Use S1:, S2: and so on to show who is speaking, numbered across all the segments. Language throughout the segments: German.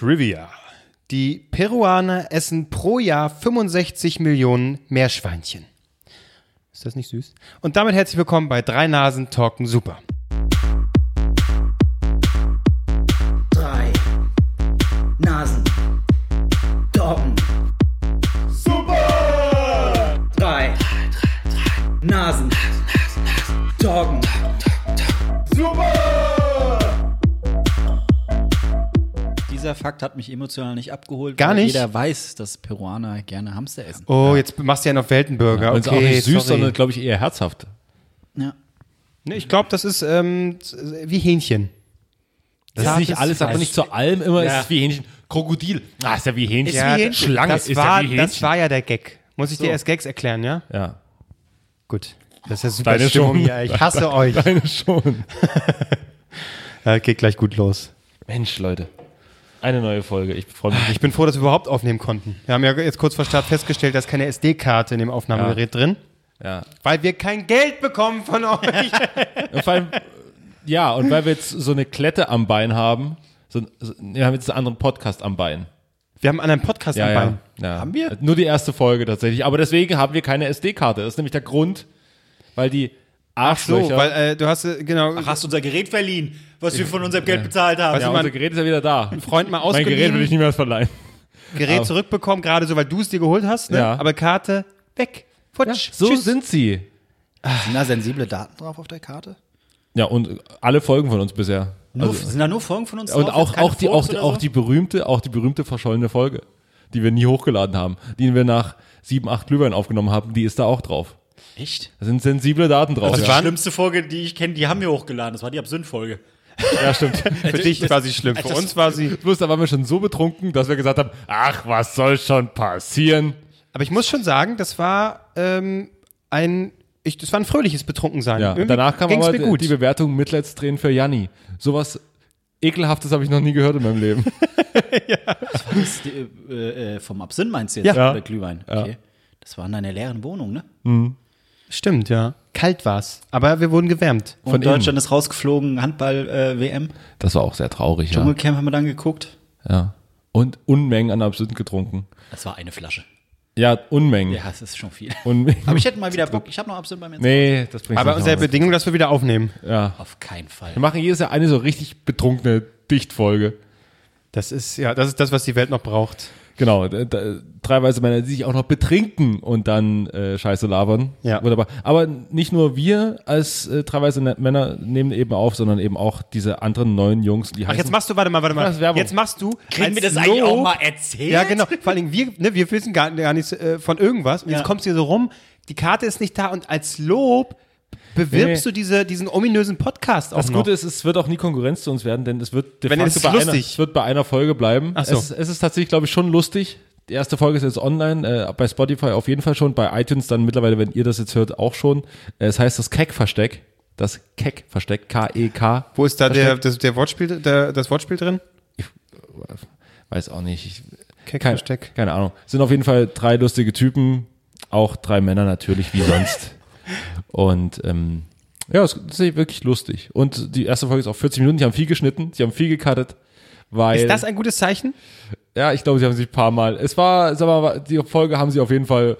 S1: Trivia. Die Peruaner essen pro Jahr 65 Millionen Meerschweinchen. Ist das nicht süß? Und damit herzlich willkommen bei Drei Nasen Talken Super.
S2: drei Nasen. Doggen. Super! Drei Nasen. Doggen.
S3: Dieser Fakt hat mich emotional nicht abgeholt.
S1: Gar
S3: weil
S1: nicht?
S3: Jeder weiß, dass Peruaner gerne Hamster essen.
S1: Oh, jetzt machst du ja noch Weltenburger.
S4: Und
S1: okay,
S4: ist auch nicht süß,
S1: sorry.
S4: sondern glaube ich eher herzhaft.
S3: Ja.
S1: Nee, ich glaube, das ist ähm, wie Hähnchen.
S4: Das ist halt nicht alles, aber nicht zu allem immer.
S1: Ja.
S4: Ist es wie Hähnchen. Krokodil. Ah, ist ja wie Hähnchen.
S1: Ja,
S4: Schlange Schlange
S1: das
S4: ist
S1: war,
S4: ja wie
S1: Das
S4: Hähnchen.
S1: war ja der Gag. Muss ich dir erst Gags erklären, ja?
S4: ja.
S1: Gut. Das ist ja super
S4: Deine
S1: Stimmung
S4: schon.
S1: hier. Ich hasse euch.
S4: Deine schon.
S1: Ja, geht gleich gut los.
S4: Mensch, Leute. Eine neue Folge. Ich freue mich.
S1: Ich bin froh, dass wir überhaupt aufnehmen konnten. Wir haben ja jetzt kurz vor Start festgestellt, dass keine SD-Karte in dem Aufnahmegerät drin,
S4: Ja.
S1: weil wir kein Geld bekommen von euch.
S4: Und vor allem, ja, und weil wir jetzt so eine Klette am Bein haben, so, so, wir haben jetzt einen anderen Podcast am Bein.
S1: Wir haben einen anderen Podcast
S4: Ja,
S1: am Bein.
S4: ja, ja.
S3: Haben wir?
S4: Nur die erste Folge tatsächlich. Aber deswegen haben wir keine SD-Karte. Das ist nämlich der Grund, weil die Arschlöcher.
S1: So, weil äh, du hast äh, genau
S3: Hast unser Gerät verliehen, was wir von unserem Geld bezahlt haben.
S1: Weißt
S4: ja,
S1: du, mein-
S4: unser Gerät ist ja wieder da.
S1: also Freund mal
S4: Mein Gerät will ich
S1: ausgeliehen,
S4: nicht mehr verleihen.
S1: Gerät zurückbekommen, gerade so, weil du es dir geholt hast, ne?
S4: Ja.
S1: aber Karte weg. Futsch.
S4: So
S1: Tschüss.
S4: sind sie.
S3: Sind da sensible Daten drauf auf der Karte?
S4: Ja, und alle Folgen von uns bisher.
S3: Nur, Also, sind da nur Folgen von uns
S4: Und
S3: drauf?
S4: auch,
S3: Keine
S4: auch, die,
S3: Fotos
S4: auch, die-
S3: oder
S4: auch
S3: so?
S4: die berühmte, auch die berühmte verschollene Folge, die wir nie hochgeladen haben, die wir nach sieben, acht Glühwein aufgenommen haben, die ist da auch drauf.
S3: Echt?
S4: Da sind sensible Daten drauf.
S3: Also die
S4: ja.
S3: schlimmste Folge, die ich kenne, die haben wir hochgeladen. Das war die Absinth-Folge.
S4: ja, stimmt.
S1: Für dich war sie schlimm, für
S3: das-
S1: uns war sie.
S4: Bloß da waren wir schon so betrunken, dass wir gesagt haben, ach, was soll schon passieren?
S1: Aber ich muss schon sagen, das war ähm, ein, ich, das war ein fröhliches Betrunkensein.
S4: Ja,
S1: Irgendwie
S4: danach kam
S1: ging's
S4: aber
S1: mir
S4: die-
S1: gut.
S4: die Bewertung Mitleidstränen für Janni. Sowas Ekelhaftes habe ich noch nie gehört in meinem Leben.
S3: Das, die, äh, äh, vom Absinth meinst du jetzt?
S4: Ja.
S3: Oder Glühwein? Okay. Das war in einer leeren Wohnung, ne?
S1: Stimmt, ja. Kalt war's, aber wir wurden gewärmt.
S3: Und
S4: Von
S3: Deutschland ist rausgeflogen, Handball-WM.
S4: Das war auch sehr traurig, ja.
S3: Dschungelcamp haben wir dann geguckt.
S4: ja. Und Unmengen an Absinth getrunken.
S3: Das war eine Flasche.
S4: Ja, Unmengen.
S3: Ja, das ist schon viel.
S4: Unmengen.
S3: Aber ich hätte mal wieder Bock. Ich habe noch Absinth bei mir. zu
S4: Nee, das bringt
S1: Aber unter der Bedingung, dass wir wieder aufnehmen.
S3: Hause. Auf keinen Fall.
S4: Wir machen jedes Jahr eine so richtig betrunkene Dichtfolge.
S1: Das ist ja, das ist das, was die Welt noch braucht.
S4: Genau, d- d- drei weiße Männer, die sich auch noch betrinken und dann äh, Scheiße labern.
S1: Ja.
S4: Wunderbar. Aber nicht nur wir als äh, drei weiße Ne- Männer nehmen eben auf, sondern eben auch diese anderen neuen Jungs, die
S1: Ach, jetzt machst du, warte mal, warte
S4: Das
S1: mal.
S4: ist Werbung.
S1: Jetzt machst du.
S3: Kriegen
S1: als
S3: wir das
S1: Lob-
S3: eigentlich auch mal erzählt?
S1: Ja, genau. Vor allen Dingen, wir, ne, wir wissen gar, gar nichts äh, von irgendwas. Und
S3: Ja.
S1: jetzt kommst du hier so rum, die Karte ist nicht da und als Lob bewirbst
S4: Nee.
S1: du diese, diesen ominösen Podcast auch
S4: Das
S1: noch.
S4: Gute ist, es wird auch nie Konkurrenz zu uns werden, denn es wird de
S1: Wenn, es ist
S4: bei einer,
S1: lustig.
S4: es wird bei einer Folge bleiben.
S1: Ach so.
S4: es, es ist tatsächlich, glaube ich, schon lustig. Die erste Folge ist jetzt online, äh, bei Spotify auf jeden Fall schon, bei iTunes dann mittlerweile, wenn ihr das jetzt hört, auch schon. Äh, es heißt das Keck-Versteck. Das Keck-Versteck, E K-E-K.
S1: Wo ist da der, das, der Wortspiel, der, das Wortspiel drin?
S4: Weiß auch nicht. Ich, keine,
S1: Keck-Versteck.
S4: keine Ahnung. Sind auf jeden Fall drei lustige Typen, auch drei Männer natürlich, wie sonst. Und ähm, ja, es ist wirklich lustig. Und die erste Folge ist auch 40 Minuten, die haben viel geschnitten, die haben viel gecuttet. Weil
S1: Ist das ein gutes Zeichen?
S4: Ja, ich glaube, sie haben sich ein paar Mal. Es war, sag mal, die Folge haben sie auf jeden Fall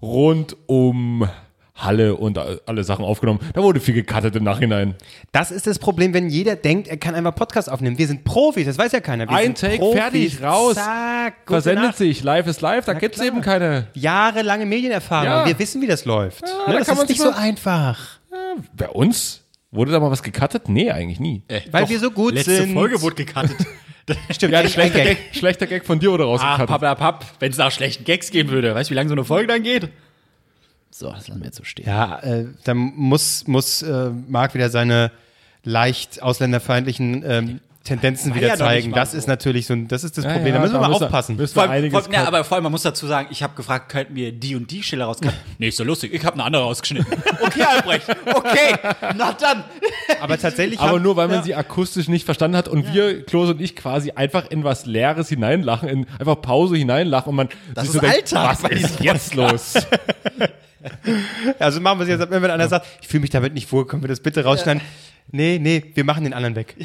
S4: rund um Halle und alle Sachen aufgenommen. Da wurde viel gecuttet im Nachhinein.
S1: Das ist das Problem, wenn jeder denkt, er kann einmal Podcast aufnehmen. Wir sind Profis, das weiß ja keiner. Wir
S4: Ein
S1: sind
S4: Take, fertig, raus.
S1: Zack, gute
S4: Versendet
S1: Nacht.
S4: sich, live ist live, da gibt's
S1: klar.
S4: eben keine.
S1: Jahrelange Medienerfahrung.
S4: Ja.
S1: Wir wissen, wie das läuft. Ne?
S4: da
S1: das
S4: kann man
S1: ist nicht
S4: sich
S1: so
S4: mal-
S1: einfach.
S4: Bei uns wurde da mal was gecuttet? Nee, eigentlich nie.
S1: Weil wir so gut
S3: Äh, letzte
S1: sind.
S3: Folge wurde gekartet.
S1: Stimmt,
S4: Ja,
S1: ein-
S4: ein schlechter
S1: ein
S4: Gag.
S1: Gag.
S4: schlechter Gag von dir wurde
S3: Ah,
S4: rausgecuttet.
S3: papp, papp. Wenn es nach schlechten Gags gehen würde, weißt du, wie lange so eine Folge dann geht? So, das lassen wir jetzt so stehen.
S1: Ja, äh, dann muss, muss äh, Marc wieder seine leicht ausländerfeindlichen ähm, Tendenzen wieder
S3: ja noch
S1: zeigen.
S3: nicht mal
S1: Das
S3: so.
S1: ist natürlich so ein, das ist das Problem.
S4: Ja,
S1: da müssen wir mal
S4: muss er-
S1: aufpassen.
S4: müssen wir
S3: Vor allem,
S4: einiges
S3: vor, na,
S4: cutten.
S3: aber vor allem, man muss dazu sagen, ich habe gefragt, könnten wir die und die Stelle rauscutten? nee, ist so lustig, ich habe eine andere rausgeschnitten. Okay, Albrecht, okay, na dann.
S1: aber tatsächlich
S4: Aber
S1: haben-
S4: nur weil man sie akustisch nicht verstanden hat und wir, Klose und ich, quasi einfach in was Leeres hineinlachen, in einfach Pause hineinlachen und man das
S3: ist Alltag
S4: was ist jetzt los?
S1: also machen wir es jetzt, wenn einer sagt, ich fühle mich damit nicht wohl, können wir das bitte rausschneiden? Nee, nee, wir machen den anderen weg.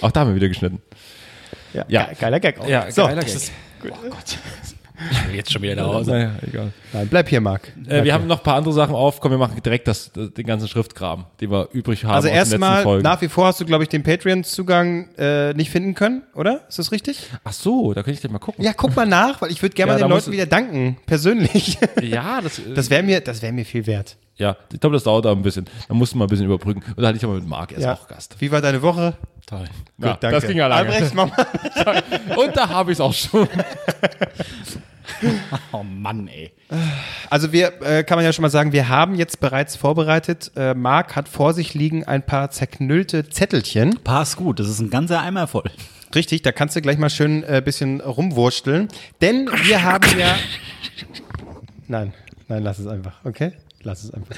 S4: Auch da haben wir wieder geschnitten. Ja.
S1: ge- Geiler Gag auch.
S4: Ja,
S1: so,
S4: geiler
S1: das
S4: Gag.
S1: ist-
S2: Ich will jetzt schon wieder nach Hause.
S4: oh, Naja, egal.
S1: Nein, bleib hier, Marc.
S4: Äh, wir haben noch ein paar andere Sachen auf. Komm, wir machen direkt das, das, den ganzen Schriftkram, den wir übrig haben.
S1: Also
S4: aus den letzten
S1: erstmal,
S4: Folgen.
S1: nach wie vor hast du, glaube ich, den Patreon-Zugang äh, nicht finden können, oder? Ist das richtig?
S4: Ach so, da kann ich gleich mal gucken.
S1: Ja, guck mal nach, weil ich würde gerne
S4: Ja,
S1: mal
S4: da
S1: den
S4: musst
S1: Leuten
S4: du-
S1: wieder danken, persönlich.
S4: Ja, das, äh,
S1: Das wäre mir, das wäre mir viel wert.
S4: ja, ich glaube, das dauert da ein bisschen. Da musst du mal ein bisschen überbrücken. Und da hatte ich aber mit Marc, er ist
S1: Ja.
S4: auch Gast.
S1: Wie war deine Woche?
S4: Toll.
S1: Gut,
S4: Ja, Das ging ja lange.
S1: Albrecht, mach mal.
S4: Und da habe ich es auch schon.
S2: Oh Mann, ey.
S1: Also wir, äh, kann man ja schon mal sagen, wir haben jetzt bereits vorbereitet. Äh, Marc hat vor sich liegen ein paar zerknüllte Zettelchen.
S2: Pass gut, das ist ein ganzer Eimer voll.
S1: Richtig, da kannst du gleich mal schön äh, bisschen rumwursteln. Denn wir haben ja... Nein, nein, lass es einfach, okay? Lass es einfach.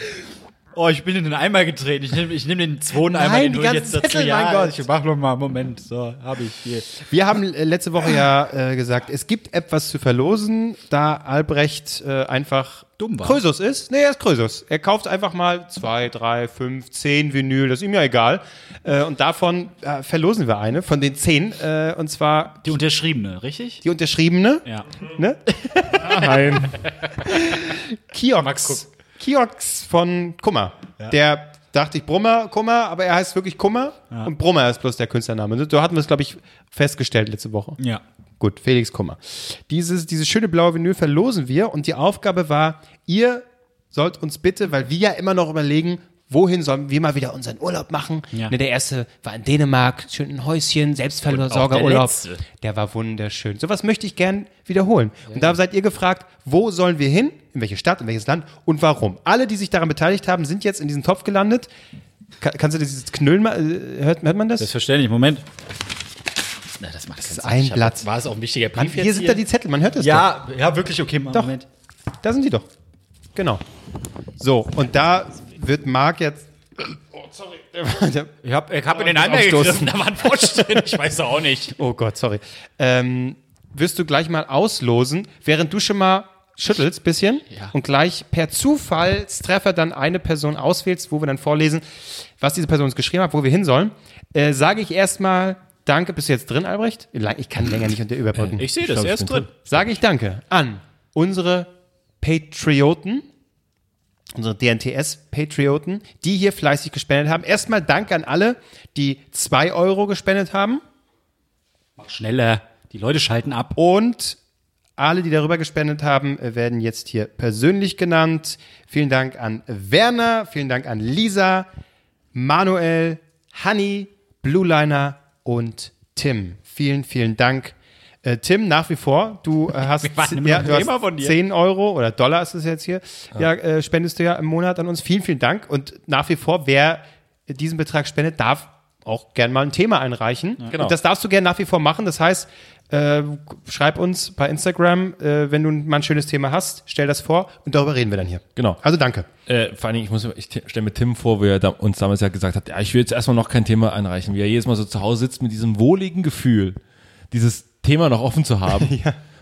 S2: Oh, ich bin in den Eimer getreten. Ich nehme ich nehm den zweiten Eimer,
S1: Nein,
S2: den
S1: die
S2: du
S1: ganzen
S2: jetzt dazu
S1: Zettel,
S2: ja,
S1: mein Gott.
S2: Ich mach noch mal, Moment. So, habe ich hier.
S1: Wir haben äh, letzte Woche ja äh, gesagt, es gibt etwas zu verlosen, da Albrecht äh, einfach
S2: Dumm war.
S1: Krösus ist. Nee, er ist Krösus. Er kauft einfach mal zwei, drei, fünf, zehn Vinyl, das ist ihm ja egal. Äh, und davon äh, verlosen wir eine von den zehn, äh, und zwar
S2: Die unterschriebene, richtig?
S1: die unterschriebene,
S2: Ja.
S1: ne?
S4: Nein.
S1: Kiox. Kiox von Kummer. Der dachte ich Brummer, Kummer, aber er heißt wirklich Kummer und Brummer ist bloß der Künstlername. So hatten wir es, glaube ich, festgestellt letzte Woche.
S2: Ja.
S1: Gut, Felix Kummer. Dieses, diese schöne blaue Vinyl verlosen wir und die Aufgabe war, ihr sollt uns bitte, weil wir ja immer noch überlegen, wohin sollen wir mal wieder unseren Urlaub machen.
S2: Ja.
S1: Ne, der erste war in Dänemark, schön ein Häuschen,
S2: Und
S1: Selbstversorgerurlaub.
S2: auch der letzte.
S1: Der war wunderschön. Sowas möchte ich gern wiederholen. Und da seid ihr gefragt, wo sollen wir hin, in welche Stadt, in welches Land und warum. Alle, die sich daran beteiligt haben, sind jetzt in diesen Topf gelandet. Ka- kannst du dieses Knüllen mal, äh, hört, hört man das?
S2: Selbstverständlich, Moment. Na, das macht das
S1: ist ein Blatt.
S2: War es auch ein wichtiger
S1: Mann,
S2: Brief
S1: hier
S2: jetzt
S1: sind da die Zettel, man hört das doch.
S2: Ja, ja, wirklich, okay,
S1: Doch.
S2: Moment.
S1: Da sind die doch. Genau. So, und da wird Marc jetzt. Oh, sorry. Der,
S2: Ich habe ich hab in den Eimer
S1: Aufstoßen.
S2: gegriffen, da waren Vorstände, ich weiß auch nicht.
S1: oh Gott, sorry. Ähm, wirst du gleich mal auslosen, während du schon mal schüttelst bisschen
S2: Ja.
S1: und gleich per Zufallstreffer dann eine Person auswählst, wo wir dann vorlesen, was diese Person uns geschrieben hat, wo wir hin sollen, äh, sage ich erstmal Danke. Bist du jetzt drin, Albrecht? Ich kann länger nicht unter überbrücken.
S2: Ich sehe das,
S4: glaub,
S2: er
S4: ich
S2: ist
S4: bin
S2: drin.
S1: sage ich Danke an unsere Patrioten, unsere DNTS-Patrioten, die hier fleißig gespendet haben. Erstmal Dank an alle, die 2 Euro gespendet haben
S2: Mach schneller, die Leute schalten ab.
S1: und alle, die darüber gespendet haben, äh, werden jetzt hier persönlich genannt. Vielen Dank an Werner, vielen Dank an Lisa, Manuel, Hanni, Blueliner und Tim. Vielen, vielen Dank. Äh, Tim, nach wie vor, du äh, hast,
S2: warten immer
S1: ja,
S2: noch
S1: du
S2: immer
S1: hast
S2: von dir.
S1: 10 Euro oder Dollar ist es jetzt hier, ja, äh, spendest du ja im Monat an uns. Vielen, vielen Dank. Und nach wie vor, wer diesen Betrag spendet, darf auch gern mal ein Thema einreichen.
S4: Genau.
S1: Und das darfst du gern nach wie vor machen. Das heißt, äh, schreib uns bei Instagram, äh, wenn du mal ein schönes Thema hast, stell das vor und darüber reden wir dann hier.
S4: Genau.
S1: Also danke.
S4: Äh, vor allen Dingen, ich, muss- ich stelle mir Tim vor, wie er da, uns damals ja gesagt hat, ja, ich will jetzt erstmal noch kein Thema einreichen, wie er jedes Mal so zu Hause sitzt mit diesem wohligen Gefühl, dieses Thema noch offen zu haben,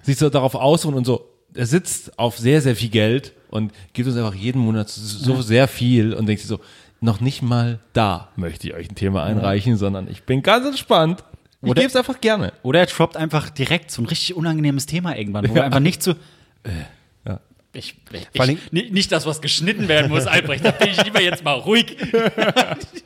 S4: sich so darauf ausruhen und so, er sitzt auf sehr, sehr viel Geld und gibt uns einfach jeden Monat so so sehr viel und denkt sich so, noch nicht mal da möchte ich euch ein Thema einreichen, sondern ich bin ganz entspannt. Ich
S2: Oder-
S4: gebe es einfach gerne.
S2: Oder er droppt einfach direkt so ein richtig unangenehmes Thema irgendwann, wo er einfach nicht so. Äh,
S4: Ja.
S2: Ich, ich,
S1: Vor allen Dingen-
S2: nicht, nicht das, was geschnitten werden muss, Albrecht. Da bin ich lieber jetzt mal ruhig.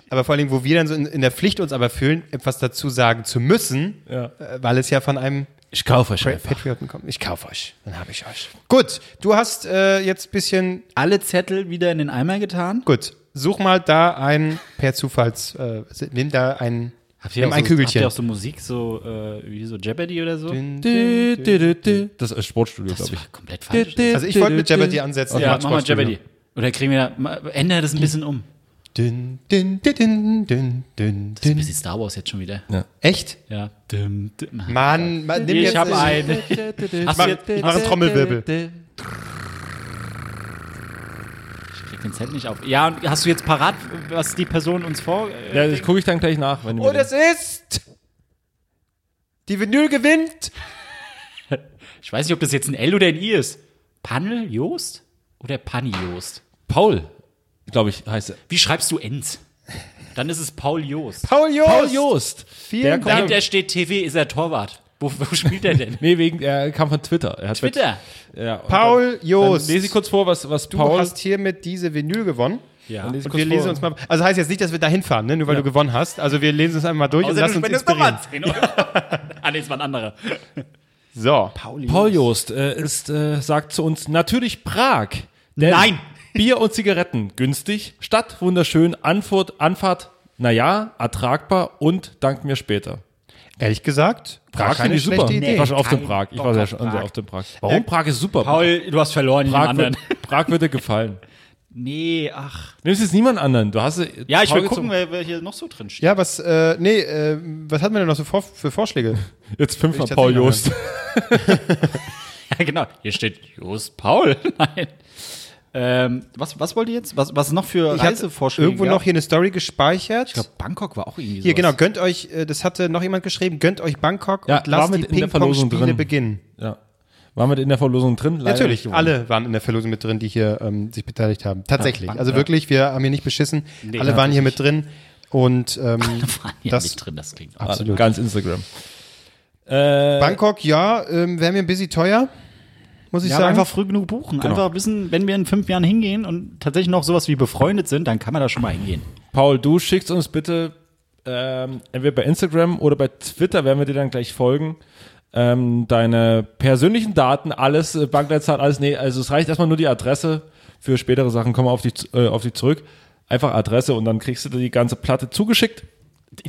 S1: Aber vor allen Dingen, wo wir dann so in, in der Pflicht uns aber fühlen, etwas dazu sagen zu müssen,
S4: Ja.
S1: äh, weil es ja von einem
S4: Ich kaufe euch
S1: Pra- Patrioten kommt. Ich kaufe euch, dann habe ich euch. Gut, du hast äh, jetzt ein bisschen,
S2: Alle Zettel wieder in den Eimer getan.
S1: gut, such mal da ein, per Zufalls, äh, nimm da ein, nimm
S2: auch
S1: ein
S2: so,
S1: Kügelchen.
S2: Habt ihr auch so Musik, so äh, wie so Jeopardy oder so?
S4: Das ist Sportstudio,
S2: das
S4: glaube
S2: war komplett falsch.
S4: ich.
S1: Also ich wollte mit Jeopardy ansetzen.
S2: ja,
S1: Macht
S2: mach mal
S1: Sportstudio.
S2: Jeopardy. Oder kriegen wir da, ma- ändere das ein bisschen um.
S1: Dün, dün, dün, dün, dün, dün,
S2: Das ist ein
S1: dün.
S2: bisschen Star Wars jetzt schon wieder.
S1: Echt?
S2: Ja. Dum, dum.
S1: Mann, Mann nimm
S2: Nee,
S1: jetzt
S2: ich habe einen.
S1: Ich mach,
S2: jetzt-
S1: ich mach einen Trommelwirbel.
S2: Ich krieg den Zettel nicht auf. Ja, und hast du jetzt parat, was die Person uns vor. Äh,
S4: Ja, das gucke ich dann gleich nach. Wenn du
S1: Und
S4: mir
S1: es Oh, ist. Die Vinyl gewinnt.
S2: Ich weiß nicht, ob das jetzt ein L oder ein I ist. Panel Joost oder Panni Joost?
S4: den- Paul, glaube ich, heißt er.
S2: Wie schreibst du Ns?
S3: Dann ist es Paul Jost.
S1: Paul Jost.
S4: Paul Joost.
S1: Vielen
S4: der kommt,
S1: Dank.
S3: Der steht TV, ist er Torwart. Wo, wo spielt er denn?
S4: Nee, wegen, er kam von Twitter. Er hat
S3: Twitter.
S4: Ja, und
S1: Paul
S4: Dann, dann
S1: Jost.
S4: lese ich kurz vor, was, was
S1: du
S4: Paul.
S1: hast hiermit diese Vinyl gewonnen.
S3: Ja.
S4: Dann lese ich
S1: Und
S4: kurz
S1: wir lesen
S4: vor.
S1: uns mal. Also heißt jetzt nicht, dass wir da hinfahren, ne? nur weil du gewonnen hast. Also wir lesen es einmal durch und lassen uns inspirieren.
S3: nochmal 10 Euro. ah, nee, es war ein anderer.
S1: So.
S4: Paul Jost äh, ist, äh, sagt zu uns natürlich Prag. Denn
S3: Nein.
S4: Bier und Zigaretten günstig, Stadt wunderschön, Anfahrt, Anfahrt, naja, ertragbar und dank mir später.
S1: Ehrlich gesagt, Prag keine
S4: ich
S1: schlechte Idee.
S4: Ich war schon auf dem
S3: kein
S4: Prag. Ich
S3: Bock
S4: war sehr
S3: auf
S4: schon
S3: Prag.
S4: auf dem Prag. Warum? Prag ist super.
S3: Paul, du hast verloren, den
S4: Prag,
S3: Äh, anderen.
S4: wird, Prag wird dir gefallen.
S3: Nee, ach.
S4: Nimmst jetzt niemand anderen. Du hast äh,
S3: Ja, ich
S4: Paul
S3: will gucken,
S4: gezogen.
S3: wer, wer hier noch so drin steht.
S1: Ja, was, äh, nee, äh, was hatten wir denn noch so vor, für Vorschläge?
S4: Jetzt fünfmal
S1: Ich
S4: Paul
S1: tatsächlich
S4: Jost.
S3: Ja, genau. Hier steht Jost Paul. Nein. Ähm, was, was wollt ihr jetzt? Was, was noch für
S1: Ich hab
S3: Reisevorschläge?
S1: irgendwo
S3: gab?
S1: noch hier eine Story gespeichert.
S3: Ich glaube, Bangkok war auch irgendwie
S1: hier,
S3: sowas.
S1: genau, gönnt euch, äh, das hatte noch jemand geschrieben, gönnt euch Bangkok
S4: Ja,
S1: und lasst
S4: war
S1: die
S4: mit in der Verlosung
S1: Ping-Pong-Spiele
S4: drin.
S1: beginnen.
S4: Ja. Waren wir in der Verlosung drin? Leider nicht
S1: Natürlich,
S4: gewonnen.
S1: alle waren in der Verlosung mit drin, die hier ähm, sich beteiligt haben. Tatsächlich.
S3: Bank-
S1: also
S3: ja.
S1: wirklich, wir haben hier nicht beschissen. alle waren hier mit drin. Und ähm,
S3: Waren hier
S1: das,
S3: mit drin, das klingt
S4: Ah,
S3: auch.
S1: absolut.
S4: Ganz Instagram. Äh,
S1: Bangkok, ja, ähm, wäre mir ein bisschen teuer, muss ich
S3: Ja, aber
S1: sagen.
S3: einfach früh genug buchen. Einfach wissen, wenn wir in fünf Jahren hingehen und tatsächlich noch sowas wie befreundet sind, dann kann man da schon mal hingehen.
S4: Paul, du schickst uns bitte ähm, entweder bei Instagram oder bei Twitter, werden wir dir dann gleich folgen. Ähm, deine persönlichen Daten, alles, äh, Bankleitzahl, alles. Nee, also es reicht erstmal nur die Adresse. Für spätere Sachen kommen wir auf dich, zu- äh, auf dich zurück. Einfach Adresse und dann kriegst du dir die ganze Platte zugeschickt.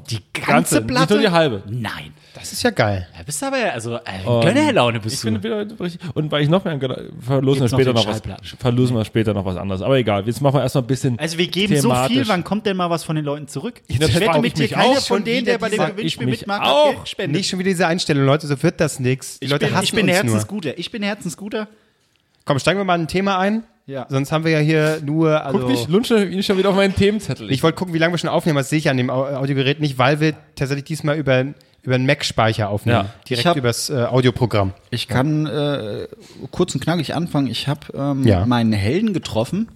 S3: Die
S4: Ganze, Nicht nur die halbe.
S3: Nein.
S1: das ist ja geil.
S3: Da bist du aber, also, äh, Gönnerlaune
S4: Ich
S3: bist
S4: finde,
S3: du.
S4: wieder richtig- Und weil ich noch mehr gena- verlosen wir
S3: Gibt's
S4: später
S3: noch den
S4: ne- noch, was.
S3: Schallplatten.
S4: Verlosen wir später noch was anderes. Aber egal, jetzt machen wir erstmal ein bisschen.
S3: Also, wir geben so viel,
S4: thematisch.
S3: wann kommt denn mal was von den Leuten zurück?
S4: Das
S3: ich wette
S4: frag
S3: mit
S4: ich
S3: dir,
S4: mich
S3: keiner
S4: auch
S3: von
S1: schon
S3: denen, der
S1: wieder,
S3: bei dem
S1: frag
S3: Gewinnspiel
S4: ich mich
S3: mitmacht,
S4: auch.
S3: hat Geld spendet.
S1: Nicht schon wieder diese Einstellung, Leute, so wird das nix. Die Leute
S3: ich bin,
S1: hassen
S3: ich bin
S1: uns
S3: der
S1: nur.
S3: Herzensguter. Ich bin der Herzensguter.
S1: Komm, steigen wir mal in ein Thema ein.
S3: Ja.
S1: Sonst haben wir ja hier nur. Also,
S4: Guck nicht, lunsche ihn schon wieder auf meinen Themenzettel.
S1: Ich wollte gucken, wie lange wir schon aufnehmen, das sehe ich an dem Au- Audiogerät nicht, weil wir tatsächlich diesmal über, über einen Mac-Speicher aufnehmen.
S4: Ja.
S1: Direkt
S2: Ich hab-
S1: übers äh, Audioprogramm.
S2: Ich kann äh, kurz und knackig anfangen. Ich habe ähm,
S1: Ja.
S2: meinen Helden getroffen.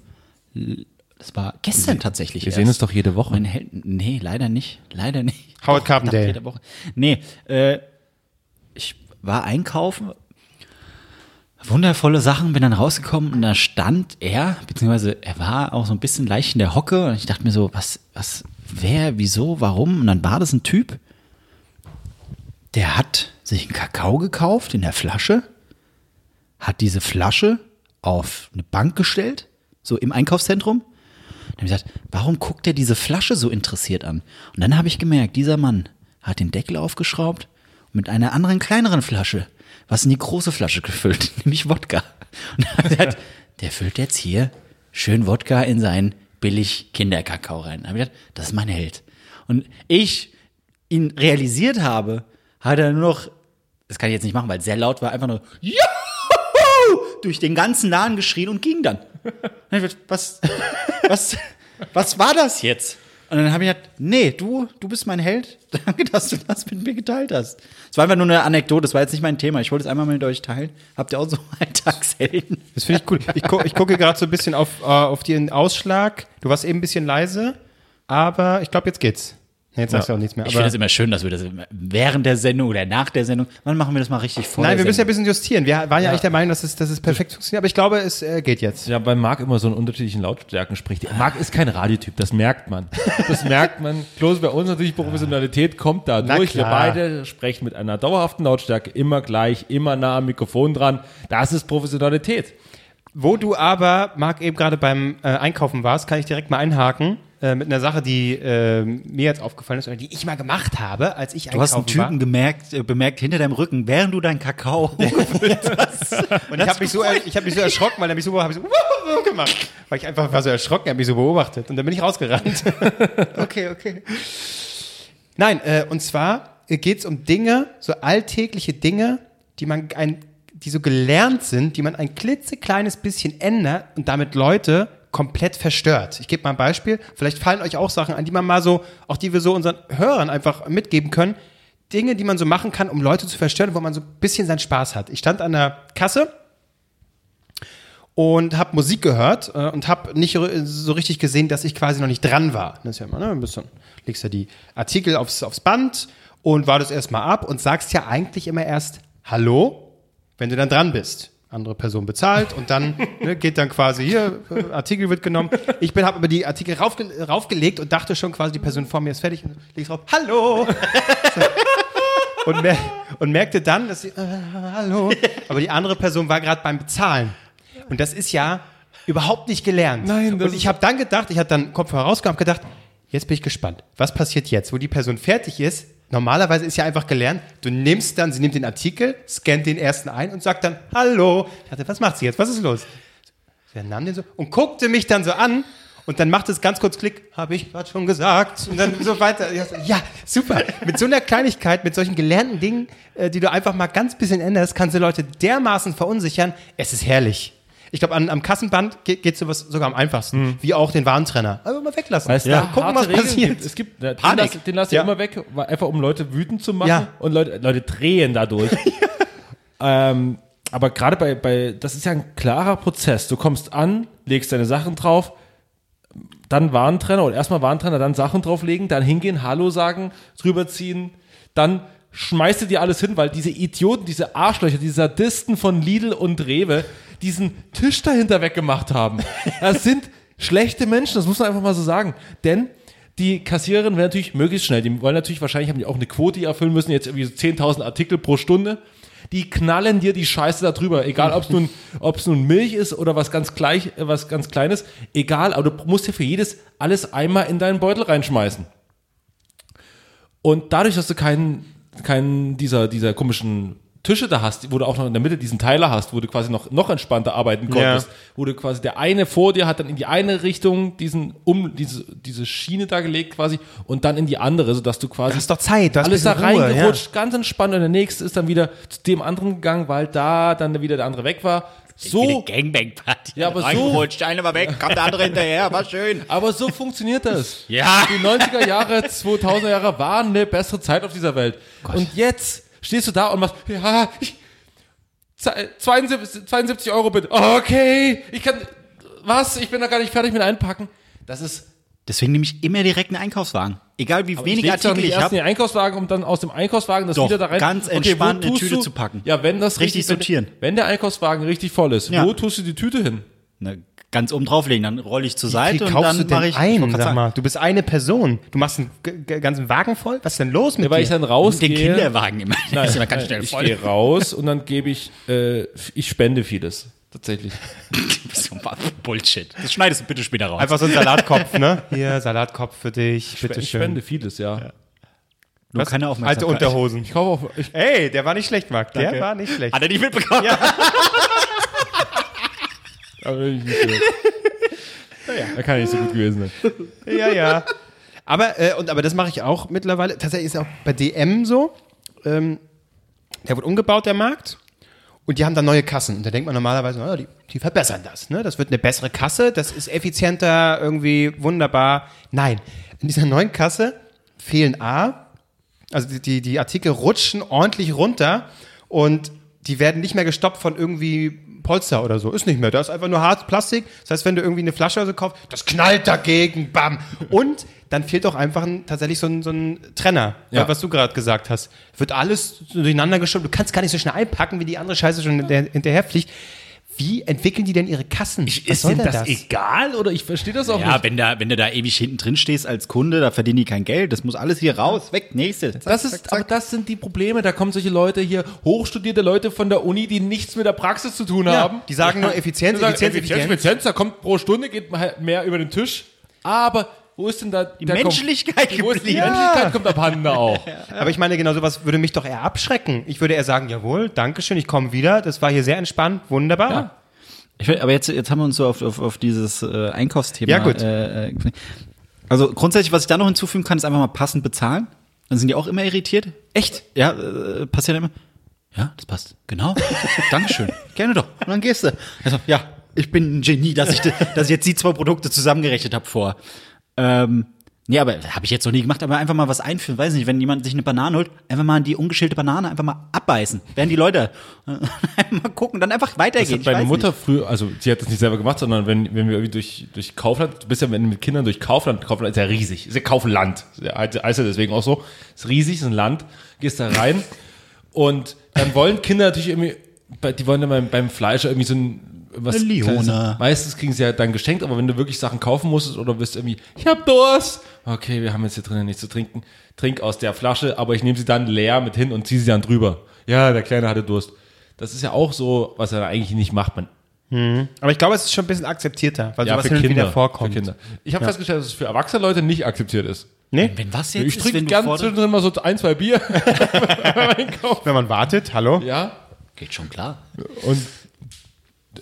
S2: L- Das war gestern tatsächlich.
S4: Wir sehen uns doch jede Woche.
S2: Mein Helden, nee, leider nicht. Leider nicht.
S1: Howard
S2: Doch, verdammt,
S1: Carpendale.
S2: Jede Woche. Nee, äh, ich war einkaufen. Wundervolle Sachen, bin dann rausgekommen und da stand er, beziehungsweise er war auch so ein bisschen leicht in der Hocke und ich dachte mir so, was, was, wer, wieso, warum? Und dann war das ein Typ, der hat sich einen Kakao gekauft in der Flasche, hat diese Flasche auf eine Bank gestellt, so im Einkaufszentrum. Dann habe ich gesagt, warum guckt er diese Flasche so interessiert an? Und dann habe ich gemerkt, dieser Mann hat den Deckel aufgeschraubt und mit einer anderen kleineren Flasche was in die große Flasche gefüllt, nämlich Wodka. Und dann hab ich gesagt, der füllt jetzt hier schön Wodka in seinen billig Kinderkakao rein. Dann hab ich gedacht, das ist mein Held. Und ich ihn realisiert habe, hat er nur noch, das kann ich jetzt nicht machen, weil es sehr laut war, einfach nur Juhu! durch den ganzen Laden geschrien und ging dann. Und ich dachte, was, was, was war das jetzt? Und dann habe ich gedacht, nee, du, du bist mein Held. Danke, dass du das mit mir geteilt hast. Es war einfach nur eine Anekdote, das war jetzt nicht mein Thema. Ich wollte es einmal mit euch teilen. Habt ihr auch so Alltagshelden?
S1: Das finde ich cool. Ich, gu ich gucke gerade so ein bisschen auf, äh, auf den Ausschlag. Du warst eben ein bisschen leise, aber ich glaube, jetzt geht's. Nee, jetzt sagst du auch nichts mehr.
S3: Ich finde
S1: Aber
S3: es immer schön, dass wir das immer während der Sendung oder nach der Sendung, wann machen wir das mal richtig vor?
S1: Nein, wir
S3: der
S1: müssen ja ein bisschen
S3: Sendung?
S1: justieren. Wir waren ja, eigentlich der Meinung, dass es, dass es perfekt funktioniert, aber ich glaube, es äh, geht jetzt.
S4: Ja, weil Marc immer so in unterschiedlichen Lautstärken spricht. Marc ist kein Radiotyp, das merkt man. Das merkt man. Bloß bei uns natürlich Professionalität kommt da
S1: Na
S4: durch. Wir
S1: klar.
S4: beide sprechen mit einer dauerhaften Lautstärke immer gleich, immer nah am Mikrofon dran. Das ist Professionalität.
S1: Wo du aber, Marc, eben gerade beim äh, Einkaufen warst, kann ich direkt mal einhaken äh, mit einer Sache, die äh, mir jetzt aufgefallen ist oder die ich mal gemacht habe, als ich
S3: Du hast einen
S1: einkaufen war.
S3: Typen gemerkt, äh, bemerkt hinter deinem Rücken, während du deinen Kakao gefüllt hast.
S1: Und ich habe mich, so, er- ich hab mich so erschrocken, weil er mich so, hab ich so wuhu gemacht. Weil ich einfach war so erschrocken, er hat mich so beobachtet. Und dann bin ich rausgerannt. okay, okay. Nein, äh, und zwar geht es um Dinge, so alltägliche Dinge, die man ein, die so gelernt sind, die man ein klitzekleines bisschen ändert und damit Leute komplett verstört. Ich gebe mal ein Beispiel. Vielleicht fallen euch auch Sachen an, die man mal so, auch die wir so unseren Hörern einfach mitgeben können. Dinge, die man so machen kann, um Leute zu verstören, wo man so ein bisschen seinen Spaß hat. Ich stand an der Kasse und habe Musik gehört äh, und habe nicht r- so richtig gesehen, dass ich quasi noch nicht dran war. Das ist ja immer ne, ein bisschen, legst ja die Artikel aufs, aufs Band und wartest erstmal ab und sagst ja eigentlich immer erst Hallo, wenn du dann dran bist. Andere Person bezahlt und dann ne, geht dann quasi hier, äh, Artikel wird genommen. Ich bin, habe aber die Artikel raufge raufgelegt und dachte schon quasi, die Person vor mir ist fertig und legst drauf, Hallo! und, mer und merkte dann, dass sie, äh, hallo, aber die andere Person war gerade beim Bezahlen. Und das ist ja überhaupt nicht gelernt.
S4: Nein, das
S1: und ich habe dann gedacht, ich habe dann Kopfhörer rausgehauen, hab gedacht, jetzt bin ich gespannt. Was passiert jetzt, wo die Person fertig ist? Normalerweise ist ja einfach gelernt, du nimmst dann, sie nimmt den Artikel, scannt den ersten ein und sagt dann, hallo. Ich dachte, was macht sie jetzt? Was ist los? Sie nahm den so und guckte mich dann so an und dann macht es ganz kurz Klick, habe ich gerade schon gesagt. Und dann so weiter. Ja, so, Ja, super. Mit so einer Kleinigkeit, mit solchen gelernten Dingen, äh, die du einfach mal ganz bisschen änderst, kannst du Leute dermaßen verunsichern. Es ist herrlich. Ich glaube, an, am Kassenband geht, geht sowas sogar am einfachsten. Wie auch den Warentrenner. Einfach mal weglassen.
S4: Hm. Weißt du,
S1: ja. gucken,
S4: harte
S1: was
S4: Regeln
S1: passiert.
S4: Gibt. Es gibt den
S1: Panik.
S4: lass, den lass ich
S1: Ja.
S4: immer weg, weil- einfach um Leute wütend zu machen
S1: Ja.
S4: und Leute, Leute drehen dadurch. ähm, aber gerade bei, bei, das ist ja ein klarer Prozess. Du kommst an, legst deine Sachen drauf, dann Warentrenner oder erstmal Warentrenner, dann Sachen drauflegen, dann hingehen, Hallo sagen, drüberziehen, dann schmeißt du dir alles hin, weil diese Idioten, diese Arschlöcher, diese Sadisten von Lidl und Rewe diesen Tisch dahinter weggemacht haben. Das sind schlechte Menschen, das muss man einfach mal so sagen. Denn die Kassiererin wäre natürlich möglichst schnell, die wollen natürlich wahrscheinlich haben die auch eine Quote, die erfüllen müssen, jetzt irgendwie so 10.000 Artikel pro Stunde. Die knallen dir die Scheiße da drüber, egal ob es nun, ob's nun Milch ist oder was ganz gleich, äh, was ganz kleines, egal, aber du musst dir für jedes alles einmal in deinen Beutel reinschmeißen. Und dadurch, dass du keinen, keinen dieser, dieser komischen Tische da hast, wo du auch noch in der Mitte diesen Teiler hast, wo du quasi noch, noch entspannter arbeiten konntest,
S1: Ja.
S4: wo du quasi der eine vor dir hat dann in die eine Richtung diesen, um, diese, diese Schiene da gelegt quasi und dann in die andere, sodass du quasi
S1: Du hast doch Zeit, du hast
S4: alles Also da
S1: ein bisschen Ruhe,
S4: reingerutscht, ganz entspannt und der nächste ist dann wieder zu dem anderen gegangen, weil da dann wieder der andere weg war. So,
S3: Gangbang-Party.
S4: Ja, aber so-
S3: Reingerutscht, einer war weg, kam der andere hinterher, war schön.
S4: aber so funktioniert das.
S3: Ja.
S4: Die 90er Jahre, 2000er Jahre waren eine bessere Zeit auf dieser Welt. Und jetzt stehst du da und machst, ja, ich, ze- 72, 72 Euro bitte. Okay, ich kann, was? Ich bin noch gar nicht fertig mit einpacken. Das ist
S2: Deswegen nehme ich immer direkt einen Einkaufswagen. Egal wie wenig
S4: legst du doch
S2: Artikel
S4: nicht
S2: ich
S4: erst in
S2: habe.
S4: den Einkaufswagen, um dann aus dem Einkaufswagen das
S2: Doch,
S4: wieder da rein.
S2: ganz
S4: wo
S2: entspannt eine
S4: tust
S2: Tüte
S4: du-
S2: zu packen.
S4: Ja, wenn das
S2: Richtig
S4: wenn-
S2: sortieren.
S4: Wenn der Einkaufswagen richtig voll ist,
S2: Ja.
S4: wo tust du die Tüte hin?
S2: Na, ne, ganz oben drauflegen, dann rolle ich zur
S1: Wie
S2: Seite
S1: viel
S2: und
S1: kaufst du
S2: dann
S1: denn
S2: mache ich. ich
S1: ein,
S2: wollte grad
S1: sag
S2: sagen,
S1: mal? Du bist eine Person. Du machst einen g- g- ganzen Wagen voll? Was ist denn los mit
S4: Ja, weil ich
S1: dir?
S4: dann rausgehe.
S2: Den Kinderwagen immer. Der ist immer ganz
S4: Nein,
S2: schnell
S4: ich
S2: voll.
S4: gehe raus und dann gebe ich, äh, ich spende vieles. Tatsächlich.
S3: Das ist so Bullshit. Das schneidest du bitte später raus.
S1: Einfach so ein Salatkopf, ne? Hier, Salatkopf für dich,
S4: ich
S1: bitteschön.
S4: spende vieles, ja.
S2: Nur keine
S1: Alte
S2: Aufmerksamkeit.
S1: Unterhosen.
S4: Ich kaufe auch, ich,
S1: Ey, der war nicht schlecht, Marc. Der war nicht schlecht.
S3: Hat er nicht mitbekommen?
S4: aber ich nicht so. Da kann ich nicht so gut gewesen sein.
S1: ja, ja. Aber, äh, und, aber das mache ich auch mittlerweile. Tatsächlich ist auch bei DM so. Ähm, der wird umgebaut, der Markt. Und die haben da neue Kassen. Und da denkt man normalerweise, oh, die, die verbessern das. Ne? Das wird eine bessere Kasse, das ist effizienter, irgendwie wunderbar. Nein, in dieser neuen Kasse fehlen A, also die, die, die Artikel rutschen ordentlich runter und die werden nicht mehr gestoppt von irgendwie Polster oder so. Ist nicht mehr. Da ist einfach nur hartes Plastik. Das heißt, wenn du irgendwie eine Flasche oder so kaufst, das knallt dagegen, bam. Und dann fehlt auch einfach ein, tatsächlich so ein, so ein Trenner,
S4: Ja.
S1: was du gerade gesagt hast. Wird alles so durcheinander geschoben. Du kannst gar nicht so schnell einpacken, wie die andere Scheiße schon hinter- hinterherfliegt. Wie entwickeln die denn ihre Kassen? Was soll denn
S4: egal? Oder ich verstehe das auch
S2: Ja,
S4: nicht.
S2: wenn, da, wenn du da ewig hinten drin stehst als Kunde, da verdienen die kein Geld. Das muss alles hier raus, weg, nächste.
S4: Das ist, aber das sind die Probleme. Da kommen solche Leute hier, hochstudierte Leute von der Uni, die nichts mit der Praxis zu tun haben.
S1: Ja, die sagen nur Effizienz,
S4: Die sagen,
S1: Effizienz,
S4: Effizienz,
S1: Effizienz.
S4: Effizienz, da kommt pro Stunde geht halt mehr über den Tisch. Aber wo ist denn da die
S2: Menschlichkeit
S4: Wo ist die
S2: geblieben?
S4: Menschlichkeit kommt abhanden auch.
S1: Aber ich meine, genau sowas würde mich doch eher abschrecken. Ich würde eher sagen, jawohl, Dankeschön, ich komme wieder. Das war hier sehr entspannt, wunderbar.
S4: Ja.
S2: Ich, will- aber jetzt, jetzt haben wir uns so auf, auf, auf dieses äh, Einkaufsthema.
S1: Ja, gut.
S2: Äh, äh, also grundsätzlich, was ich da noch hinzufügen kann, ist einfach mal passend bezahlen. Dann sind die auch immer irritiert. Echt? Ja, äh, passiert immer. Ja, das passt. Genau. Dankeschön. Gerne doch. Und dann gehst du. Also, ja, ich bin ein Genie, dass ich, de- dass ich jetzt die zwei Produkte zusammengerechnet habe vor. Ähm, Ja, aber habe ich jetzt noch nie gemacht, aber einfach mal was einführen. Weiß nicht, wenn jemand sich eine Banane holt, einfach mal die ungeschälte Banane einfach mal abbeißen. Werden die Leute äh, mal gucken, dann einfach
S4: Das
S2: weitergehen.
S4: hat
S2: Ich
S4: meine
S2: weiß
S4: Mutter früher, also sie hat das nicht selber gemacht, sondern wenn, wenn wir irgendwie durch, durch Kaufland, du bist ja wenn du mit Kindern durch Kaufland, Kaufland ist ja riesig, ist ja Kaufland, heißt heißt ja deswegen auch so, ist riesig, ist ein Land, gehst da rein und dann wollen Kinder natürlich irgendwie, bei- die wollen dann beim, beim Fleischer irgendwie so ein was
S2: Eine Lione.
S4: Kleines- Meistens kriegen sie ja dann geschenkt, aber wenn du wirklich Sachen kaufen musstest oder bist irgendwie, ich hab Durst, okay, wir haben jetzt hier drinnen nichts zu trinken, trink aus der Flasche, aber ich nehme sie dann leer mit hin und ziehe sie dann drüber. Ja, der Kleine hatte Durst. Das ist ja auch so, was er eigentlich nicht macht. Man
S1: Aber ich glaube, es ist schon ein bisschen akzeptierter,
S2: Also
S1: weil sowas hin und wieder
S4: Für
S1: vorkommt.
S4: Kinder. Ich habe festgestellt, dass es für erwachsene Leute nicht akzeptiert ist.
S1: Nee?
S2: Wenn was jetzt
S4: Ich
S2: ist,
S4: trinke
S2: wenn
S4: gern
S2: du forderst,
S4: zwischendrin mal so ein, zwei Bier.
S1: Wenn man wartet, hallo?
S4: ja.
S2: geht schon klar.
S4: Und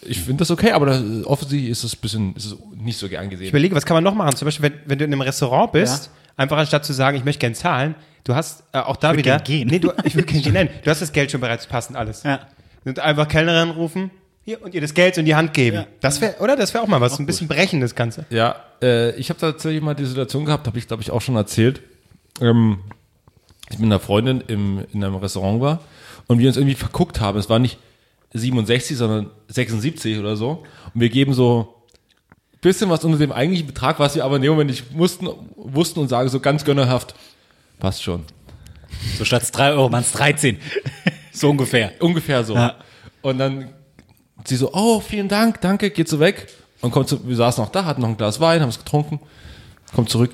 S4: ich finde das okay, aber das, offensichtlich ist es ein bisschen ist es nicht so gern gesehen.
S1: Ich überlege, was kann man noch machen? Zum Beispiel, wenn, wenn du in einem Restaurant bist, einfach anstatt zu sagen, ich möchte gern zahlen, du hast äh, auch da wieder.
S2: gern gehen.
S1: Nee, du, ich will gern gehen. Nein, du hast das Geld schon bereits passend alles.
S2: Ja.
S1: Und einfach Kellnerin rufen hier, und ihr das Geld in die Hand geben.
S2: Ja.
S1: Das wäre, oder? Das wäre auch mal was. ein bisschen brechen, das Ganze.
S4: Ja, äh, ich habe tatsächlich mal die Situation gehabt, habe ich glaube ich auch schon erzählt. Ähm, ich mit einer Freundin im, in einem Restaurant war und wir uns irgendwie verguckt haben. Es war nicht 67, sondern 76 oder so. Und wir geben so ein bisschen was unter dem eigentlichen Betrag, was wir aber in dem Moment nicht mussten, wussten und sagen so ganz gönnerhaft, passt schon.
S2: So statt 3 Euro waren es 13. so ungefähr.
S4: Ungefähr so.
S2: Ja.
S4: Und dann sie so, oh, vielen Dank, danke, geht so weg. Und kommt zu, wir saßen noch da, hatten noch ein Glas Wein, haben es getrunken, kommt zurück.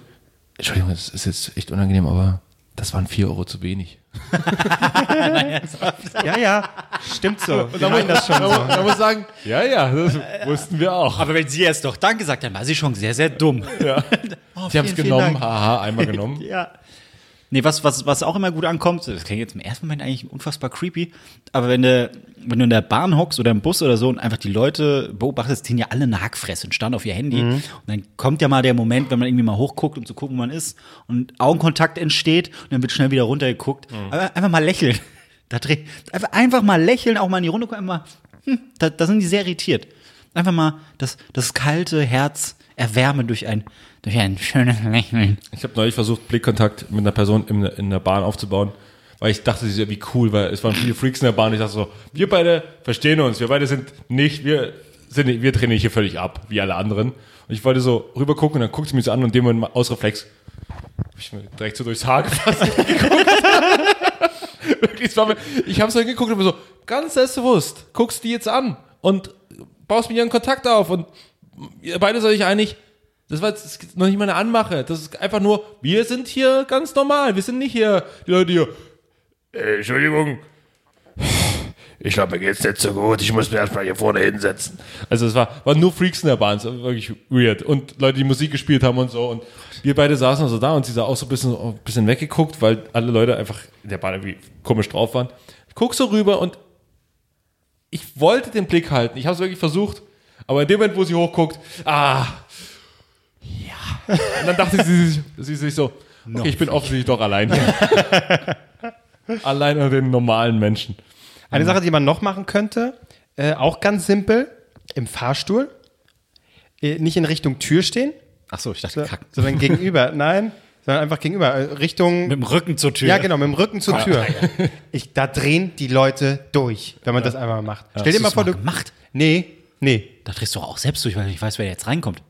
S4: Entschuldigung, das ist jetzt echt unangenehm, aber das waren vier Euro zu wenig.
S1: Ja, ja. Stimmt so. Und dann das schon so.
S4: Da muss ich sagen, ja, ja, das wussten wir auch.
S2: Aber wenn sie erst doch Dank gesagt hat, war sie schon sehr, sehr dumm. Oh,
S4: Sie haben es
S2: vielen, vielen
S4: genommen,
S2: Dank.
S4: haha, einmal genommen.
S2: Ja. Nee, was, was, was auch immer gut ankommt, das klingt jetzt im ersten Moment eigentlich unfassbar creepy, aber wenn du, wenn du in der Bahn hockst oder im Bus oder so und einfach die Leute beobachtest, die sind ja alle eine Hackfresse und starren auf ihr Handy. Und dann kommt ja mal der Moment, wenn man irgendwie mal hochguckt, um zu gucken, wo man ist und Augenkontakt entsteht und dann wird schnell wieder runtergeguckt. Aber einfach mal lächeln. Da dreh, einfach, einfach mal lächeln, auch mal in die Runde gucken, einfach mal, hm, da, da sind die sehr irritiert. Einfach mal das, das kalte Herz erwärmen durch ein, durch ein schönes Lächeln.
S4: Ich habe neulich versucht, Blickkontakt mit einer Person in, in der Bahn aufzubauen, weil ich dachte, sie ist irgendwie cool, weil es waren viele Freaks in der Bahn. Ich dachte so, wir beide verstehen uns, wir beide sind nicht, wir sind nicht, wir trainieren hier völlig ab, wie alle anderen. Und ich wollte so rüber gucken und dann guckt sie mich so an und in dem Moment mal aus Reflex hab ich mir direkt so durchs Haar gefasst und geguckt. Wirklich, es war mir, ich habe so hingeguckt und mir so, ganz selbstbewusst, guckst die jetzt an und baust mit ihren Kontakt auf und ihr beide seid euch einig, das war jetzt noch nicht mal eine Anmache. Das ist einfach nur, wir sind hier ganz normal. Wir sind nicht hier die Leute hier.
S5: Äh, Entschuldigung. Ich glaube, mir geht's nicht so gut. Ich muss mir erstmal hier vorne hinsetzen.
S4: Also es war, waren nur Freaks in der Bahn. Es war wirklich weird. Und Leute, die Musik gespielt haben und so. Und wir beide saßen also da und sie sah auch so ein bisschen, ein bisschen weggeguckt, weil alle Leute einfach in der Bahn irgendwie komisch drauf waren. Ich guck so rüber und ich wollte den Blick halten. Ich habe es wirklich versucht. Aber in dem Moment, wo sie hochguckt, ah, ja. Und dann dachte sie sich, sie sich so, okay, ich bin offensichtlich doch allein. allein unter den normalen Menschen.
S1: Eine Sache, die man noch machen könnte, äh, auch ganz simpel, im Fahrstuhl, äh, nicht in Richtung Tür stehen,
S2: Ach so, ich dachte,
S1: so-
S2: kacken.
S1: sondern gegenüber, nein, sondern einfach gegenüber, äh, Richtung...
S2: Mit dem Rücken zur Tür.
S1: ja, genau, mit dem Rücken zur Tür. Ich, da drehen die Leute durch, wenn man das einmal macht. Stell dir mal
S2: Hast
S1: vor,
S2: du's
S1: du...
S2: mal gemacht?
S1: Nee, nee.
S2: Da drehst du auch selbst durch, weil du nicht weißt, wer jetzt reinkommt.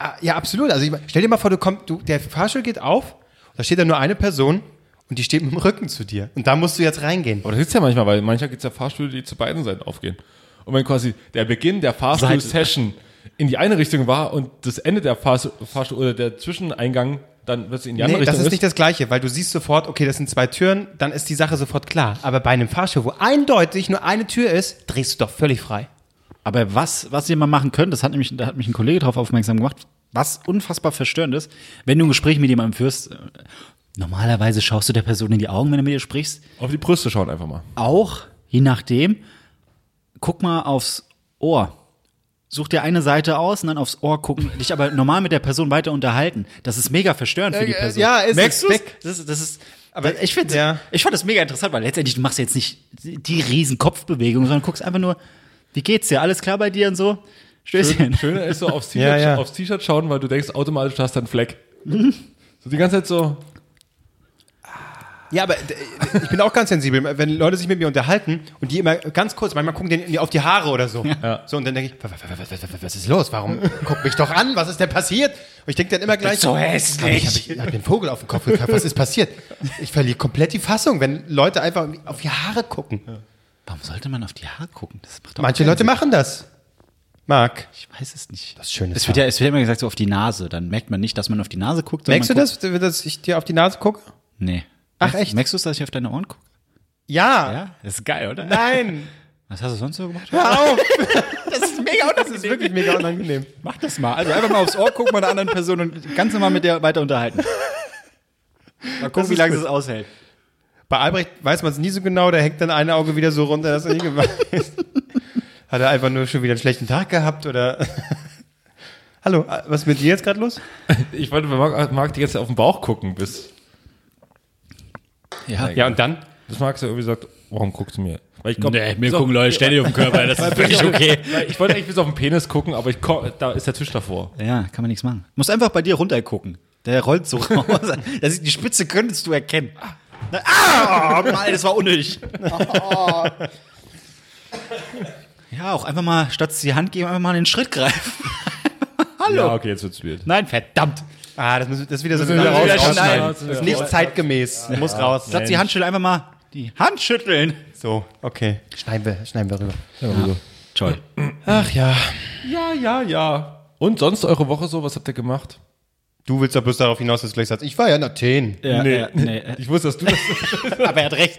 S1: Ah, ja, absolut. Also ich, mein, stell dir mal vor, du kommst, du, der Fahrstuhl geht auf, da steht dann nur eine Person und die steht mit dem Rücken zu dir. Und da musst du jetzt reingehen.
S4: Aber das ist ja manchmal, weil manchmal gibt es ja Fahrstühle, die zu beiden Seiten aufgehen. Und wenn quasi der Beginn der Fahrstuhl-Session in die eine Richtung war und das Ende der Fahrstuhl, Fahrstuhl oder der Zwischeneingang dann plötzlich in die andere
S1: Nee, das
S4: Richtung
S1: ist nicht das Gleiche, weil du siehst sofort, okay, das sind zwei Türen, dann ist die Sache sofort klar. Aber bei einem Fahrstuhl, wo eindeutig nur eine Tür ist, drehst du doch völlig frei.
S2: Aber was, was ihr mal machen könnt, das hat nämlich, da hat mich ein Kollege drauf aufmerksam gemacht, was unfassbar verstörend ist, wenn du ein Gespräch mit jemandem führst, äh, normalerweise schaust du der Person in die Augen, wenn du mit ihr sprichst.
S4: auf die Brüste schauen einfach mal.
S2: Auch, je nachdem, guck mal aufs Ohr. Such dir eine Seite aus und dann aufs Ohr gucken, dich aber normal mit der Person weiter unterhalten. Das ist mega verstörend für die
S1: äh,
S2: Person.
S1: ja, ist
S2: Merkst
S1: es
S2: du's?
S1: weg.
S2: Das ist, das ist,
S1: Aber
S2: das, ich finde,
S1: ja.
S2: ich fand das mega interessant, weil letztendlich du machst jetzt nicht die riesen Kopfbewegung, sondern guckst einfach nur, wie geht's dir? Alles klar bei dir und so? Stößchen.
S4: Schöner ist so aufs T-Shirt
S1: Ja, ja.
S4: aufs T-Shirt schauen, weil du denkst automatisch, du hast da einen Fleck. So die ganze Zeit so.
S1: Ja, aber d- ich bin auch ganz sensibel. Wenn Leute sich mit mir unterhalten und die immer ganz kurz, manchmal gucken die in die auf die Haare oder so. So, und dann denke ich, wa- wa- wa- wa- wa- wa- was ist los? Warum guck mich doch an? Was ist denn passiert? Und ich denke dann immer gleich, so hässlich. Hab ich habe hab den Vogel auf den Kopf gekriegt. Was ist passiert? Ich verliere komplett die Fassung, wenn Leute einfach auf die Haare gucken.
S2: Warum sollte man auf die Haare gucken? Das macht doch
S1: Manche Leute machen das. Marc,
S2: Ich weiß es nicht.
S1: das Schöne
S2: Es wird, ja, es wird ja immer gesagt, so auf die Nase. Dann merkt man nicht, dass man auf die Nase guckt. sondern
S1: Merkst du
S2: man
S1: das, dass ich dir auf die Nase gucke?
S2: guckt- Nee.
S1: Ach,
S2: Merkst-
S1: echt?
S2: Merkst du es, dass ich auf deine Ohren gucke?
S1: Ja.
S2: Ja? Das ist geil, oder?
S1: Nein.
S2: Was hast du sonst so gemacht?
S1: Hör auf. Das ist mega unangenehm. Das ist wirklich mega unangenehm.
S2: Mach das mal. Also einfach mal aufs Ohr gucken bei einer anderen Person und ganz normal mit der weiter unterhalten. Mal gucken, wie lange es aushält.
S1: Bei Albrecht weiß man es nie so genau, da hängt dann ein Auge wieder so runter, dass er nie gemacht ist. Hat er einfach nur schon wieder einen schlechten Tag gehabt oder. Hallo, äh, was ist mit dir jetzt gerade los?
S4: Ich wollte bei Marc, Marc die ganze Zeit auf den Bauch gucken, bis.
S2: Ja.
S1: Ja, und dann?
S4: Das Marc so irgendwie sagt, warum guckst du mir? Weil ich glaub,
S3: Nee, mir gucken Leute ständig auf den Körper, das ist völlig okay.
S4: Weil ich wollte eigentlich bis auf den Penis gucken, aber ich komm, da ist der Tisch davor.
S2: Ja, kann man nichts machen. Musst einfach bei dir runtergucken. Der rollt so raus. Das ist, die Spitze könntest du erkennen. Na, ah, Mann, das war unnötig. Oh. Ja, auch einfach mal, statt die Hand geben, einfach mal einen Schritt greifen. Hallo.
S4: okay, jetzt wird's wild.
S2: Nein, verdammt.
S1: Ah, das, müssen, das ist wieder so
S4: müssen wir wieder rausschneiden.
S1: Das ist nicht
S4: Raus-
S1: zeitgemäß. Muss raus.
S2: Statt die Hand schütteln, einfach mal die Hand schütteln.
S1: So, okay. Schneiden wir, schneiden wir rüber.
S2: Toll.
S1: Ach ja.
S4: Ja, ja, ja. Und sonst eure Woche so, was habt ihr gemacht?
S1: Du willst doch bloß darauf hinaus, dass du gleich sagst, ich war ja in Athen.
S2: Ja,
S4: Nee.
S2: ja, nee.
S4: Ich wusste, dass du das.
S2: Aber er hat recht.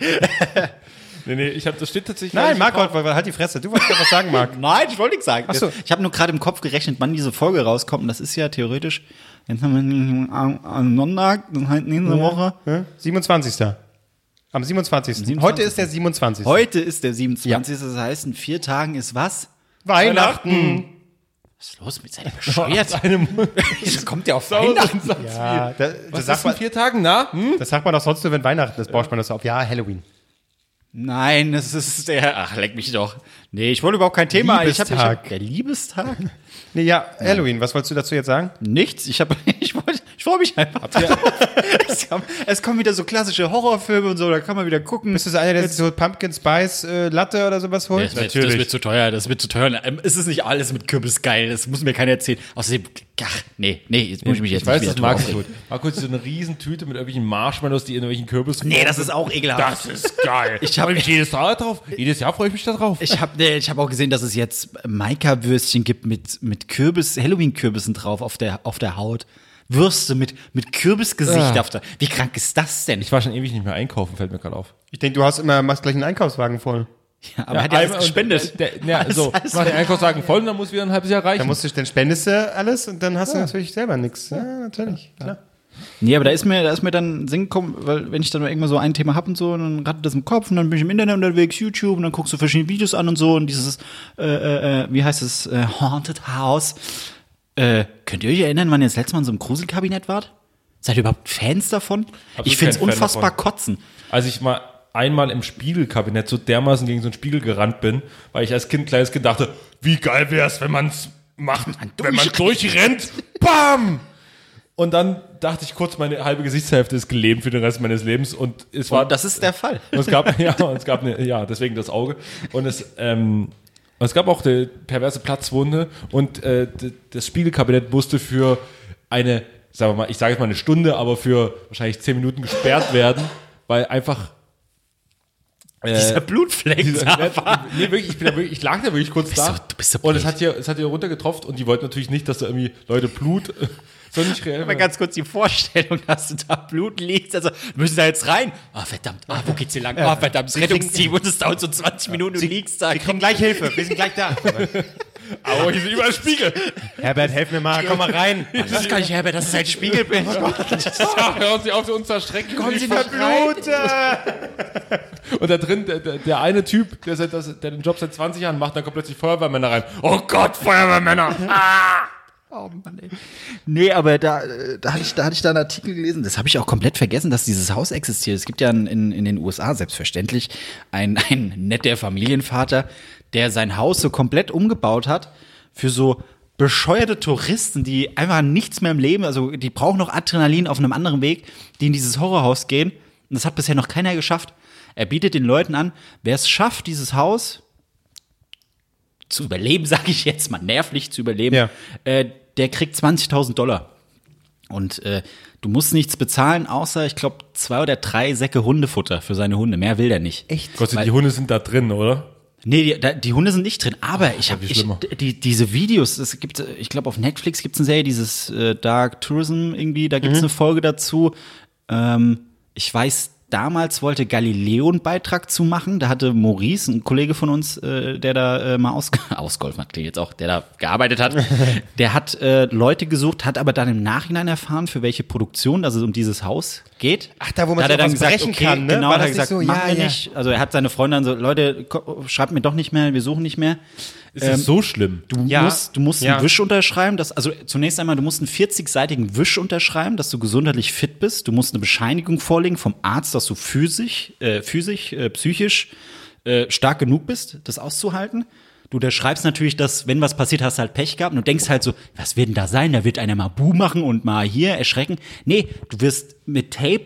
S4: nee, nee, ich hab, das steht tatsächlich.
S1: Nein, Marc, halt- halt die Fresse. Du wolltest doch was sagen, Marc.
S2: Nein, ich wollte nichts sagen.
S1: so.
S2: Ich habe nur gerade im Kopf gerechnet, wann diese Folge rauskommt. Und das ist ja theoretisch jetzt haben wir einen- am am Sonntag, das heißt nächste Woche.
S1: Hä? 27. Am 27.
S2: 27..
S1: Heute ist der 27.
S2: Heute ist der 27. Das heißt, in vier Tagen ist was?
S1: Weihnachten.
S2: Was ist los mit seinem bescheuert? Jetzt kommt der auf Weihnachten.
S1: Ja, da, das,
S4: Was
S1: sagt
S4: ist in
S1: man,
S4: vier Tagen, na? Hm?
S1: das sagt man doch sonst nur, wenn Weihnachten ist, bauscht man das auf. Ja, Halloween.
S2: Nein, das ist der. Ach, leck mich doch. Nee, ich wollte überhaupt kein Thema. Ich hab- Ich
S1: Liebestag.
S2: hab, der Liebestag?
S1: Nee, ja, Halloween. Was wolltest du dazu jetzt sagen?
S2: Nichts. Ich, hab- ich, wollte- ich freue mich einfach. Es, kam, es kommen wieder so klassische Horrorfilme und so, da kann man wieder gucken.
S1: Bist du so einer, der sich so Pumpkin Spice äh, Latte oder sowas holt?
S3: Das wird, das wird zu teuer, das wird zu teuer. Ähm, Es ist nicht alles mit Kürbis geil, das muss mir keiner erzählen. Außerdem, ach, nee, nee, jetzt muss ich mich jetzt
S4: Ich weiß,
S3: nicht
S4: dass
S3: wieder
S4: Marc es
S3: drüber
S4: tut. Marc holt so eine riesen Tüte mit irgendwelchen Marshmallows, die in irgendwelchen Kürbis.
S2: Nee, das ist auch ekelhaft.
S5: Das ist geil.
S2: Ich habe
S4: ich jedes Jahr drauf. Jedes Jahr freue ich mich da drauf.
S2: ich hab, nee, ich hab auch gesehen, dass es jetzt Maika-Würstchen gibt mit, mit Kürbis, Halloween-Kürbissen drauf auf der, auf der Haut. Würste mit, mit Kürbisgesicht
S4: Ah.
S2: auf der. Wie krank ist das denn?
S4: Ich war schon ewig nicht mehr einkaufen, fällt mir gerade auf.
S1: Ich denke, du hast immer, machst gleich einen Einkaufswagen voll.
S2: Ja, aber hat er alles
S4: einmal-
S2: gespendet.
S4: und Der, der, ja, so,
S2: alles-
S4: mach den Einkaufswagen voll und dann muss wieder ein halbes Jahr
S1: Dann
S4: reichen.
S1: musst du, dann spendest du alles und dann hast du natürlich selber nichts. Ja, natürlich. Klar.
S2: Nee, aber da ist mir, da ist mir dann ein Sinn gekommen, weil wenn ich dann irgendwann so ein Thema hab und so, und dann rattert das im Kopf und dann bin ich im Internet unterwegs, YouTube und dann guckst du verschiedene Videos an und so und dieses, äh, äh, äh, wie heißt es, äh, Haunted House. Äh, könnt ihr euch erinnern, wann ihr das letzte Mal in so einem Gruselkabinett wart? Seid ihr überhaupt Fans davon? ich find's
S4: kein Fan
S2: unfassbar
S4: davon.
S2: kotzen.
S4: Als ich mal einmal im Spiegelkabinett so dermaßen gegen so einen Spiegel gerannt bin, weil ich als Kind, kleines Kind dachte, wie geil wär's, wenn man's macht, wenn man durchrennt. Bam! Und dann dachte ich kurz, meine halbe Gesichtshälfte ist gelähmt für den Rest meines Lebens und es war
S2: Und das ist der Fall.
S4: Und es gab, ja, und es gab eine, ja, deswegen das Auge. Und es, ähm, und es gab auch eine perverse Platzwunde und äh, d- das Spiegelkabinett musste für eine, sagen wir mal, ich sage jetzt mal eine Stunde, aber für wahrscheinlich zehn Minuten gesperrt werden, weil einfach. Äh,
S3: Der Blutfleck.
S4: nee, wirklich, ich, bin da wirklich, ich lag da wirklich kurz da.
S2: so- du bist so
S4: und es
S2: blöd.
S4: hat hier, es hat hier runtergetropft und die wollten natürlich nicht, dass da irgendwie Leute Blut. So nicht real.
S3: Mal ganz kurz die Vorstellung, dass du da Blut liegst. Also, wir müssen da jetzt rein. Ah, verdammt. Ah, wo geht's hier lang? Ah, verdammt. Das Rettungsteam und es dauert so 20 Minuten. Du liegst da.
S1: Komm gleich Hilfe, wir sind gleich da.
S4: Aua, hier sind überall Spiegel.
S1: Herbert, helf mir mal, komm mal rein.
S3: Das kann ich, Herbert. Das ist halt Oh ein Spiegelbild.
S4: Hören Sie auf, uns zu erschrecken. Kommen Sie
S1: Blute!
S4: Und da drin, der, der, der eine Typ, der, seit, das, der den Job seit 20 Jahren macht, dann kommt plötzlich Feuerwehrmänner rein.
S5: Oh Gott, Feuerwehrmänner.
S2: Oh Mann, ey. Nee, aber da, äh, da, hatte ich, da hatte ich da einen Artikel gelesen, das habe ich auch komplett vergessen, dass dieses Haus existiert. Es gibt ja in, in, in den USA selbstverständlich einen, einen netter Familienvater, der sein Haus so komplett umgebaut hat für so bescheuerte Touristen, die einfach nichts mehr im Leben, also die brauchen noch Adrenalin auf einem anderen Weg, die in dieses Horrorhaus gehen. Und das hat bisher noch keiner geschafft. Er bietet den Leuten an, wer es schafft, dieses Haus zu überleben, sage ich jetzt mal, nervlich zu überleben,
S1: Ja.
S2: äh, der kriegt 20.000 Dollar. Und äh, du musst nichts bezahlen, außer, ich glaube, zwei oder drei Säcke Hundefutter für seine Hunde. Mehr will der nicht. Echt?
S4: Gott sei Dank, die Hunde sind da drin, oder?
S2: Nee, die, da, die Hunde sind nicht drin, aber ich habe
S4: wie schlimmer.
S2: die, diese Videos, es gibt, äh, ich glaube auf Netflix gibt es eine Serie, dieses äh, Dark Tourism irgendwie, da gibt es eine Folge dazu. Ähm, ich weiß, damals wollte Galileo einen Beitrag zu machen, da hatte Maurice, ein Kollege von uns, äh, der da äh, mal aus, ausgeholfen hat, klingt jetzt auch, der da gearbeitet hat, der hat äh, Leute gesucht, hat aber dann im Nachhinein erfahren, für welche Produktion, dass es um dieses Haus geht.
S1: Ach, da, wo man
S2: Da hat
S1: so
S2: er dann
S1: was
S2: gesagt,
S1: brechen
S2: okay,
S1: kann, ne?
S2: Genau,
S1: War
S2: hat
S1: das
S2: er
S1: nicht
S2: gesagt,
S1: so?
S2: machen
S1: Ja,
S2: wir
S1: ja.
S2: nicht. Also er hat seine Freunde dann so, Leute, ko- schreibt mir doch nicht mehr, wir suchen nicht mehr.
S4: Ist das so schlimm?
S2: Du
S1: Ja.
S2: musst, du musst
S1: Ja.
S2: einen Wisch unterschreiben, dass, also zunächst einmal, du musst einen 40-seitigen Wisch unterschreiben, dass du gesundheitlich fit bist. Du musst eine Bescheinigung vorlegen vom Arzt, dass du physisch, äh, physisch äh, psychisch äh, stark genug bist, das auszuhalten. Du unterschreibst natürlich, dass, wenn was passiert, hast du halt Pech gehabt und du denkst halt so, was wird denn da sein? Da wird einer mal Bu machen und mal hier erschrecken. Nee, du wirst mit Tape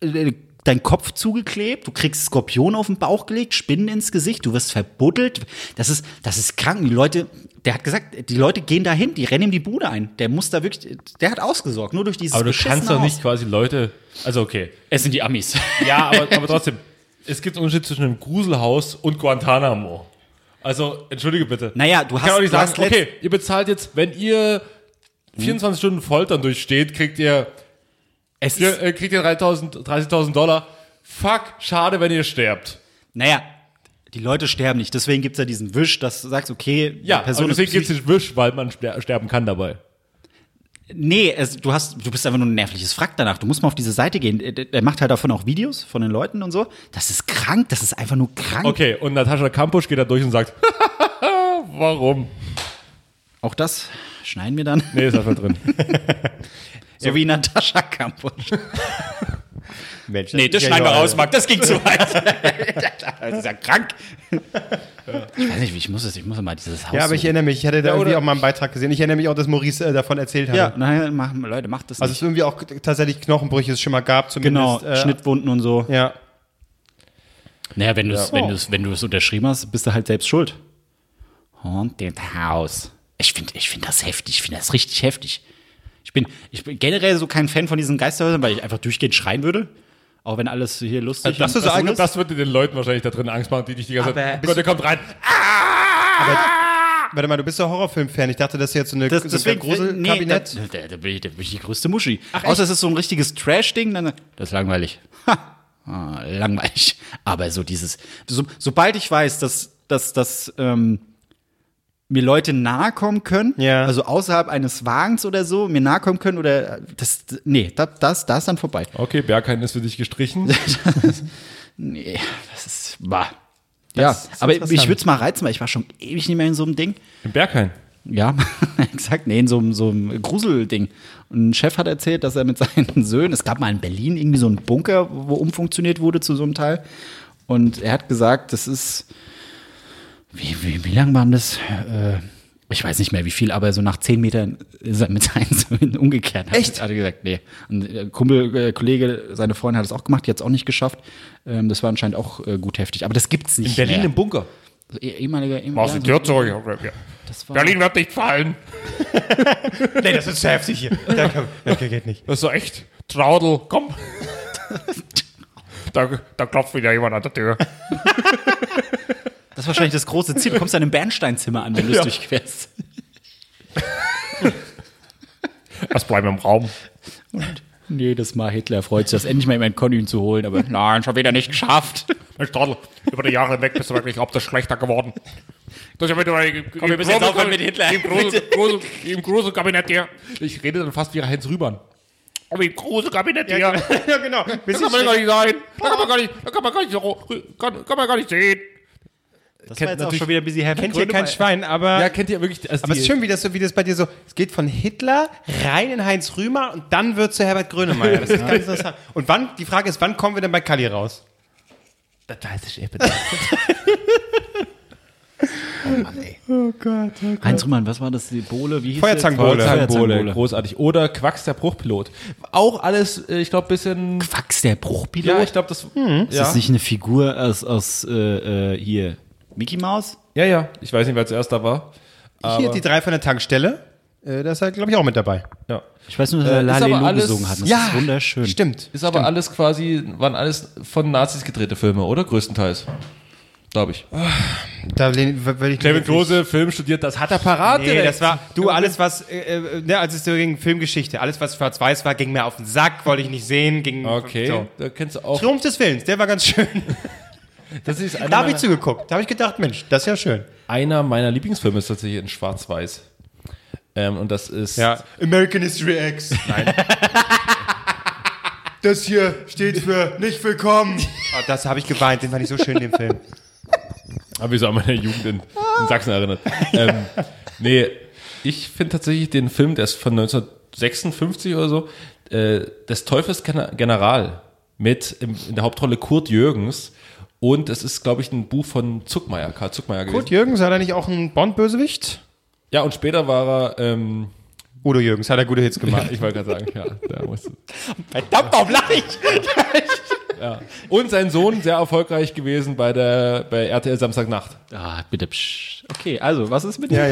S2: äh, dein Kopf zugeklebt, du kriegst Skorpion auf den Bauch gelegt, Spinnen ins Gesicht, du wirst verbuddelt. Das ist, das ist krank. Die Leute, der hat gesagt, die Leute gehen da hin, die rennen ihm die Bude ein. Der muss da wirklich, der hat ausgesorgt, nur durch dieses
S4: Aber du
S2: beschissene
S4: kannst doch
S2: Haus.
S4: nicht quasi Leute. Also okay.
S3: Es sind die Amis.
S4: Ja, aber, aber trotzdem, es gibt einen Unterschied zwischen einem Gruselhaus und Guantanamo. Also, entschuldige bitte.
S2: Naja, du
S4: ich
S2: hast-
S4: kann auch nicht
S2: du
S4: sagen,
S2: hast letzt-
S4: okay, ihr bezahlt jetzt, wenn ihr 24 Stunden Foltern durchsteht, kriegt ihr,
S2: Es ist,
S4: ihr äh, kriegt ihr 3.000, 30.000 Dollar. Fuck, schade, wenn ihr sterbt.
S2: naja, die Leute sterben nicht, deswegen gibt's ja diesen Wisch, dass du sagst, okay, die
S4: Ja,
S2: Person
S4: und deswegen
S2: ist
S4: gibt es den Wisch, weil man ster- sterben kann dabei.
S2: Nee, es, du hast, du bist einfach nur ein nervliches Frack danach. Du musst mal auf diese Seite gehen. Äh, Der der macht halt davon auch Videos von den Leuten und so. Das ist krank, das ist einfach nur krank.
S4: Okay, und Natascha Kampusch geht da durch und sagt, warum?
S2: Auch das schneiden wir dann.
S4: Nee, ist einfach drin.
S2: So wie Natascha Kampusch.
S1: Mensch,
S3: Nee, das
S1: ist ja
S3: schneiden wir
S1: ja-
S3: raus, Marc, das ging zu weit.
S2: Das ist ja krank. Ich weiß nicht, wie ich muss das, ich muss mal dieses Haus.
S1: Ja, aber ich erinnere mich, ich hatte da irgendwie
S4: oder-
S1: auch mal einen Beitrag gesehen. Ich erinnere mich auch, dass Maurice äh, davon erzählt hatte.
S2: ja, nein, mach, Leute, macht das
S1: Also es
S2: nicht.
S1: ist irgendwie auch tatsächlich Knochenbrüche es schon mal gab,
S2: Genau,
S1: zumindest. äh,
S2: Schnittwunden und so.
S1: Ja.
S3: Naja, wenn du es wenn
S2: Oh.
S3: du's, wenn du's unterschrieben hast, bist du halt selbst schuld.
S2: Haunted House. Ich finde ich find das heftig, ich finde das richtig heftig. Ich bin, ich bin generell so kein Fan von diesen Geisterhäusern, weil ich einfach durchgehend schreien würde. Auch wenn alles hier lustig
S1: das
S2: und
S1: ist
S2: cool
S1: eigentlich-
S4: Also, das würde den Leuten wahrscheinlich da drin Angst machen, die dich die ganze
S1: Aber
S4: Zeit,
S1: bist
S4: Gott, der kommt rein.
S1: Warte mal, du bist ja Horrorfilm-Fan. Ich dachte, das ist jetzt so, eine,
S2: Das,
S1: so
S2: deswegen, äh,
S1: ein Gruselkabinett.
S2: Nee, da, da, da, bin ich, da bin ich die größte Muschi. Außer es ist so ein richtiges Trash-Ding, dann, das ist langweilig. Ha, ah, langweilig. Aber so dieses, so, sobald ich weiß, dass, dass, dass ähm, mir Leute nahe kommen können,
S1: Ja.
S2: also außerhalb eines Wagens oder so, mir nahe kommen können oder das, nee, da, das, da ist dann vorbei.
S4: Okay, Berghain ist für dich gestrichen.
S2: Nee, das ist, bah. Ja,
S1: ist
S2: aber ich
S1: interessant.
S2: würde es mal reizen, weil ich war schon ewig nicht mehr in so einem Ding.
S4: Im Berghain.
S2: Ja, exakt. Nee, in so, einem- so einem Gruselding. Und ein Chef hat erzählt, dass er mit seinen Söhnen, es gab mal in Berlin irgendwie so einen Bunker, wo umfunktioniert wurde zu so einem Teil. Und er hat gesagt, das ist, wie, wie, wie lang waren das? Äh, ich weiß nicht mehr wie viel, aber so nach zehn Metern ist er mit seinen Söhnen umgekehrt. Hat, Echt? Hat er gesagt, nee. Und äh, Kumpel, äh, Kollege, seine Freundin hat es auch gemacht, die hat es auch nicht geschafft. Ähm, das war anscheinend auch äh, gut heftig. Aber das gibt's nicht. mehr.
S4: Bunker.
S2: Also, eh- ehemaliger, ehemaliger
S5: Aus der Tür zurück.
S2: das war-
S5: Berlin wird nicht fallen.
S1: Nee, das ist zu heftig hier. Da komm, okay, geht nicht.
S5: Das ist so echt. Traudel, komm. Da, da klopft wieder jemand an der Tür.
S2: Das ist wahrscheinlich das große Ziel. Du kommst an einem Bernsteinzimmer an, wenn du es durchquerst.
S5: Erst bleiben im Raum.
S2: Und jedes Mal Hitler freut sich, dass endlich mal jemand Conny ihn zu holen, aber nein, schon wieder nicht geschafft.
S5: Mensch, Traudel, über die Jahre hinweg bist du wirklich ob das schlechter geworden. Du hast ja mittlerweile Komm,
S3: wir müssen jetzt aufhören mit Hitler.
S5: Im Grusel, Grusel, im Gruselkabinett hier.
S4: Ich rede dann fast wie Heinz Rübern.
S5: Aber im Gruselkabinett hier.
S1: ja, genau.
S5: Das kann man gar nicht sein. Da kann man gar nicht, da kann man gar nicht, so- kann, kann man gar nicht sehen.
S2: Das
S4: Kennt jetzt auch natürlich- schon
S2: wieder ein bisschen heftig.
S1: Kennt hier kein Schwein, aber.
S4: Ja, kennt ihr wirklich. Also
S1: aber es
S4: die,
S1: ist schön, wie das, so, wie das bei dir so. Es geht von Hitler rein in Heinz Rühmer und dann wird zu Herbert Grönemeyer. Das ist ganz interessant. Und wann, die Frage ist, wann kommen wir denn bei Kali raus?
S4: Das weiß ich eben. nicht.
S2: Heinz Rühmann, was war das? Die Bohle? Wie hieß
S1: Feuerzangenbowle.
S2: der?
S4: Feuerzangenbowle, großartig. Oder Quacks der Bruchpilot. Auch alles, äh, ich glaube, bisschen. Hm.
S2: Fax, der Bruchpilot?
S4: Ja, ich glaube, das.
S2: Ist
S4: Ja.
S2: das nicht eine Figur aus, aus äh, äh, hier? Mickey Mouse?
S4: ja, ja. Ich weiß nicht, wer zuerst da war.
S1: Hier die drei von der Tankstelle. Äh, da ist er, glaube ich, auch mit dabei.
S4: Ja.
S2: Ich weiß nur, dass er
S4: Äh, ist aber
S2: Lalelu
S4: alles-
S2: gesungen hat. Das
S1: ja,
S2: ist wunderschön.
S1: Stimmt.
S4: Ist aber alles quasi, waren alles von Nazis gedrehte Filme, oder? Größtenteils. Glaube ich.
S1: Da lehn- w- will ich
S4: Kevin Klose, Film studiert, das hat er parat.
S1: Nee,
S4: direkt.
S1: das war, du, alles was, äh, äh, ne, als es so ging, Filmgeschichte, alles was schwarz-weiß war, ging mir auf den Sack, wollte ich nicht sehen, ging,
S4: Okay,
S1: so.
S4: da kennst du auch.
S1: Triumph des Films, der war ganz schön.
S4: Das ist einer,
S1: Da habe ich
S4: meiner,
S1: zugeguckt, da habe ich gedacht, Mensch, das ist ja schön.
S4: einer meiner Lieblingsfilme ist tatsächlich in Schwarz-Weiß. Ähm, und das ist.
S1: American History X. Nein. Das hier steht für nicht willkommen. Oh, das habe ich geweint, den fand ich so schön, den Film.
S4: Habe ich so an meine Jugend in, in Sachsen erinnert. ähm, nee, ich finde tatsächlich den Film, der ist von 1956 oder so, äh, des Teufels Gen- General mit im, in der Hauptrolle Kurt Jürgens. Und es ist, glaube ich, ein Buch von Zuckmeier, Karl Zuckmeier gewesen.
S1: Kurt Jürgens, hat er nicht auch einen Bond-Bösewicht?
S4: Ja, und später war er, ähm,
S1: Udo Jürgens, hat er gute Hits
S4: ja,
S1: gemacht.
S4: ich wollte gerade sagen, ja, da musst du.
S3: Verdammt, warum lach ich?
S4: Und sein Sohn, sehr erfolgreich gewesen bei der, bei RTL Samstagnacht.
S2: Ah, bitte. psch. Okay, also, was ist mit dem?
S1: ja,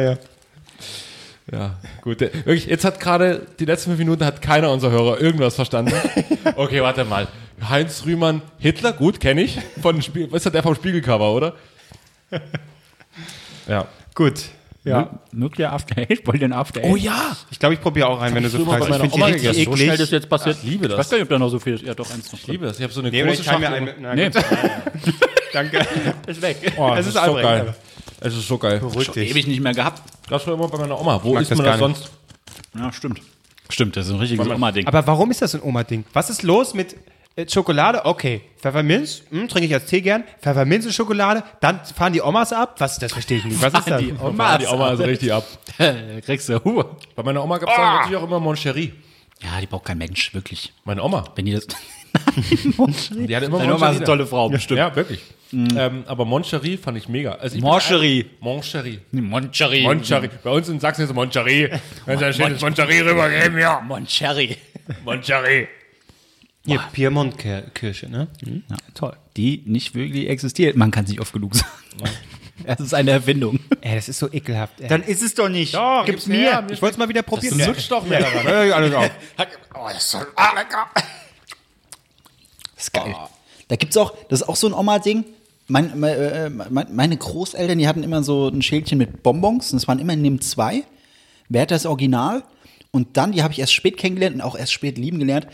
S1: ja.
S4: Ja, gut. Der- Wirklich, jetzt hat gerade die letzten fünf Minuten hat keiner unserer Hörer irgendwas verstanden. Okay, warte mal. Heinz Rühmann, Hitler, gut, kenne ich. Von dem Spiel, was ist das, der vom Spiegelcover, oder? Ja.
S1: Gut. Ja.
S2: Nuclear After Eight? Ich wollte den After Eight.
S4: Oh ja!
S1: Ich glaube, ich probiere auch einen, wenn du so
S4: früher
S2: Also,
S4: mal
S1: fragst.
S4: bei
S1: Ich
S4: meiner
S1: finde
S4: Oma
S1: die richtig
S4: gegessen,
S1: eklig.
S2: jetzt passiert.
S4: Ich liebe das.
S2: Ich weiß gar nicht, ob da noch so viel ist. Ja, doch, eins noch.
S4: Ich liebe das. Ich habe so eine
S1: Nee, oder
S4: große
S1: ich kann mir
S4: Schachtel.
S1: einen mit, na,
S2: Nee.
S1: gut. Danke.
S2: Ist weg.
S1: Es
S4: Oh, das
S1: ist
S4: ist, so
S1: anstrengend,
S4: geil.
S1: aber-
S4: Es ist so geil.
S1: Beruhig dich.
S2: Ewig nicht mehr gehabt.
S4: Das war immer bei meiner Oma. Wo
S1: mag
S4: isst
S1: das
S4: man
S1: gar
S4: das
S1: nicht.
S4: sonst?
S2: Ja, stimmt. Stimmt, das ist ein richtiges Oma-Ding.
S1: Aber warum ist das ein Oma-Ding? Was ist los mit äh, Schokolade? Okay, Pfefferminz, hm, trinke ich als Tee gern. Pfefferminz und Schokolade, dann fahren die Omas ab. Was, das verstehe ich nicht. Was ist das?
S2: die
S4: Da
S2: Oma,
S4: fahren die Oma so richtig ab.
S2: Da kriegst du Huhe.
S4: Bei meiner Oma gab es natürlich auch immer Moncherie.
S2: Ja, die braucht kein Mensch, wirklich.
S4: Meine Oma.
S2: Wenn die das.
S4: Die hatte immer
S2: Deine Oma ist eine tolle Frau,
S4: Ja,
S2: bestimmt.
S4: Ja, wirklich.
S1: Mhm.
S4: Ähm, aber Moncherie fand ich mega. Also ich bin
S2: Moncherie.
S4: ein- Moncherie.
S3: Moncherie.
S4: Moncherie. Bei uns in Sachsen ist es Moncherie. Wenn es ein
S5: Moncherie rübergeben, ja.
S2: Moncherry.
S5: Moncherie.
S1: Hier, Piemont-Kirche, ne?
S2: Ja, toll. Die nicht wirklich existiert. Man kann es nicht oft genug sagen. Das ist eine Erfindung.
S1: Ey, das ist so ekelhaft. Ey.
S3: Dann ist es doch nicht.
S1: oh, gib's mir. Ich wollte es mal wieder probieren.
S4: Lutscht doch mehr daran.
S1: Ja, ja, alles auf.
S5: Oh, das ist so ah, lecker.
S2: Das ist geil. Da gibt's auch, das ist auch so ein Oma-Ding. Mein, mein, äh, mein, meine Großeltern, die hatten immer so ein Schälchen mit Bonbons und es waren immer in dem zwei. Wer hat das Original? Und dann, die habe ich erst spät kennengelernt und auch erst spät lieben gelernt.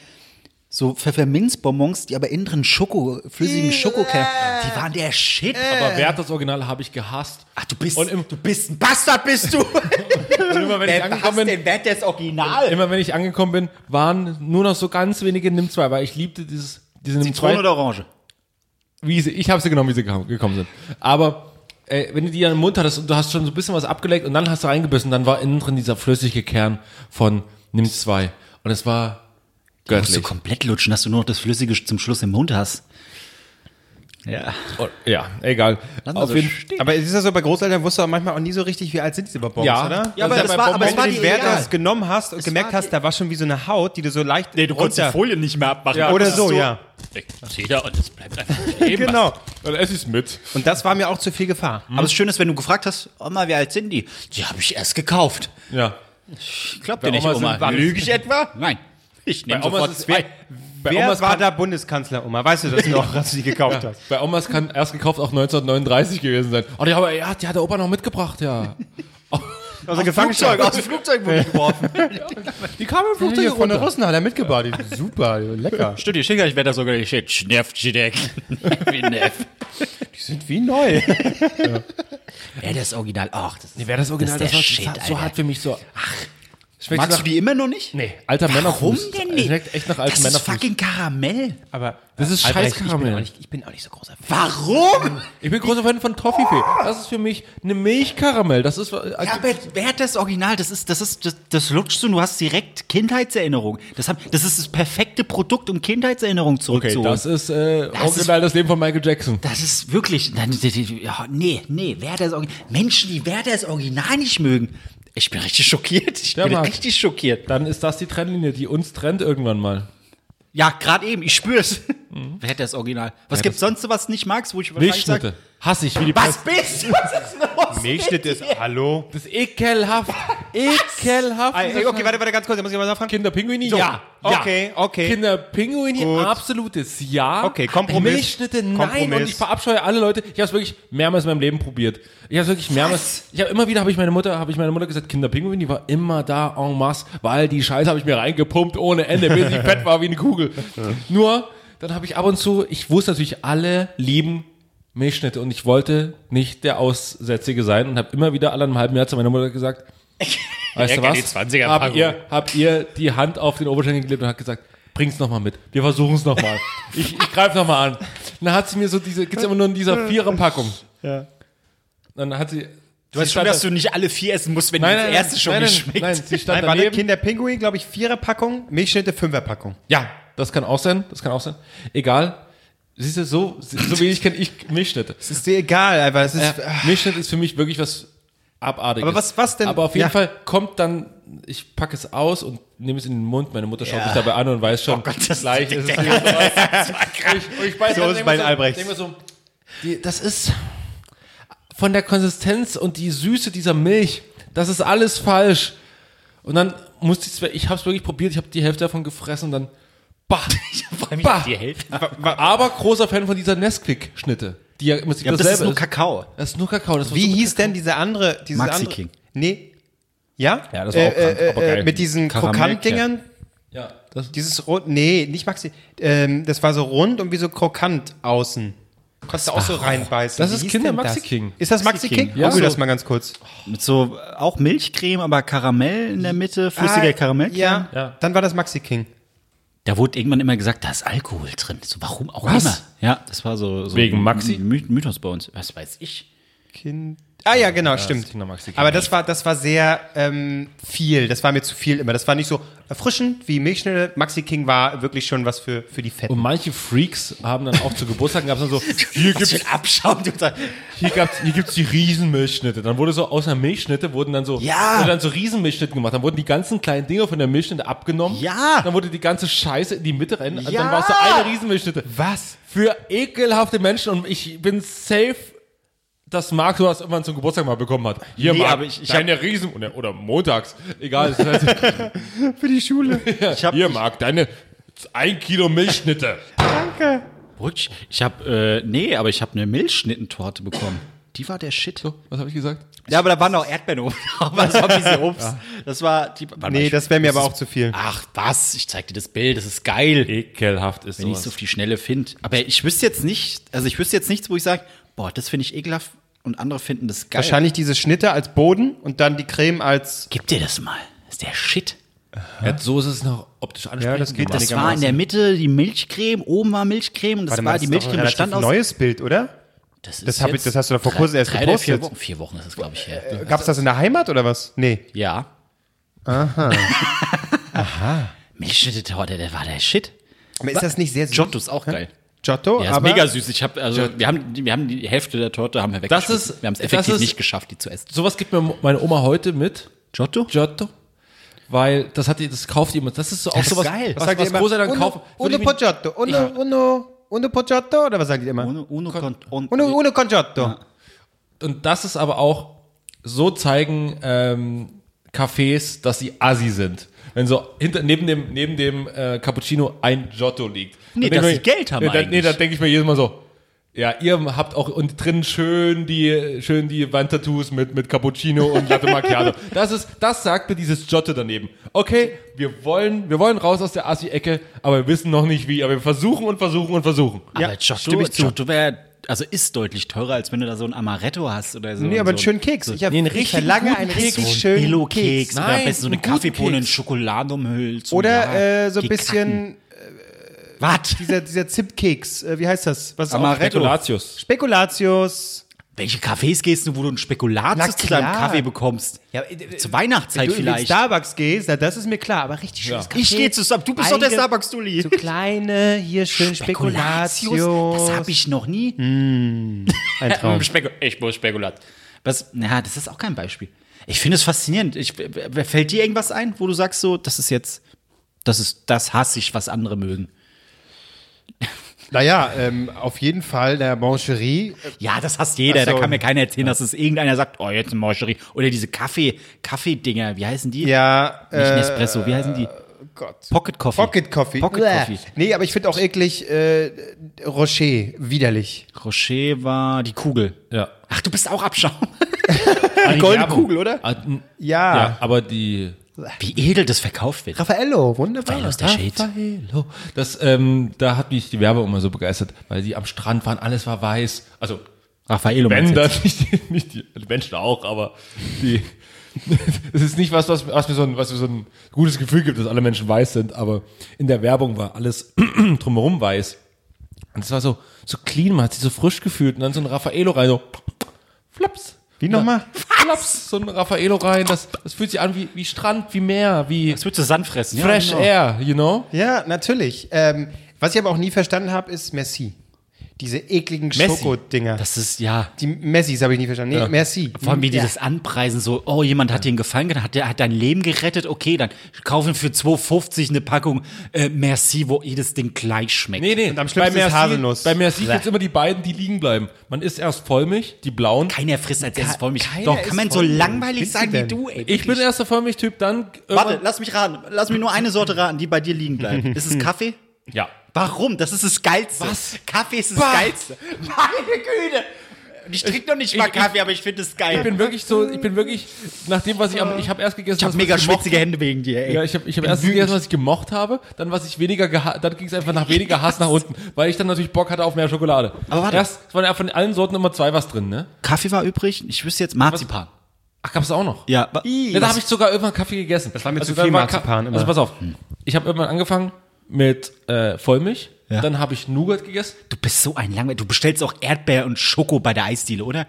S2: So Pfefferminzbonbons, die aber innen drin Schoko, flüssigen Schokokern, die waren der Shit.
S4: Aber wer hat das Original, habe ich gehasst.
S2: Ach, du bist,
S4: Und im-
S2: du bist ein Bastard, bist du.
S4: Und immer, wenn ich angekommen bin,
S2: Wert des Original?
S4: immer wenn ich angekommen bin, waren nur noch so ganz wenige Nimm zwei, weil ich liebte dieses, diese Nimm zwei.
S2: Orange?
S4: Wie sie, ich habe sie genommen, wie sie geko- gekommen sind. Aber äh, wenn du die dann im Mund hattest und du hast schon so ein bisschen was abgeleckt und dann hast du reingebissen, dann war innen drin dieser flüssige Kern von Nimm zwei. Und es war
S2: Musst du
S4: göttlich.
S2: komplett lutschen, dass du nur noch das Flüssige zum Schluss im Mund hast. Ja.
S4: Oh, Ja, egal.
S2: Dann
S4: Auf
S2: also
S4: jeden
S2: stehen.
S1: Aber es ist ja so, bei Großeltern wusste man manchmal auch nie so richtig, wie alt sind diese Bonbons,
S4: Ja.
S1: oder?
S4: Ja, aber
S1: Also
S4: das
S1: bei
S4: war- aber
S1: Bonbons,
S4: es war
S1: wenn du
S4: dir
S1: den Wert
S4: egal.
S1: das genommen hast und gemerkt
S2: war
S1: hast, da war schon wie so eine Haut, die du so leicht
S3: Nee, du konntest die Folie nicht mehr abmachen.
S1: Oder so, ja.
S3: Seht ihr, und es bleibt einfach kleben.
S1: Genau.
S4: Dann esse ich's mit.
S1: Und das war mir auch zu viel Gefahr.
S2: Aber das Schöne ist, wenn du gefragt hast, Oma, wie alt sind die? Die habe ich erst gekauft.
S4: Ja.
S2: Ich glaub dir
S4: Bei
S2: nicht,
S4: Oma
S2: Oma.
S4: sind Waffen.
S2: Lüge ich etwa? Nein. Ich nehme
S4: Bei Omas
S2: sofort
S4: ist-
S2: zwei.
S4: Bei
S1: Wer
S4: Omas,
S1: war
S4: kann,
S1: da Bundeskanzler, Oma? Weißt du das noch, als du die gekauft Also hast?
S4: bei Omas kann erst gekauft auch 1939 gewesen sein. Oh, die, aber, ja, die hat der Opa noch mitgebracht, ja.
S1: Also Gefangenschaft.
S2: aus dem Flugzeug wurde geworfen.
S4: Die kam im
S1: Hier von den Russen hat er mitgebracht. Die sind Super, die sind lecker.
S3: Stimmt, ich schicke, ich werde das sogar geschickt. Schnäff, Schneff, Wie Neff.
S1: Die sind wie neu.
S2: Ja, das Original. Ach, das ist
S4: Wer das Original,
S2: Das
S4: das,
S2: ist der
S4: war
S2: Shit,
S4: so
S2: Alter.
S4: hart für mich so. Ach, Schmeckt
S2: Magst
S4: nach,
S2: du die immer noch nicht?
S4: Nee, alter
S2: Warum
S4: Männerfuß.
S2: denn nicht?
S4: Schmeckt echt nach altem
S2: das ist
S4: Männerfuß.
S2: fucking Karamell.
S1: Aber
S4: Das ist
S1: Albrecht, ich, bin
S4: Scheißkaramell.
S1: auch nicht, ich bin auch nicht so großer Fan.
S2: Warum?
S4: Ich bin großer Fan von Toffifee. Das ist für mich eine Milchkaramell. Das ist äh,
S2: Ja, aber wer hat das Original? Das ist, das ist, das, das lutschst du, und du hast direkt Kindheitserinnerung. Das, haben, das ist das perfekte Produkt, um Kindheitserinnerungen
S4: okay,
S2: zurückzuholen.
S4: das ist äh,
S2: Das
S4: original das Leben von Michael Jackson.
S2: Das ist wirklich. Nein, die- die- die- ja, Nee, nee, wer das Original. Menschen, die wer das Original nicht mögen. Ich bin richtig schockiert. Ich
S4: Ja,
S2: bin
S4: Marc.
S2: richtig schockiert.
S4: Dann ist das die Trennlinie, die uns trennt irgendwann mal.
S2: Ja, gerade eben, ich spür's.
S1: Mhm.
S2: Wer hat das Original? Was gibt's sonst, so, was du nicht magst, wo ich wahrscheinlich sag,
S4: Milchschnitte. Hasse ich wie die
S2: Was bist du? Was ist los?
S1: Milchschnitt ist, hallo?
S4: Das ist ekelhaft. Ekelhaft.
S1: Ey, Ah, okay, warte, warte, ganz kurz, da muss ich mal nachfragen.
S4: Kinderpinguini?
S1: So.
S4: Ja.
S1: Okay,
S4: ja.
S1: okay.
S4: Kinderpinguini,
S1: Gut.
S4: absolutes Ja.
S1: Okay, Kompromiss.
S4: Milchschnitte, nein.
S1: Kompromiss.
S4: Und ich verabscheue alle Leute. Ich habe es wirklich mehrmals in meinem Leben probiert. Ich habe es wirklich mehrmals. Ich habe immer wieder, habe ich meine Mutter, habe ich meine Mutter gesagt, Kinderpinguini war immer da en masse, weil die Scheiße habe ich mir reingepumpt ohne Ende, bis ich fett war wie eine Kugel. Nur, dann habe ich ab und zu, ich wusste natürlich, alle lieben Milchschnitte und ich wollte nicht der Aussätzige sein und habe immer wieder alle einem halben Jahr zu meiner Mutter gesagt, Weißt du
S3: Lecker,
S4: was?
S3: die 20er
S4: habt,
S3: Packung.
S4: ihr, habt ihr die Hand auf den Oberschenkel geklebt und hat gesagt, bring's nochmal mit. Wir versuchen es nochmal. ich ich greife nochmal an. Und dann hat sie mir so diese, gibt's immer nur in dieser Vierer-Packung.
S1: Ja.
S4: Dann hat sie.
S3: Du weißt schon, dass du nicht alle vier essen musst, wenn
S4: nein,
S3: dir
S4: nein,
S3: das
S4: nein,
S3: erste schon
S4: nein,
S3: nicht
S4: nein,
S3: schmeckt.
S4: Nein, sie stand
S1: Nein, war der
S4: daneben.
S1: Kinderpinguin, glaube ich, Viererpackung, Milchschnitte, Fünferpackung.
S4: Ja, das kann auch sein. Das kann auch sein. Egal. Siehst du, so, so wenig kenne ich Milchschnitte.
S1: Das ist dir egal, einfach. Das ist,
S4: Ja, Milchschnitt ist für mich wirklich was Abartiges.
S1: Aber was- was denn?
S4: Aber auf jeden
S1: Ja.
S4: Fall kommt dann, ich packe es aus und nehme es in den Mund. Meine Mutter schaut mich dabei an und weiß schon,
S2: Gott, das
S4: gleich ist es hier sowas. Und ich, und ich beiß
S1: So
S4: dann
S1: ist
S4: immer
S1: mein
S4: so,
S1: Albrechts.
S4: denk mir so, die, das ist von der Konsistenz und die Süße dieser Milch, das ist alles falsch. Und dann musste ich, ich habe es wirklich probiert, ich habe die Hälfte davon gefressen und dann, bah, bah.
S3: Die Hälfte.
S4: Aber großer Fan von dieser Nesquik-Schnitte, die ja im Prinzip
S2: Ja, aber das ist
S4: dasselbe
S2: nur
S4: ist.
S2: Kakao.
S4: Das ist nur Kakao. Das war
S1: Wie
S4: so-
S1: hieß denn diese andere? Dieses
S2: Maxi
S1: andere,
S2: King.
S1: Nee. Ja? Äh,
S4: Ja, das war auch krank, aber geil.
S1: Mit diesen
S2: Karamellkern.
S1: Krokant-Dingern.
S4: Ja, das,
S1: Dieses rund, nee, nicht Maxi. Ähm, das war so rund und wie so krokant außen. Kannst du auch so reinbeißen.
S4: Das
S1: Wie
S4: ist
S1: hieß
S4: Kinder
S1: denn
S4: Maxi
S1: das?
S4: King.
S1: Ist das Maxi King?
S4: Ja.
S1: Google das
S4: So.
S1: mal ganz kurz.
S2: Mit so äh, auch Milchcreme, aber Karamell in der Mitte, flüssiger
S1: Ah,
S2: Karamell.
S1: Ja.
S4: Ja.
S1: Dann war das Maxi King.
S2: Da wurde irgendwann immer gesagt, da ist Alkohol drin. So, warum auch
S4: Was?
S2: immer. Ja, das war so, so
S4: Wegen Maxi?
S2: ein My Mythos bei uns. Was weiß ich.
S1: Kind. Ah ja, genau, stimmt.
S4: ist Kinder Maxi King.
S1: Aber das war, das war sehr ähm, viel. Das war mir zu viel immer. Das war nicht so erfrischend wie Milchschnitte. Maxi King war wirklich schon was für, für die Fetten.
S4: Und manche Freaks haben dann auch zu Geburtstagen gab's dann so, hier gibt's,
S2: Abschauen. du da-
S4: hier gab's, hier gibt's die Riesenmilchschnitte. Dann wurde so, aus einer Milchschnitte wurden dann so,
S2: Ja.
S4: wurden dann so Riesenmilchschnitten gemacht. Dann wurden die ganzen kleinen Dinger von der Milchschnitte abgenommen.
S2: Ja.
S4: Dann wurde die ganze Scheiße in die Mitte rein. Ja.
S2: Ja.
S4: Dann war es so eine Riesenmilchschnitte.
S1: Was?
S4: Für ekelhafte Menschen und ich bin safe, dass Marc sowas irgendwann zum Geburtstag mal bekommen hat. Hier,
S2: Nee,
S4: Marc,
S2: aber ich- ich hab-
S4: deine Riesen, oder, oder montags, egal. Das heißt,
S1: Für die Schule.
S2: Ich hab,
S4: Hier, Marc, deine ein Kilo Milchschnitte.
S1: Danke.
S2: Rutsch. Ich habe, äh, nee, aber ich habe eine Milchschnittentorte bekommen. Die war der Shit.
S4: Was habe ich gesagt?
S2: Ja, aber da waren auch Erdbeeren oben. drauf. das war ein bisschen Obst. Das war die. warte mal,
S1: Nee,
S2: ich-
S1: das wäre mir aber auch zu
S4: Ah,
S1: viel.
S3: Ach was, ich zeig dir das Bild, das ist geil.
S4: Ekelhaft ist
S2: wenn ich es auf die Schnelle finde. Aber ich wüsste jetzt nicht, also ich wüsste jetzt nichts, wo ich sage, boah, das finde ich ekelhaft und andere finden das geil.
S1: Wahrscheinlich diese Schnitte als Boden und dann die Creme als.
S2: Gib dir das mal. Das ist der Shit.
S4: Ja, so ist es noch optisch ansprechend.
S1: Ja, das geht
S2: Das war in der Mitte die Milchcreme, oben war Milchcreme und das war die Milchcreme bestand aus.
S1: neues Bild, oder?
S2: ist
S1: das hab ich-
S2: jetzt
S1: das hast du doch vor
S2: drei-
S1: kurzem erst
S2: drei oder Vier
S1: gepostet. Äh,
S2: Wochen, vier Wochen ist es, glaube ich, her.
S1: Gab es das in der Heimat oder was? Nee.
S2: Ja. Aha. Milchschnittetorte, der war der Shit.
S1: Aber ist das nicht sehr süß?
S2: Giotto ist auch geil.
S1: Giotto,
S2: Ja, ist
S1: aber
S2: mega süß. Ich hab, also, wir, haben, die- wir haben die Hälfte der Torte haben wir
S4: Das
S2: weggeschmissen.
S4: ist-
S2: wir haben es
S4: das
S2: effektiv
S4: ist-
S2: nicht geschafft, die zu essen.
S4: Sowas gibt mir meine Oma heute mit.
S2: Giotto?
S4: Giotto. Weil das hat die, das kauft jemand. Das ist so auch
S2: ist
S4: sowas.
S2: geil.
S4: Was,
S1: sagt ihr
S4: was
S1: immer,
S4: Große dann
S1: uno-
S4: kaufen.
S1: Uno Poggiotto, uno, uno, uno Poggiotto, oder was sagt ihr immer?
S2: Uno, uno, con, on,
S1: Uno, uno Congiotto.
S4: Und das ist aber auch, so zeigen ähm, Cafés, dass sie assi sind. Wenn so hinter, neben dem, neben dem äh, Cappuccino ein Giotto liegt.
S2: Nee,
S4: Dann denk
S2: dass
S4: ich
S2: sie Geld haben
S4: Nee, dann- nee
S2: eigentlich.
S4: da denke ich mir jedes Mal so, ja, ihr habt auch und drin schön die, schön die Wandtattoos mit, mit Cappuccino und Latte Macchiato. Das ist, das sagt mir dieses Giotto daneben. Okay, wir wollen, wir wollen raus aus der Assi-Ecke, aber wir wissen noch nicht wie, aber wir versuchen und versuchen und versuchen.
S2: Aber
S1: Ja,
S2: Giotto,
S1: stimme ich zu.
S2: Giotto wäre also ist deutlich teurer, als wenn du da so ein Amaretto hast oder so.
S1: Nee, aber einen
S2: so Also
S1: schönen Keks. Ich, hab,
S4: Nee, einen
S1: ich
S4: richtig
S1: verlange
S4: guten
S1: einen
S4: Keks.
S1: richtig
S4: So einen
S1: schönen
S2: Billo-Keks
S1: Keks.
S2: oder
S4: Nein,
S2: am besten so eine
S4: einen guten
S2: Kaffeebohne in
S4: Keks.
S2: Schokolade umhüllt. so,
S1: Oder
S2: ja,
S1: äh, so ein
S2: die Kacken.
S1: bisschen
S2: Was?
S1: dieser, dieser Zipkeks. Äh, wie heißt das? Was ist auch-
S2: Amaretto.
S4: Spekulatius.
S1: Spekulatius.
S2: Welche Cafés gehst du, wo du einen
S1: Na
S2: Spekulatius zu deinem
S1: klar.
S2: Kaffee bekommst?
S1: Ja, äh,
S2: Zur
S1: Wenn
S2: Weihnachtszeit
S1: du in den
S2: vielleicht.
S1: Starbucks gehst, na, das ist mir klar, aber richtig schönes Kaffee.
S2: Ich stehe zusammen. Du bist doch der
S1: Eigen-
S2: Starbucks-Dulli.
S1: So kleine, hier schön Spekulatius. Hm,
S2: Das habe ich noch nie.
S1: Ein Traum.
S3: Spekul ich muss Spekulat.
S2: Was, na, das ist auch kein Beispiel. Ich finde es faszinierend. Ich, wer- fällt dir irgendwas ein, wo du sagst so, das ist jetzt, das ist, das hasse ich, was andere mögen?
S1: Naja, ähm, auf jeden Fall der Mancherie.
S2: Ja, das hasst jeder.
S1: Ach so.
S2: Da kann mir keiner erzählen, dass es irgendeiner sagt, oh, jetzt eine Morcherie. Oder diese Kaffee, Kaffeedinger, wie heißen die?
S1: Ja,
S2: Nicht
S1: äh, oh
S2: Nespresso, wie heißen die?
S1: Gott.
S2: Pocket Coffee.
S1: Pocket Coffee.
S2: Pocket
S1: Bäh.
S2: Coffee.
S1: Nee, aber ich finde auch eklig äh, Rocher, widerlich.
S2: Crochet war die Kugel.
S4: Ja.
S2: Ach, du bist auch Abschaum.
S4: Die
S1: oder?
S4: Ah, n-
S1: Ja.
S4: ja, aber die
S2: Wie edel das verkauft wird.
S1: Raffaello, wunderbar.
S2: Raffaello ist der Shade.
S4: Raffaello. Das, ähm, da hat mich die Werbung immer so begeistert, weil die am Strand waren, alles war weiß. Also,
S2: Raffaello meinst
S4: wenn
S2: du
S4: dann
S2: um jetzt?
S4: nicht die, nicht die die Menschen auch, aber die. Es ist nicht was, was, was, mir so ein, was mir so ein gutes Gefühl gibt, dass alle Menschen weiß sind, aber in der Werbung war alles drumherum weiß. Und es war so, so clean, man hat sich so frisch gefühlt und dann so ein Raffaello rein, so flaps.
S1: Wie nochmal?
S4: Flaps, so ein Raffaello rein, das, das fühlt sich an wie, wie Strand, wie Meer, wie
S2: Das würdest du Sand fressen. ja,
S4: Fresh
S2: genau.
S4: Air, you know?
S1: Ja, natürlich. Ähm, was ich aber auch nie verstanden habe, ist Messi. Diese ekligen
S4: Messi.
S1: Schokodinger.
S2: Das ist, ja.
S1: Die Messis habe ich nie verstanden. Nee, Merci.
S2: Vor allem wie
S1: Ja.
S2: dieses Anpreisen, so, oh, jemand hat dir einen Gefallen getan, hat, der, hat dein Leben gerettet, okay, dann kaufen für 2,50 eine Packung äh, Merci, wo jedes Ding gleich schmeckt.
S4: Nee, nee.
S1: Und am schlimmsten ist Haselnuss.
S4: Bei Merci gibt es immer die beiden, die liegen bleiben. Man isst erst Vollmilch, die blauen.
S2: Keiner frisst als erstes Vollmilch.
S1: keiner
S2: Doch,
S1: ist
S2: kann man so
S1: Vollmilch.
S2: langweilig
S1: Bist du
S2: sein wie
S1: denn?
S2: du, ey.
S4: ich bin
S2: wirklich.
S4: erst der Vollmilchtyp, dann. äh,
S2: Warte,
S4: irgendwann-
S2: lass mich raten. Lass mich nur eine Sorte raten, die bei dir liegen bleibt. Ist es Kaffee?
S4: Ja.
S2: Warum? Das ist das Geilste.
S4: Was?
S2: Kaffee ist das
S4: Bah.
S2: Geilste. Meine Güte. Und Ich trinke noch nicht mal Kaffee, aber ich finde es geil.
S4: Ich bin wirklich so, ich bin wirklich, nach dem, was ich am, ich habe erst gegessen,
S2: ich habe
S4: was
S2: mega
S4: gemocht-
S2: schwitzige Hände wegen dir, ey.
S4: Ja, ich habe ich hab erst gegessen, was ich gemocht habe, dann was ich weniger geha dann ging es einfach nach weniger Hass nach unten, weil ich dann natürlich Bock hatte auf mehr Schokolade.
S2: Aber warte.
S4: Erst, es waren ja von allen Sorten immer zwei was drin, ne?
S2: Kaffee war übrig. Ich wüsste jetzt Marzipan.
S4: Ach, gab's auch noch?
S2: Ja, wa-
S4: Ja, da habe ich sogar irgendwann Kaffee gegessen. Das
S1: war mir zu viel Marzipan immer.
S4: Also pass auf, ich habe irgendwann angefangen mit äh, Vollmilch,
S2: Ja.
S4: dann habe ich Nougat gegessen.
S2: Du bist so ein Langweiler. Du bestellst auch Erdbeer und Schoko bei der Eisdiele, oder?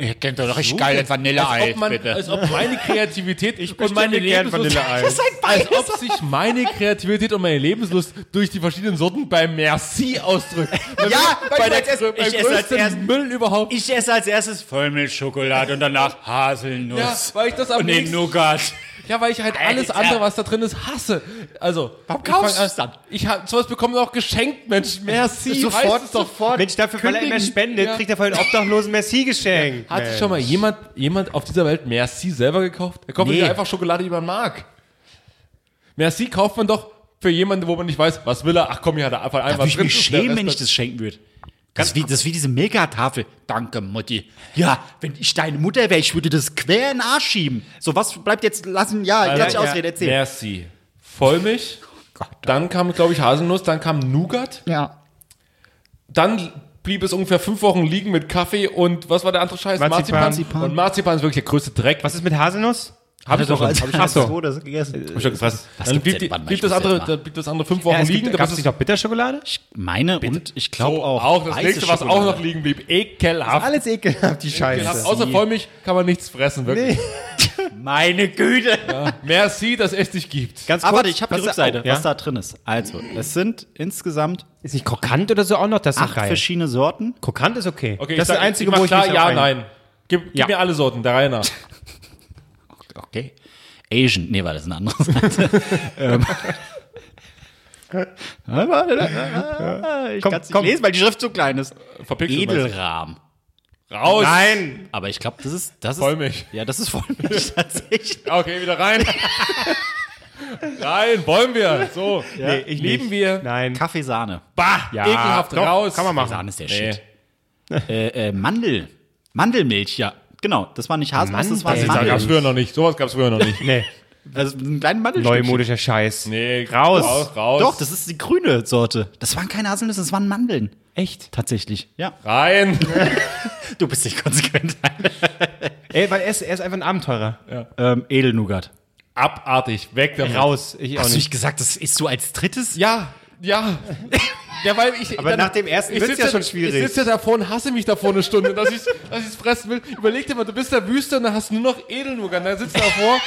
S3: Ihr kennt doch richtig geil das Vanilleeis,
S4: als ob man,
S3: bitte.
S4: Als ob meine Kreativität und meine
S1: bestelle gern
S4: Lebenslust...
S1: Vanilleeis.
S4: Das ist ein als ob sich meine Kreativität und meine Lebenslust durch die verschiedenen Sorten bei Merci ausdrückt.
S2: Ja,
S4: bei
S2: weil
S4: der,
S2: ich esse-
S4: beim
S2: ich esse als
S4: größten
S2: erst-
S4: Müll überhaupt.
S3: Ich esse als erstes Vollmilchschokolade und danach
S4: ja,
S3: Haselnuss.
S4: weil ich das am
S3: und den
S4: nächsten,
S3: Nougat.
S4: Ja, weil ich halt alles
S3: Alter.
S4: andere, was da drin ist, hasse. Also,
S2: Warum
S4: ich fang
S2: kaufst
S4: an-
S2: du's dann?
S4: Ich hab, sowas bekommen wir auch geschenkt, Mensch. Merci.
S1: Sofort,
S4: weiß es doch.
S1: sofort. Mensch, dafür, weil er
S4: Kündigen.
S1: immer spendet,
S4: Ja.
S1: kriegt er vorhin Obdachlosen Merci geschenkt.
S4: Hat sich schon mal jemand, jemand auf dieser Welt Merci selber gekauft? Er kauft
S2: Nee.
S4: nee. einfach Schokolade, die man mag. Merci kauft man doch für jemanden, wo man nicht weiß, was will er. Ach komm, hier hat er einfach
S2: Da
S4: einmal
S2: würde ich mich
S4: Der
S2: schämen,
S4: Rest
S2: wenn ich
S4: hat-
S2: das schenken würde. Das ist, wie, das ist wie diese Megatafel. Danke, Mutti. Ja, wenn ich deine Mutter wäre, ich würde das quer in den Arsch schieben. So, was bleibt jetzt? Lassen, ja, also, lass dich
S4: ja.
S2: ausreden, erzähl.
S4: Merci. Vollmilch.
S2: Oh
S4: Dann kam, glaube ich, Haselnuss. Dann kam Nougat.
S2: Ja.
S4: Dann blieb es ungefähr fünf Wochen liegen mit Kaffee und was war der andere Scheiß?
S1: Marzipan.
S2: Marzipan.
S4: Und Marzipan ist wirklich der größte Dreck.
S1: Was ist mit Haselnuss?
S4: Hab ich doch schon.
S2: Hab ich
S1: Also, Ach so.
S4: Oh,
S2: schon das gegessen.
S4: Hab ich schon gefressen.
S2: Was
S4: Dann
S2: gibt's
S4: blieb,
S2: denn?
S4: die,
S2: Warte mal,
S4: blieb,
S2: ich
S4: das
S2: muss jetzt
S4: andere,
S2: mal-
S4: dann blieb das andere fünf Wochen
S1: Ja, es
S4: liegen.
S1: gibt,
S4: dann
S1: gab
S4: war
S1: es
S4: das
S1: nicht noch Bitterschokolade?
S2: Meine und ich glaube
S4: so,
S2: auch.
S4: auch, das
S2: weiße
S4: nächste, was auch
S2: Schokolade.
S4: noch liegen blieb. Ekelhaft.
S1: Alles ekelhaft, die
S4: Ekelhaft.
S1: Scheiße.
S4: Außer Vollmilch kann man nichts fressen, wirklich.
S2: Meine Güte.
S4: Merci, dass es dich gibt.
S1: Ganz
S2: Aber warte, ich habe die
S1: was-
S2: Rückseite,
S1: oh, ja?
S2: was da drin ist. Also, es sind insgesamt
S1: Ist nicht krokant oder so auch noch? Das ist
S2: acht
S1: doch geil.
S2: verschiedene Sorten.
S1: Krokant ist okay.
S4: Okay,
S1: das
S4: ich
S1: ist das
S4: sag-
S1: Einzige,
S4: ich mach
S1: wo ich
S4: klar,
S1: mich
S4: ja,
S1: auf ein-
S4: nein. Gib, gib
S1: Ja.
S4: mir alle Sorten, der Reihe nach.
S2: Okay. Asian. Nee, war das eine andere Ähm. Seite. ich
S1: Komm,
S2: kann es nicht
S1: komm.
S2: lesen, weil die Schrift so klein ist.
S4: Verpixelt meinst
S2: Edelrahm.
S4: du. Raus.
S1: Nein!
S2: Aber ich glaube, das ist. Das ist
S4: Vollmilch.
S2: Ja, das ist Vollmilch tatsächlich.
S4: Okay, wieder rein. rein, wollen wir. So.
S1: Nee, ich
S4: Äh, Lieben
S1: nicht.
S4: wir.
S1: Nein.
S2: Kaffeesahne.
S4: Bah,
S1: Ja,
S4: ekelhaft
S1: doch,
S4: raus.
S1: kann man machen.
S2: Sahne ist der
S4: Nee.
S2: Shit. Äh, äh, Mandel. Mandelmilch, ja. Genau. Das war nicht Haselnuss, das war
S1: Mandel.
S4: Da
S2: Mandel.
S4: gab's früher noch nicht. Sowas gab's früher noch nicht.
S1: Nee.
S3: Also einen kleinen Mandelstückchen.
S1: Neumodischer Scheiß.
S4: Nee,
S1: Raus.
S4: Raus, raus.
S2: Doch, das ist die grüne Sorte. Das waren keine Haselnüsse, das waren Mandeln. Echt? Tatsächlich. Ja.
S4: Rein.
S3: Du bist nicht konsequent.
S1: Ey, weil er ist, er ist einfach ein Abenteurer.
S2: Ähm, Edelnougat.
S4: Abartig. Weg damit.
S1: Raus. Ich auch
S3: Hast du
S1: nicht.
S3: nicht gesagt, das isst du als drittes?
S4: Ja, ja. Ja, weil ich,
S1: Aber nach dem ersten
S4: ich
S1: wird's
S4: sitze
S1: ja schon schwierig.
S4: Ich sitze ja davor und hasse mich davor eine Stunde, dass ich dass ich's fressen will. Überleg dir mal, du bist in der Wüste und dann hast du nur noch Edelnugan. Dann sitzt du davor.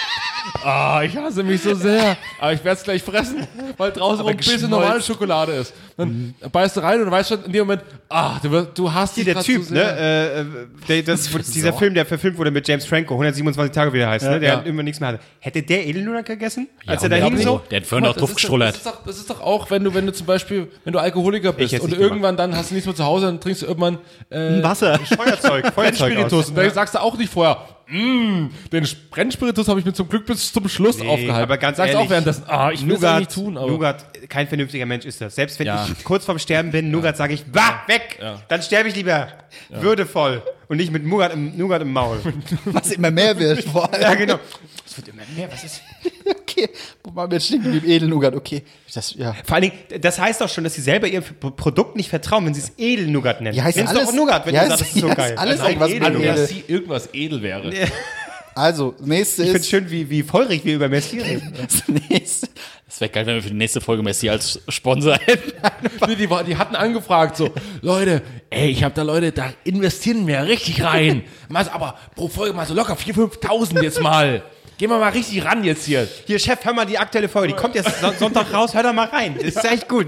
S4: Ah, ich hasse mich so sehr. Aber ich werde es gleich fressen, weil draußen rum ein bisschen
S3: geschmolzen.
S4: normale Schokolade ist. Dann beißt du rein und du weißt schon in dem Moment, ah, du, wirst- du hast dich
S1: Der
S4: grad
S1: Typ,
S4: so
S1: ne?
S4: sehr.
S1: Äh, äh, der, das, dieser
S3: so.
S1: Film, der verfilmt wurde mit James Franco, 127 Tage, wie der heißt, ne? Der
S4: ja.
S1: hat immer nichts mehr hatte. Hätte der Edelnunak gegessen? als er da
S4: der
S1: hing
S4: hat
S1: so?
S3: Der hat vorhin noch
S4: Das
S3: drauf
S4: ist, doch- das,
S3: geschrullert.
S4: ist doch, das ist doch auch, wenn du, wenn du zum Beispiel, wenn du Alkoholiker bist
S1: hätt's
S4: und
S1: nicht gemacht.
S4: irgendwann dann hast du nichts mehr zu Hause, dann trinkst du irgendwann äh,
S2: Wasser.
S1: Feuerzeug, Feuerzeug
S4: Spiritus.
S1: aus.
S4: Und dann sagst du auch nicht vorher, mm, den Brennspiritus habe ich mir zum Glück bis zum Schluss aufgehalten.
S1: aber ganz
S4: sagst
S1: ehrlich,
S4: auch währenddessen, ah, ich will das
S1: Nougat,
S4: nicht tun, aber
S1: Nougat, kein vernünftiger Mensch ist das. Selbst wenn
S4: Ja.
S1: ich kurz vorm Sterben bin, Nougat sage ich, bah, weg, dann sterbe ich lieber würdevoll und nicht mit Nougat im, Nougat im Maul.
S6: Was immer mehr wird, vor allem.
S1: ja, genau.
S6: Okay, wo waren wir jetzt stehen geblieben? Edelnougat, okay. Das, ja.
S1: Vor allen Dingen, das heißt doch schon, dass sie selber ihr P- Produkt nicht vertrauen, wenn sie es Edelnougat nennen.
S6: Ja, heißt
S1: Nenn's
S6: alles-
S1: doch Nougat, wenn
S6: ja,
S1: du sagst, das
S6: heißt-
S1: ist so
S6: ja,
S1: geil.
S6: heißt alles
S1: Also
S6: irgendwas
S1: ein Edelnougat.
S6: Edel.
S4: dass sie irgendwas edel wäre.
S6: Also, nächste
S1: Ich finde
S6: ist.
S1: schön, wie, wie feurig wir über Messi reden.
S6: Das nächste.
S3: Das wäre geil, wenn wir für die nächste Folge Messi als Sponsor hätten.
S4: Nee, die, war- die hatten angefragt so, Leute, ey, ich habe da Leute, da investieren wir richtig rein. Mal so, aber pro Folge mal so locker 4.000, 5.000 jetzt mal. Gehen wir mal richtig ran jetzt hier.
S1: Hier, Chef, hör mal die aktuelle Folge, die kommt jetzt Son- Sonntag raus, hör da mal rein. Das ist echt gut.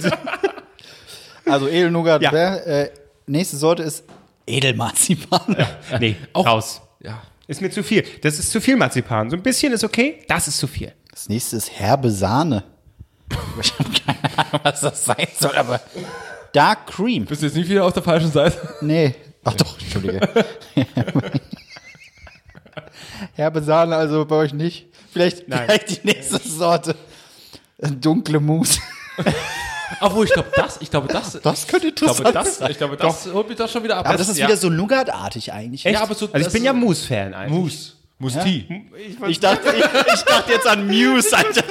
S6: Also, Edelnougat,
S1: Ja.
S6: wer, äh, nächste Sorte ist
S2: Edelmarzipan.
S1: Nee, raus.
S4: Ja.
S1: Ist mir zu viel. Das ist zu viel Marzipan. So ein bisschen ist okay, das ist zu viel.
S6: Das nächste ist herbe Sahne.
S3: Was das sein soll, aber.
S6: Dark Cream.
S4: Bist du jetzt nicht wieder auf der falschen Seite?
S6: Nee. Ach doch, Entschuldige. herbe Sahne also bei euch nicht. Vielleicht,
S1: Nein.
S6: vielleicht die nächste Sorte. Dunkle Mousse.
S4: Obwohl, ich glaube, das, ich glaube, das, ich
S6: Das könnte
S4: glaube,
S6: interessant
S4: das, ich glaube, das holt mich doch schon wieder ab.
S6: Aber das, ist
S4: ja.
S6: wieder so Nougat-artig eigentlich.
S4: Ja, aber so,
S1: Also ich
S4: das
S1: bin
S4: ist
S1: ja
S4: so-
S1: Mousse-Fan eigentlich. Hm?
S4: Mousse. Mousse-Tee.
S2: Ich dachte, ich, ich dachte jetzt an Muse, Alter.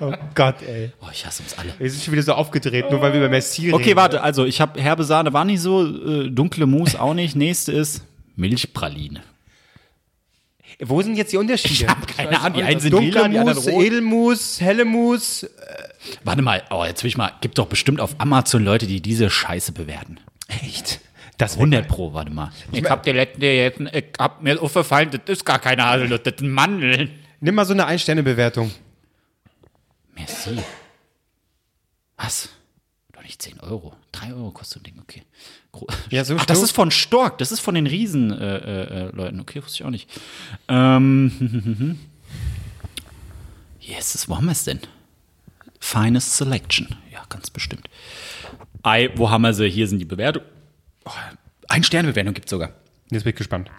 S1: Oh Gott, ey.
S2: Oh, ich hasse uns alle.
S1: Wir sind schon wieder so aufgedreht, nur weil wir über Messi reden.
S2: Okay, warte, also ich habe herbe Sahne war nicht so, äh, dunkle Mousse auch nicht. Nächste ist Milchpraline.
S1: Wo sind jetzt die Unterschiede?
S2: Keine Ahnung, die einen sind lila,
S1: Dunkle
S2: die anderen
S1: Mousse,
S2: rot.
S1: Edelmus, helle Mousse.
S2: Warte mal, oh, jetzt will ich mal, gibt doch bestimmt auf Amazon Leute, die diese Scheiße bewerten.
S1: Echt? Das
S2: 100 pro, warte mal.
S3: Ich hab die letzten, ich hab mir aufgefallen, das ist gar keine Haselnuss, das sind Mandeln.
S1: Nimm mal so eine Ein-Sterne-Bewertung.
S2: Merci. Was? Doch nicht 10 Euro. 3 Euro kostet so ein Ding, okay. Gro
S1: Ja, so
S2: Ach, das
S1: Stork-
S2: ist von Stork, das ist von den Riesen-Leuten. Äh, äh, Leuten. okay, wusste ich auch nicht. Ähm, yes, was haben wir es denn? Finest Selection. Ja, ganz bestimmt. Ei, wo haben wir sie? Hier sind die Bewertungen. Oh, ein Sternbewertung gibt es sogar.
S1: Jetzt bin ich gespannt.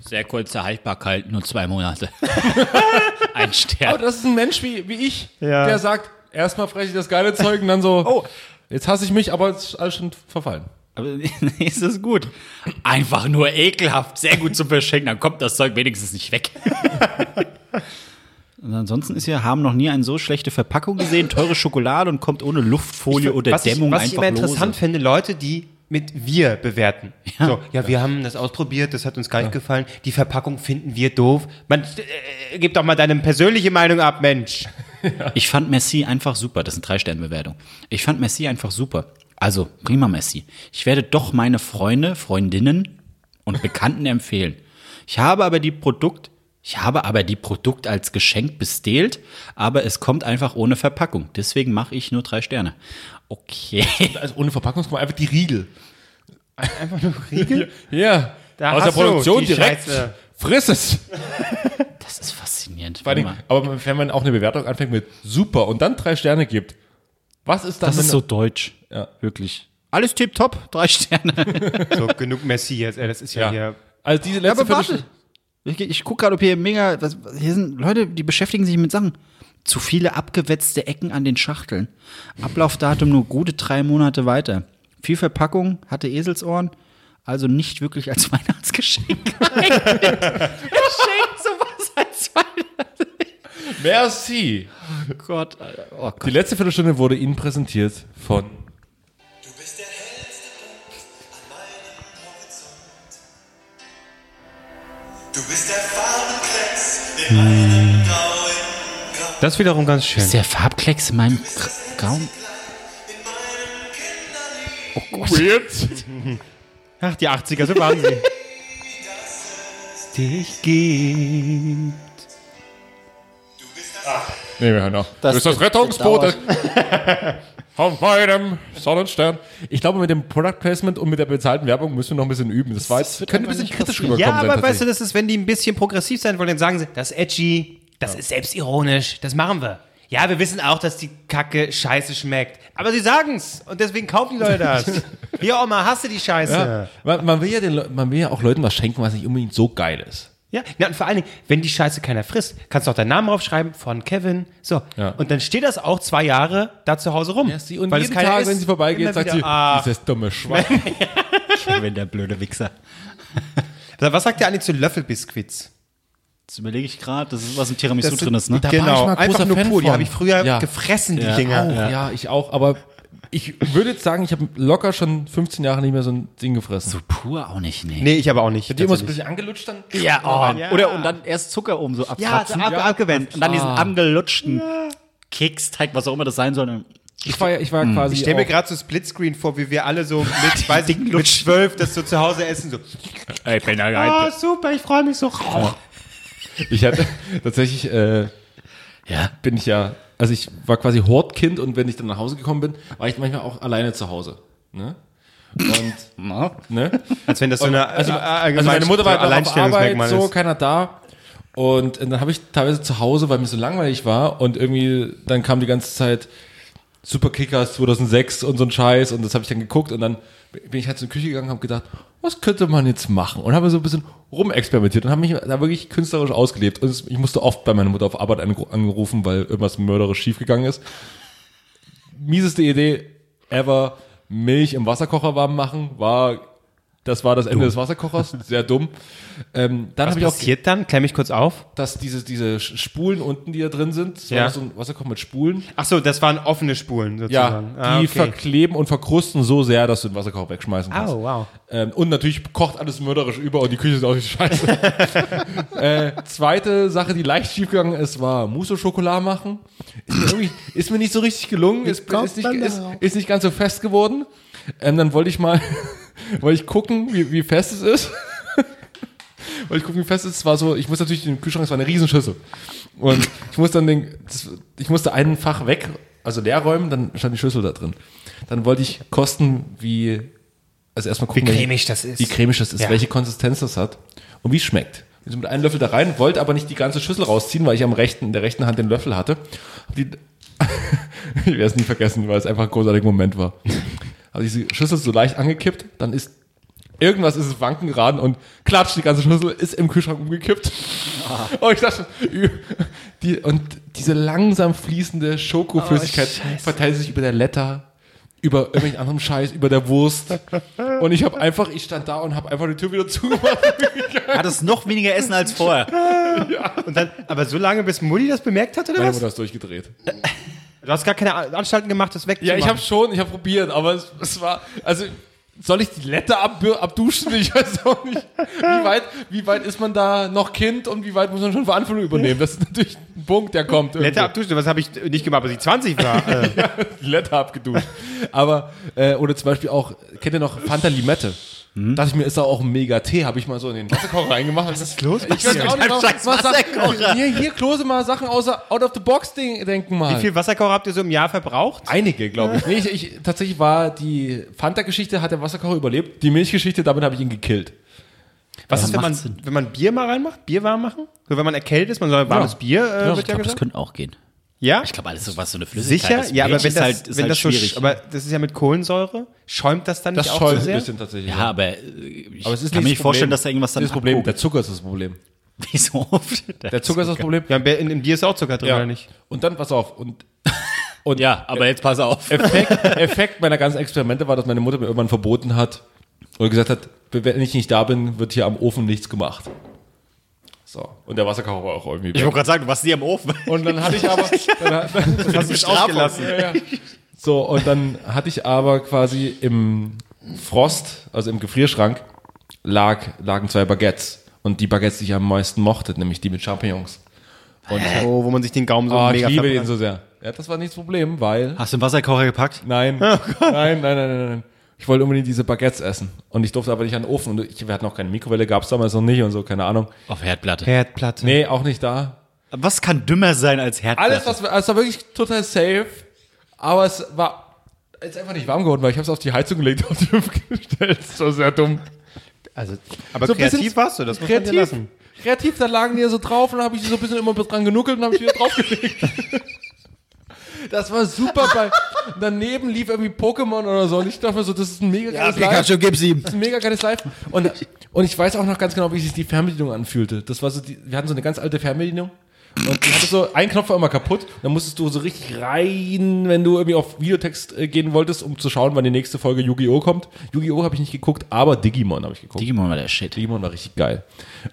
S3: Sehr kurze Haltbarkeit, nur zwei Monate. Ein Stern.
S4: Aber das ist ein Mensch wie, wie ich,
S1: Ja.
S4: der sagt, erstmal fresse ich das geile Zeug und dann so, oh, jetzt hasse ich mich, aber es ist alles schon verfallen.
S2: Aber nee, ist das gut.
S3: Einfach nur ekelhaft, sehr gut zum Verschenken, dann kommt das Zeug wenigstens nicht weg.
S2: Und ansonsten ist ja, haben noch nie eine so schlechte Verpackung gesehen, teure Schokolade und kommt ohne Luftfolie oder
S1: was
S2: Dämmung
S1: ich, was ich
S2: einfach
S1: immer interessant
S2: lose.
S1: finde, Leute, die mit wir bewerten. Ja, so, ja wir haben das ausprobiert, das hat uns gar nicht gefallen. Die Verpackung finden wir doof. Man, äh, gib doch mal deine persönliche Meinung ab, Mensch.
S2: Ich fand Messi einfach super. Das ist eine Drei-Sterne-Bewertung. Ich fand Messi einfach super. Also, prima Messi. Ich werde doch meine Freunde, Freundinnen und Bekannten empfehlen. Ich habe aber die Produkt, ich habe aber die Produkt als Geschenk bestählt, aber es kommt einfach ohne Verpackung. Deswegen mache ich nur drei Sterne. Okay.
S4: Also ohne Verpackung kommen einfach die Riegel.
S1: Einfach nur Riegel?
S4: Ja,
S1: Da
S4: aus
S1: hast
S4: der
S1: du
S4: Produktion
S1: die
S4: direkt.
S1: Scheiße.
S4: Friss es.
S2: Das ist faszinierend.
S4: Vor allen
S2: Guck
S4: Dingen,
S2: mal.
S4: aber wenn man auch eine Bewertung anfängt mit super und dann drei Sterne gibt, was ist dann
S2: Das ist
S4: wenn-
S2: so deutsch.
S4: Ja.
S2: Wirklich. Alles tipptopp, drei Sterne.
S1: So, genug Messi jetzt. Ey, das ist ja,
S4: ja.
S1: hier...
S4: Also diese letzte
S2: Aber warte.
S4: Viertelstunde-
S2: Ich, ich gucke gerade, ob hier mega. Was, was- hier sind Leute, die beschäftigen sich mit Sachen. Zu viele abgewetzte Ecken an den Schachteln. Ablaufdatum nur gute drei Monate weiter. Viel Verpackung, hatte Eselsohren. also nicht wirklich als Weihnachtsgeschenk.
S3: Schenkt sowas als
S4: Merci.
S2: Oh Gott, Alter. oh
S4: Die
S2: Gott.
S4: letzte Viertelstunde wurde Ihnen präsentiert von
S7: Du bist der hellste Punkt an meinem Horizont. Du bist der Farbenklecks in meinem grauen Grau.
S1: Das ist wiederum ganz schön.
S2: Ist der Farbklecks in meinem Raum?
S7: In meinem Kinderlied.
S4: Weird.
S1: Ach, die 80er, so waren sie. Dich geht.
S4: Nee, wir hören auf.
S6: Das
S4: Das ist das
S6: wird
S4: Rettungsboot von meinem Sonnenstern. Ich glaube, mit dem Product Placement und mit der bezahlten Werbung müssen wir noch ein bisschen üben. Das, war jetzt, könnte ein bisschen kritisch rüberkommen.
S1: Ja, aber weißt
S4: sein,
S1: du,
S4: tatsächlich.
S1: das ist, wenn die ein bisschen progressiv sein wollen, dann sagen sie, das ist edgy, das ist selbstironisch, das machen wir. Ja, wir wissen auch, dass die Kacke scheiße schmeckt. Aber sie sagen's und deswegen kaufen die Leute das. Hier, Oma, hasse die Scheiße.
S4: ja. man, man, will ja den, Leu- man will ja auch Leuten was schenken, was nicht unbedingt so geil ist.
S1: Ja, na, und vor allen Dingen, wenn die Scheiße keiner frisst, kannst du auch deinen Namen draufschreiben von Kevin. So.
S4: Ja.
S1: Und dann steht das auch zwei Jahre da zu Hause rum.
S4: Und
S1: weil es
S4: jeden
S1: keiner
S4: Tag,
S1: isst.
S4: wenn sie vorbeigeht,
S1: Immer
S4: sagt
S1: wieder,
S4: sie,
S1: ah.
S4: dieses dumme Schwein.
S2: Wenn der blöde Wichser.
S1: Was sagt ihr eigentlich zu Löffelbiskuits?
S2: Das überlege ich gerade. Das ist was im Tiramisu
S1: Das sind-
S2: drin ist, ne?
S1: Da
S4: war ich
S1: genau,
S4: mal
S1: einfach
S4: großer
S1: nur
S4: Fan
S1: pur. Die
S4: von.
S1: habe ich früher
S4: Ja.
S1: gefressen, die
S2: Ja.
S1: Dinger.
S4: Auch, ja, ich auch, aber ich würde jetzt sagen, ich habe locker schon 15 Jahre nicht mehr so ein Ding gefressen.
S2: So pur auch nicht, nee.
S1: Nee, ich aber auch nicht.
S4: Die immer so ein
S1: tatsächlich.
S4: bisschen angelutscht dann.
S2: Ja, oh.
S1: Ja.
S2: oder und dann erst Zucker oben so abkratzen.
S1: so ab-
S2: abgewendet. Und dann diesen angelutschten Keksteig, was auch immer das sein soll.
S4: Ich war, ja- ich war quasi.
S1: Ich stelle mir
S4: auch-
S1: gerade so Splitscreen vor, wie wir alle so mit, weiß ich, mit zwölf das so zu Hause essen. So,
S3: Ich bin da
S1: oh, super, ich freue mich so.
S4: Ich hatte tatsächlich äh,
S2: Ja.
S4: bin ich ja, also ich war quasi Hortkind und wenn ich dann nach Hause gekommen bin, war ich manchmal auch alleine zu Hause. Ne? Und
S2: Na?
S4: ne?
S1: Als wenn das so eine also,
S4: Also meine Mutter war halt noch auf Arbeit, so keiner da. Und äh, dann habe ich teilweise zu Hause, weil mir so langweilig war und irgendwie dann kam die ganze Zeit Super Kickers 2006 und so ein Scheiß und das habe ich dann geguckt und dann bin ich halt zur Küche gegangen und habe gedacht, was könnte man jetzt machen? Und habe so ein bisschen rumexperimentiert und habe mich da wirklich künstlerisch ausgelebt. Und es- ich musste oft bei meiner Mutter auf Arbeit angeru- angerufen, weil irgendwas mörderisch schiefgegangen ist. Mieseste Idee ever, Milch im Wasserkocher warm machen, war, das war das Ende des Wasserkochers, sehr dumm. Ähm, dann
S1: Was
S4: habe ich auch
S1: passiert dann? Klär mich kurz auf.
S4: dass diese, diese Sch- Spulen unten, die da drin sind, das war
S1: Ja.
S4: so ein Wasserkocher mit Spulen,
S1: Ach so, das waren offene Spulen
S4: ja,
S1: sozusagen.
S4: die
S1: Ah, okay.
S4: verkleben und verkrusten so sehr, dass du den Wasserkocher wegschmeißen kannst.
S1: Au, wow.
S4: Ähm, und natürlich kocht alles mörderisch über und die Küche ist auch nicht scheiße. äh, zweite Sache, die leicht schiefgegangen ist, war Mousse-Schokolade machen. Ist mir, irgendwie, ist mir nicht so richtig gelungen, ist, ist, nicht, ist, ist nicht ganz so fest geworden. Ähm, dann wollte ich mal, wollte ich gucken, wie, wie fest es ist. Wollte ich gucken, wie fest es ist. Es war so, ich musste natürlich in den Kühlschrank, es war eine Riesenschüssel. Und ich musste dann den, das, ich musste ein Fach weg, also leer räumen, dann stand die Schüssel da drin. Dann wollte ich kosten, wie, also erstmal gucken, welche-
S1: cremig das ist.
S4: Wie cremig das ist,
S1: Ja.
S4: welche Konsistenz das hat und wie es schmeckt. Ich bin mit einem Löffel da rein, wollte aber nicht die ganze Schüssel rausziehen, weil ich am rechten, in der rechten Hand den Löffel hatte. Hab Die, ich werde es nie vergessen, weil es einfach ein großartiger Moment war. Habe diese Schüssel so leicht angekippt, dann ist irgendwas ist es wanken geraten und klatscht, die ganze Schüssel ist im Kühlschrank umgekippt. Und ich dachte, ü- die, und diese langsam fließende Schokoflüssigkeit verteilt sich über der Letter, über irgendwelchen anderen Scheiß, über der Wurst. Und ich habe einfach, ich stand da und habe einfach die Tür wieder zugemacht.
S2: Hat es noch weniger Essen als vorher.
S1: Und dann, aber so lange, bis Mutti das bemerkt hat, oder
S4: Meine
S1: was?
S4: Mutter ist durchgedreht.
S1: Du hast gar keine A- Anstalten gemacht, das wegzumachen.
S4: Ja, ich habe schon, ich habe probiert, aber es, es war, also soll ich die Letter ab, abduschen? Ich weiß auch nicht, wie weit, wie weit ist man da noch Kind und wie weit muss man schon Verantwortung übernehmen? Das ist natürlich ein Punkt, der kommt.
S1: Blätter
S4: irgendwo.
S1: abduschen, was habe ich nicht gemacht, als ich 20 war? Äh,
S4: die Lette abgeduscht. Aber, äh, oder zum Beispiel auch, kennt ihr noch Fanta Limette?
S2: Hm?
S4: Dachte ich mir, ist da auch ein mega Tee, habe ich mal so in den Wasserkocher reingemacht. Was ist los? Ich weiß auch nicht, warum-
S2: scheiß
S4: was
S2: Wasserkocher?
S4: sagt, hier, hier Klose mal Sachen außer out of the box Ding, denken mal.
S1: wie viel Wasserkocher habt ihr so im Jahr verbraucht?
S4: Einige, glaube ich. Nee, ich, ich. Tatsächlich war die Fanta-Geschichte, hat der Wasserkocher überlebt. Die Milchgeschichte, damit habe ich ihn gekillt.
S1: Was
S2: Ja,
S1: ist, wenn
S2: macht
S1: man,
S2: Sinn.
S1: wenn man Bier mal reinmacht? Bier warm machen? So, wenn man erkältet ist, man soll warmes Bier, äh,
S2: Ja, ich
S1: wird ja
S2: glaube, das
S1: gesagt.
S2: könnte auch gehen.
S1: Ja?
S2: Ich glaube, alles so was so eine Flüssigkeit.
S1: Sicher?
S2: das
S1: Ja, aber
S2: Milch
S1: wenn
S2: ist
S1: das,
S2: halt, ist
S1: wenn
S2: halt
S1: das so, sch-
S2: schwierig.
S1: aber das ist ja mit Kohlensäure, schäumt das dann nicht auch
S4: schäumt
S1: zu sehr?
S4: tatsächlich.
S2: ja, aber äh, ich
S4: Aber es ist
S2: kann mir
S4: nicht das
S2: nicht vorstellen,
S4: Problem.
S2: dass da irgendwas dann
S4: Das Problem,
S2: abguckt.
S4: der Zucker ist das Problem.
S2: Wie so oft.
S4: Der Zucker ist das Problem.
S1: Ja, in, in Bier ist auch Zucker drin, oder nicht?
S4: Und dann, pass auf, und
S2: Ja, aber jetzt pass auf.
S4: Effekt, Effekt meiner ganzen Experimente war, dass meine Mutter mir irgendwann verboten hat, Und gesagt hat, wenn ich nicht da bin, wird hier am Ofen nichts gemacht. So. Und der Wasserkocher war auch irgendwie
S3: Ich
S4: weg.
S3: wollte gerade sagen, du warst nie am Ofen.
S4: Und dann hatte ich aber. Dann,
S1: Hast du mich ausgelassen?
S4: so, und dann hatte ich aber quasi im Frost, also im Gefrierschrank, lag, lagen zwei Baguettes. Und die Baguettes, die ich am meisten mochte, nämlich die mit Champignons.
S1: Oh, wo man sich den Gaumen so
S4: Ah, ich
S1: mega
S4: liebe den
S1: verbrannt.
S4: so sehr. Ja, das war nicht das Problem, weil.
S2: Hast du den Wasserkocher gepackt?
S4: Nein, nein, nein, nein, nein, nein. Ich wollte unbedingt diese Baguettes essen. Und ich durfte aber nicht an den Ofen. Und ich, wir hatten auch keine Mikrowelle, gab es damals noch nicht und so, keine Ahnung.
S2: Auf Herdplatte.
S1: Herdplatte.
S4: Nee, auch nicht da.
S2: Was kann dümmer sein als Herdplatte?
S4: Alles, was es war wirklich total safe, aber es war jetzt einfach nicht warm geworden, weil ich habe es auf die Heizung gelegt und auf die Öfen gestellt. Das war sehr dumm.
S1: Also, aber
S4: So ein bisschen
S1: kreativ warst du, das muss man dir lassen.
S4: Kreativ, da lagen die ja so drauf und dann habe ich die so ein bisschen immer dran genuckelt und habe ich wieder draufgelegt. Das war super, weil daneben lief irgendwie Pokémon oder so und ich dachte mir so, das ist ein mega geiles Live. Das
S2: gib's ihm.
S4: ist ein mega geiles Live. Und, und ich weiß auch noch ganz genau, wie sich die Fernbedienung anfühlte. Das war so, die, wir hatten so eine ganz alte Fernbedienung und die hatte so, ein Knopf war immer kaputt. Dann musstest du so richtig rein, wenn du irgendwie auf Videotext äh, gehen wolltest, um zu schauen, wann die nächste Folge Yu-Gi-Oh! kommt. Yu-Gi-Oh! habe ich nicht geguckt, aber Digimon habe ich geguckt.
S2: Digimon war der Shit.
S4: Digimon war richtig geil.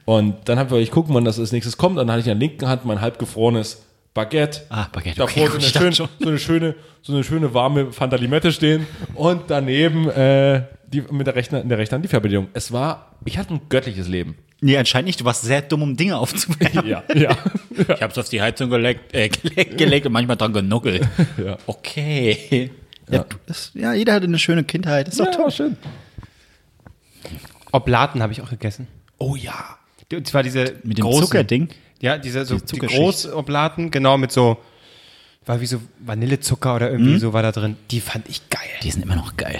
S4: Und dann haben wir, ich gucken, wann das als nächstes kommt. Und dann hatte ich in der linken Hand mein halbgefrorenes Baguette.
S2: Ah, Baguette, okay, gut,
S4: Davor so, eine
S2: ich dachte
S4: schöne,
S2: schon.
S4: so, eine schöne, so eine schöne warme Fanta Limette stehen. Und daneben äh, die, mit der rechten, in der rechten Hand die Fernbedienung. Es war, ich hatte ein göttliches Leben.
S2: Nee, anscheinend nicht. Du warst sehr dumm, um Dinge aufzuwärmen.
S4: ja.
S3: Ich hab's auf die Heizung geleckt, äh, geleckt.
S2: Gelegt und manchmal dran genuckelt.
S3: Okay.
S2: Ja, du- das- ja, jeder hatte eine schöne Kindheit. Ist doch toll.
S4: schön.
S1: Oblaten habe ich auch gegessen.
S2: Oh ja.
S1: Die- Und zwar diese
S2: Mit dem
S1: großen,
S2: Zuckerding.
S1: Ja, diese so die
S2: Zuckerschicht.
S1: großen Oblaten, genau mit so war wie so Vanillezucker oder irgendwie so war da drin. Mhm. Die fand ich geil.
S2: Die sind immer noch geil.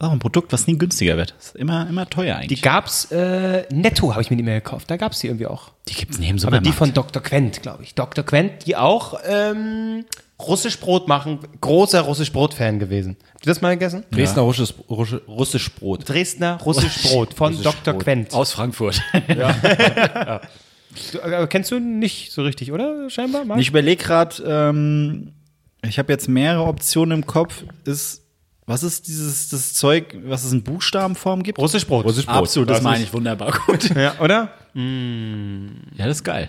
S2: Auch ein Produkt, was nie günstiger wird. Ist immer, immer teuer
S1: Die
S2: eigentlich.
S1: gab's äh, netto, habe ich mir die mal gekauft. Da gab's die irgendwie auch.
S2: Die, gibt's neben
S1: Aber
S2: Supermarkt.
S1: die von Dr. Quent, glaube ich. Dr. Quent, die auch ähm, russisch Brot machen. Großer russisch Brot-Fan gewesen. Habt ihr das mal gegessen?
S4: Dresdner russisch, russisch, russisch Brot.
S1: Dresdner russisch Brot von Dr. Quent.
S2: aus Frankfurt.
S1: Du, aber kennst du nicht so richtig, oder? Scheinbar? Marc?
S2: Ich überlege gerade, ähm, ich habe jetzt mehrere Optionen im Kopf. Ist, was ist dieses das Zeug, was es in Buchstabenform gibt?
S1: Russisch Brot.
S4: Russisch Brot.
S2: Absolut, das, meine ich wunderbar gut.
S1: Ja, oder?
S2: Ja, das ist geil.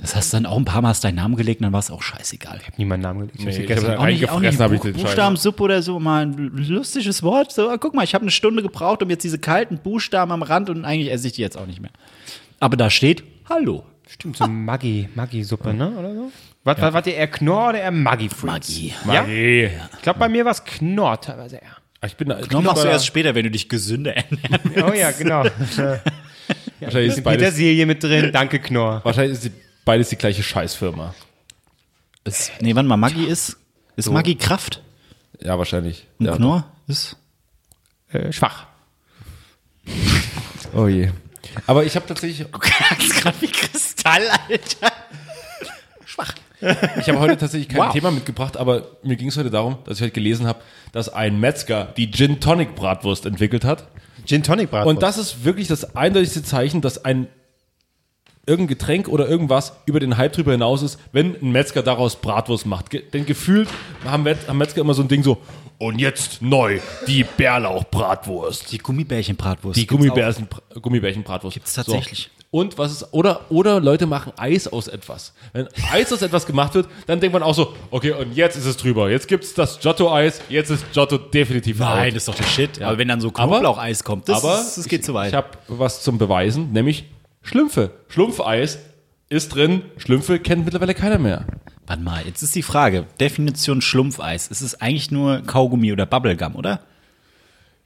S2: Das hast du dann auch ein paar Mal hast deinen Namen gelegt, und dann war es auch scheißegal.
S1: Niemand Namen gelegt. Ich hab's
S4: Nee, ich
S1: gegessen.
S4: hab- Eingefressen hab ich den Scheiß.
S2: Buchstabensuppe oder so, mal ein lustiges Wort. So, ah, guck mal, ich habe eine Stunde gebraucht, um jetzt diese kalten Buchstaben am Rand und eigentlich esse ich die jetzt auch nicht mehr. Aber da steht Hallo.
S1: Stimmt, so Maggi, Maggi-Suppe, ne? Oder so? Was, was, wart ihr eher Knorr oder eher Maggi-Freaks?
S2: Maggi.
S1: Ja?
S4: Nee.
S1: Ich glaube, bei mir war es Knorr teilweise eher.
S4: Ich bin, ich
S2: Noch
S4: bin
S2: machst du
S4: bei-
S2: erst später, wenn du dich gesünder ernährst.
S1: Oh ja, genau.
S4: wahrscheinlich, ist beides,
S1: Petersilie mit drin, danke Knorr.
S4: wahrscheinlich ist die, beides die gleiche Scheißfirma.
S2: Ist, nee, wann mal Maggi ist, ist Maggi Kraft.
S4: Ja, wahrscheinlich.
S2: Und
S4: Ja.
S2: Knorr ist.
S1: Äh, schwach.
S4: Oh je. Aber ich habe tatsächlich
S2: Du klangst gerade wie Kristall, Alter.
S4: Ich habe heute tatsächlich kein Thema mitgebracht, aber mir ging es heute darum, dass ich heute gelesen habe, dass ein Metzger die Gin Tonic Bratwurst entwickelt hat.
S1: Gin Tonic Bratwurst.
S4: Und das ist wirklich das eindeutigste Zeichen, dass ein irgendein Getränk oder irgendwas über den Hype drüber hinaus ist, wenn ein Metzger daraus Bratwurst macht. Ge- Denn gefühlt haben, Met haben Metzger immer so ein Ding so, und jetzt neu, die Bärlauch-Bratwurst.
S2: Die Gummibärchen-Bratwurst.
S4: Die Gummibärchen, Gummibärchen-Bratwurst.
S2: Gibt's tatsächlich.
S4: So. Und was ist, oder, oder Leute machen Eis aus etwas. Wenn Eis aus etwas gemacht wird, dann denkt man auch so, okay, und jetzt ist es drüber. Jetzt gibt's das Giotto-Eis, jetzt ist Giotto definitiv
S2: Nein, das
S4: out.
S2: ist doch der Shit. Aber wenn dann so
S4: Aber-
S2: Knoblaucheis kommt, das,
S4: Aber
S2: ist, das geht
S4: ich,
S2: zu weit.
S4: Ich habe was zum Beweisen, nämlich Schlümpfe. Schlumpfeis ist drin. Schlümpfe kennt mittlerweile keiner mehr.
S2: Warte mal, jetzt ist die Frage. Definition Schlumpfeis. Ist es eigentlich nur Kaugummi oder Bubblegum, oder?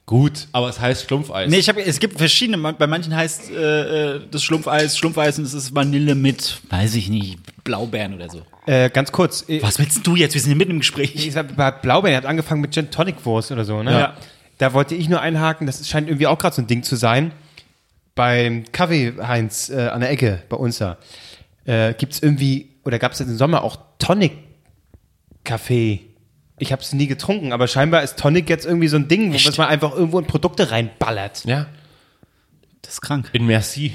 S4: Gut, aber es heißt Schlumpfeis.
S2: Nee, ich hab, es gibt verschiedene. Man- Bei manchen heißt äh, äh, das Schlumpfeis Schlumpfeis und es ist Vanille mit, weiß ich nicht, Blaubeeren oder so.
S1: äh, ganz kurz. äh,
S2: Was willst du jetzt? Wir sind hier mitten im Gespräch.
S1: Ich sag, bei Blaubeeren, ihr habt angefangen mit Gin Tonic Wurst oder so, ne?
S2: Ja.
S1: Da wollte ich nur einhaken, das scheint irgendwie auch gerade so ein Ding zu sein. Beim Kaffee Heinz äh, an der Ecke bei uns da äh, gibt es irgendwie, oder gab es jetzt im Sommer auch Tonic Kaffee. Ich habe es nie getrunken, aber scheinbar ist Tonic jetzt irgendwie so ein Ding, wo man einfach irgendwo in Produkte reinballert.
S4: Ja,
S2: Das ist krank.
S4: in Merci.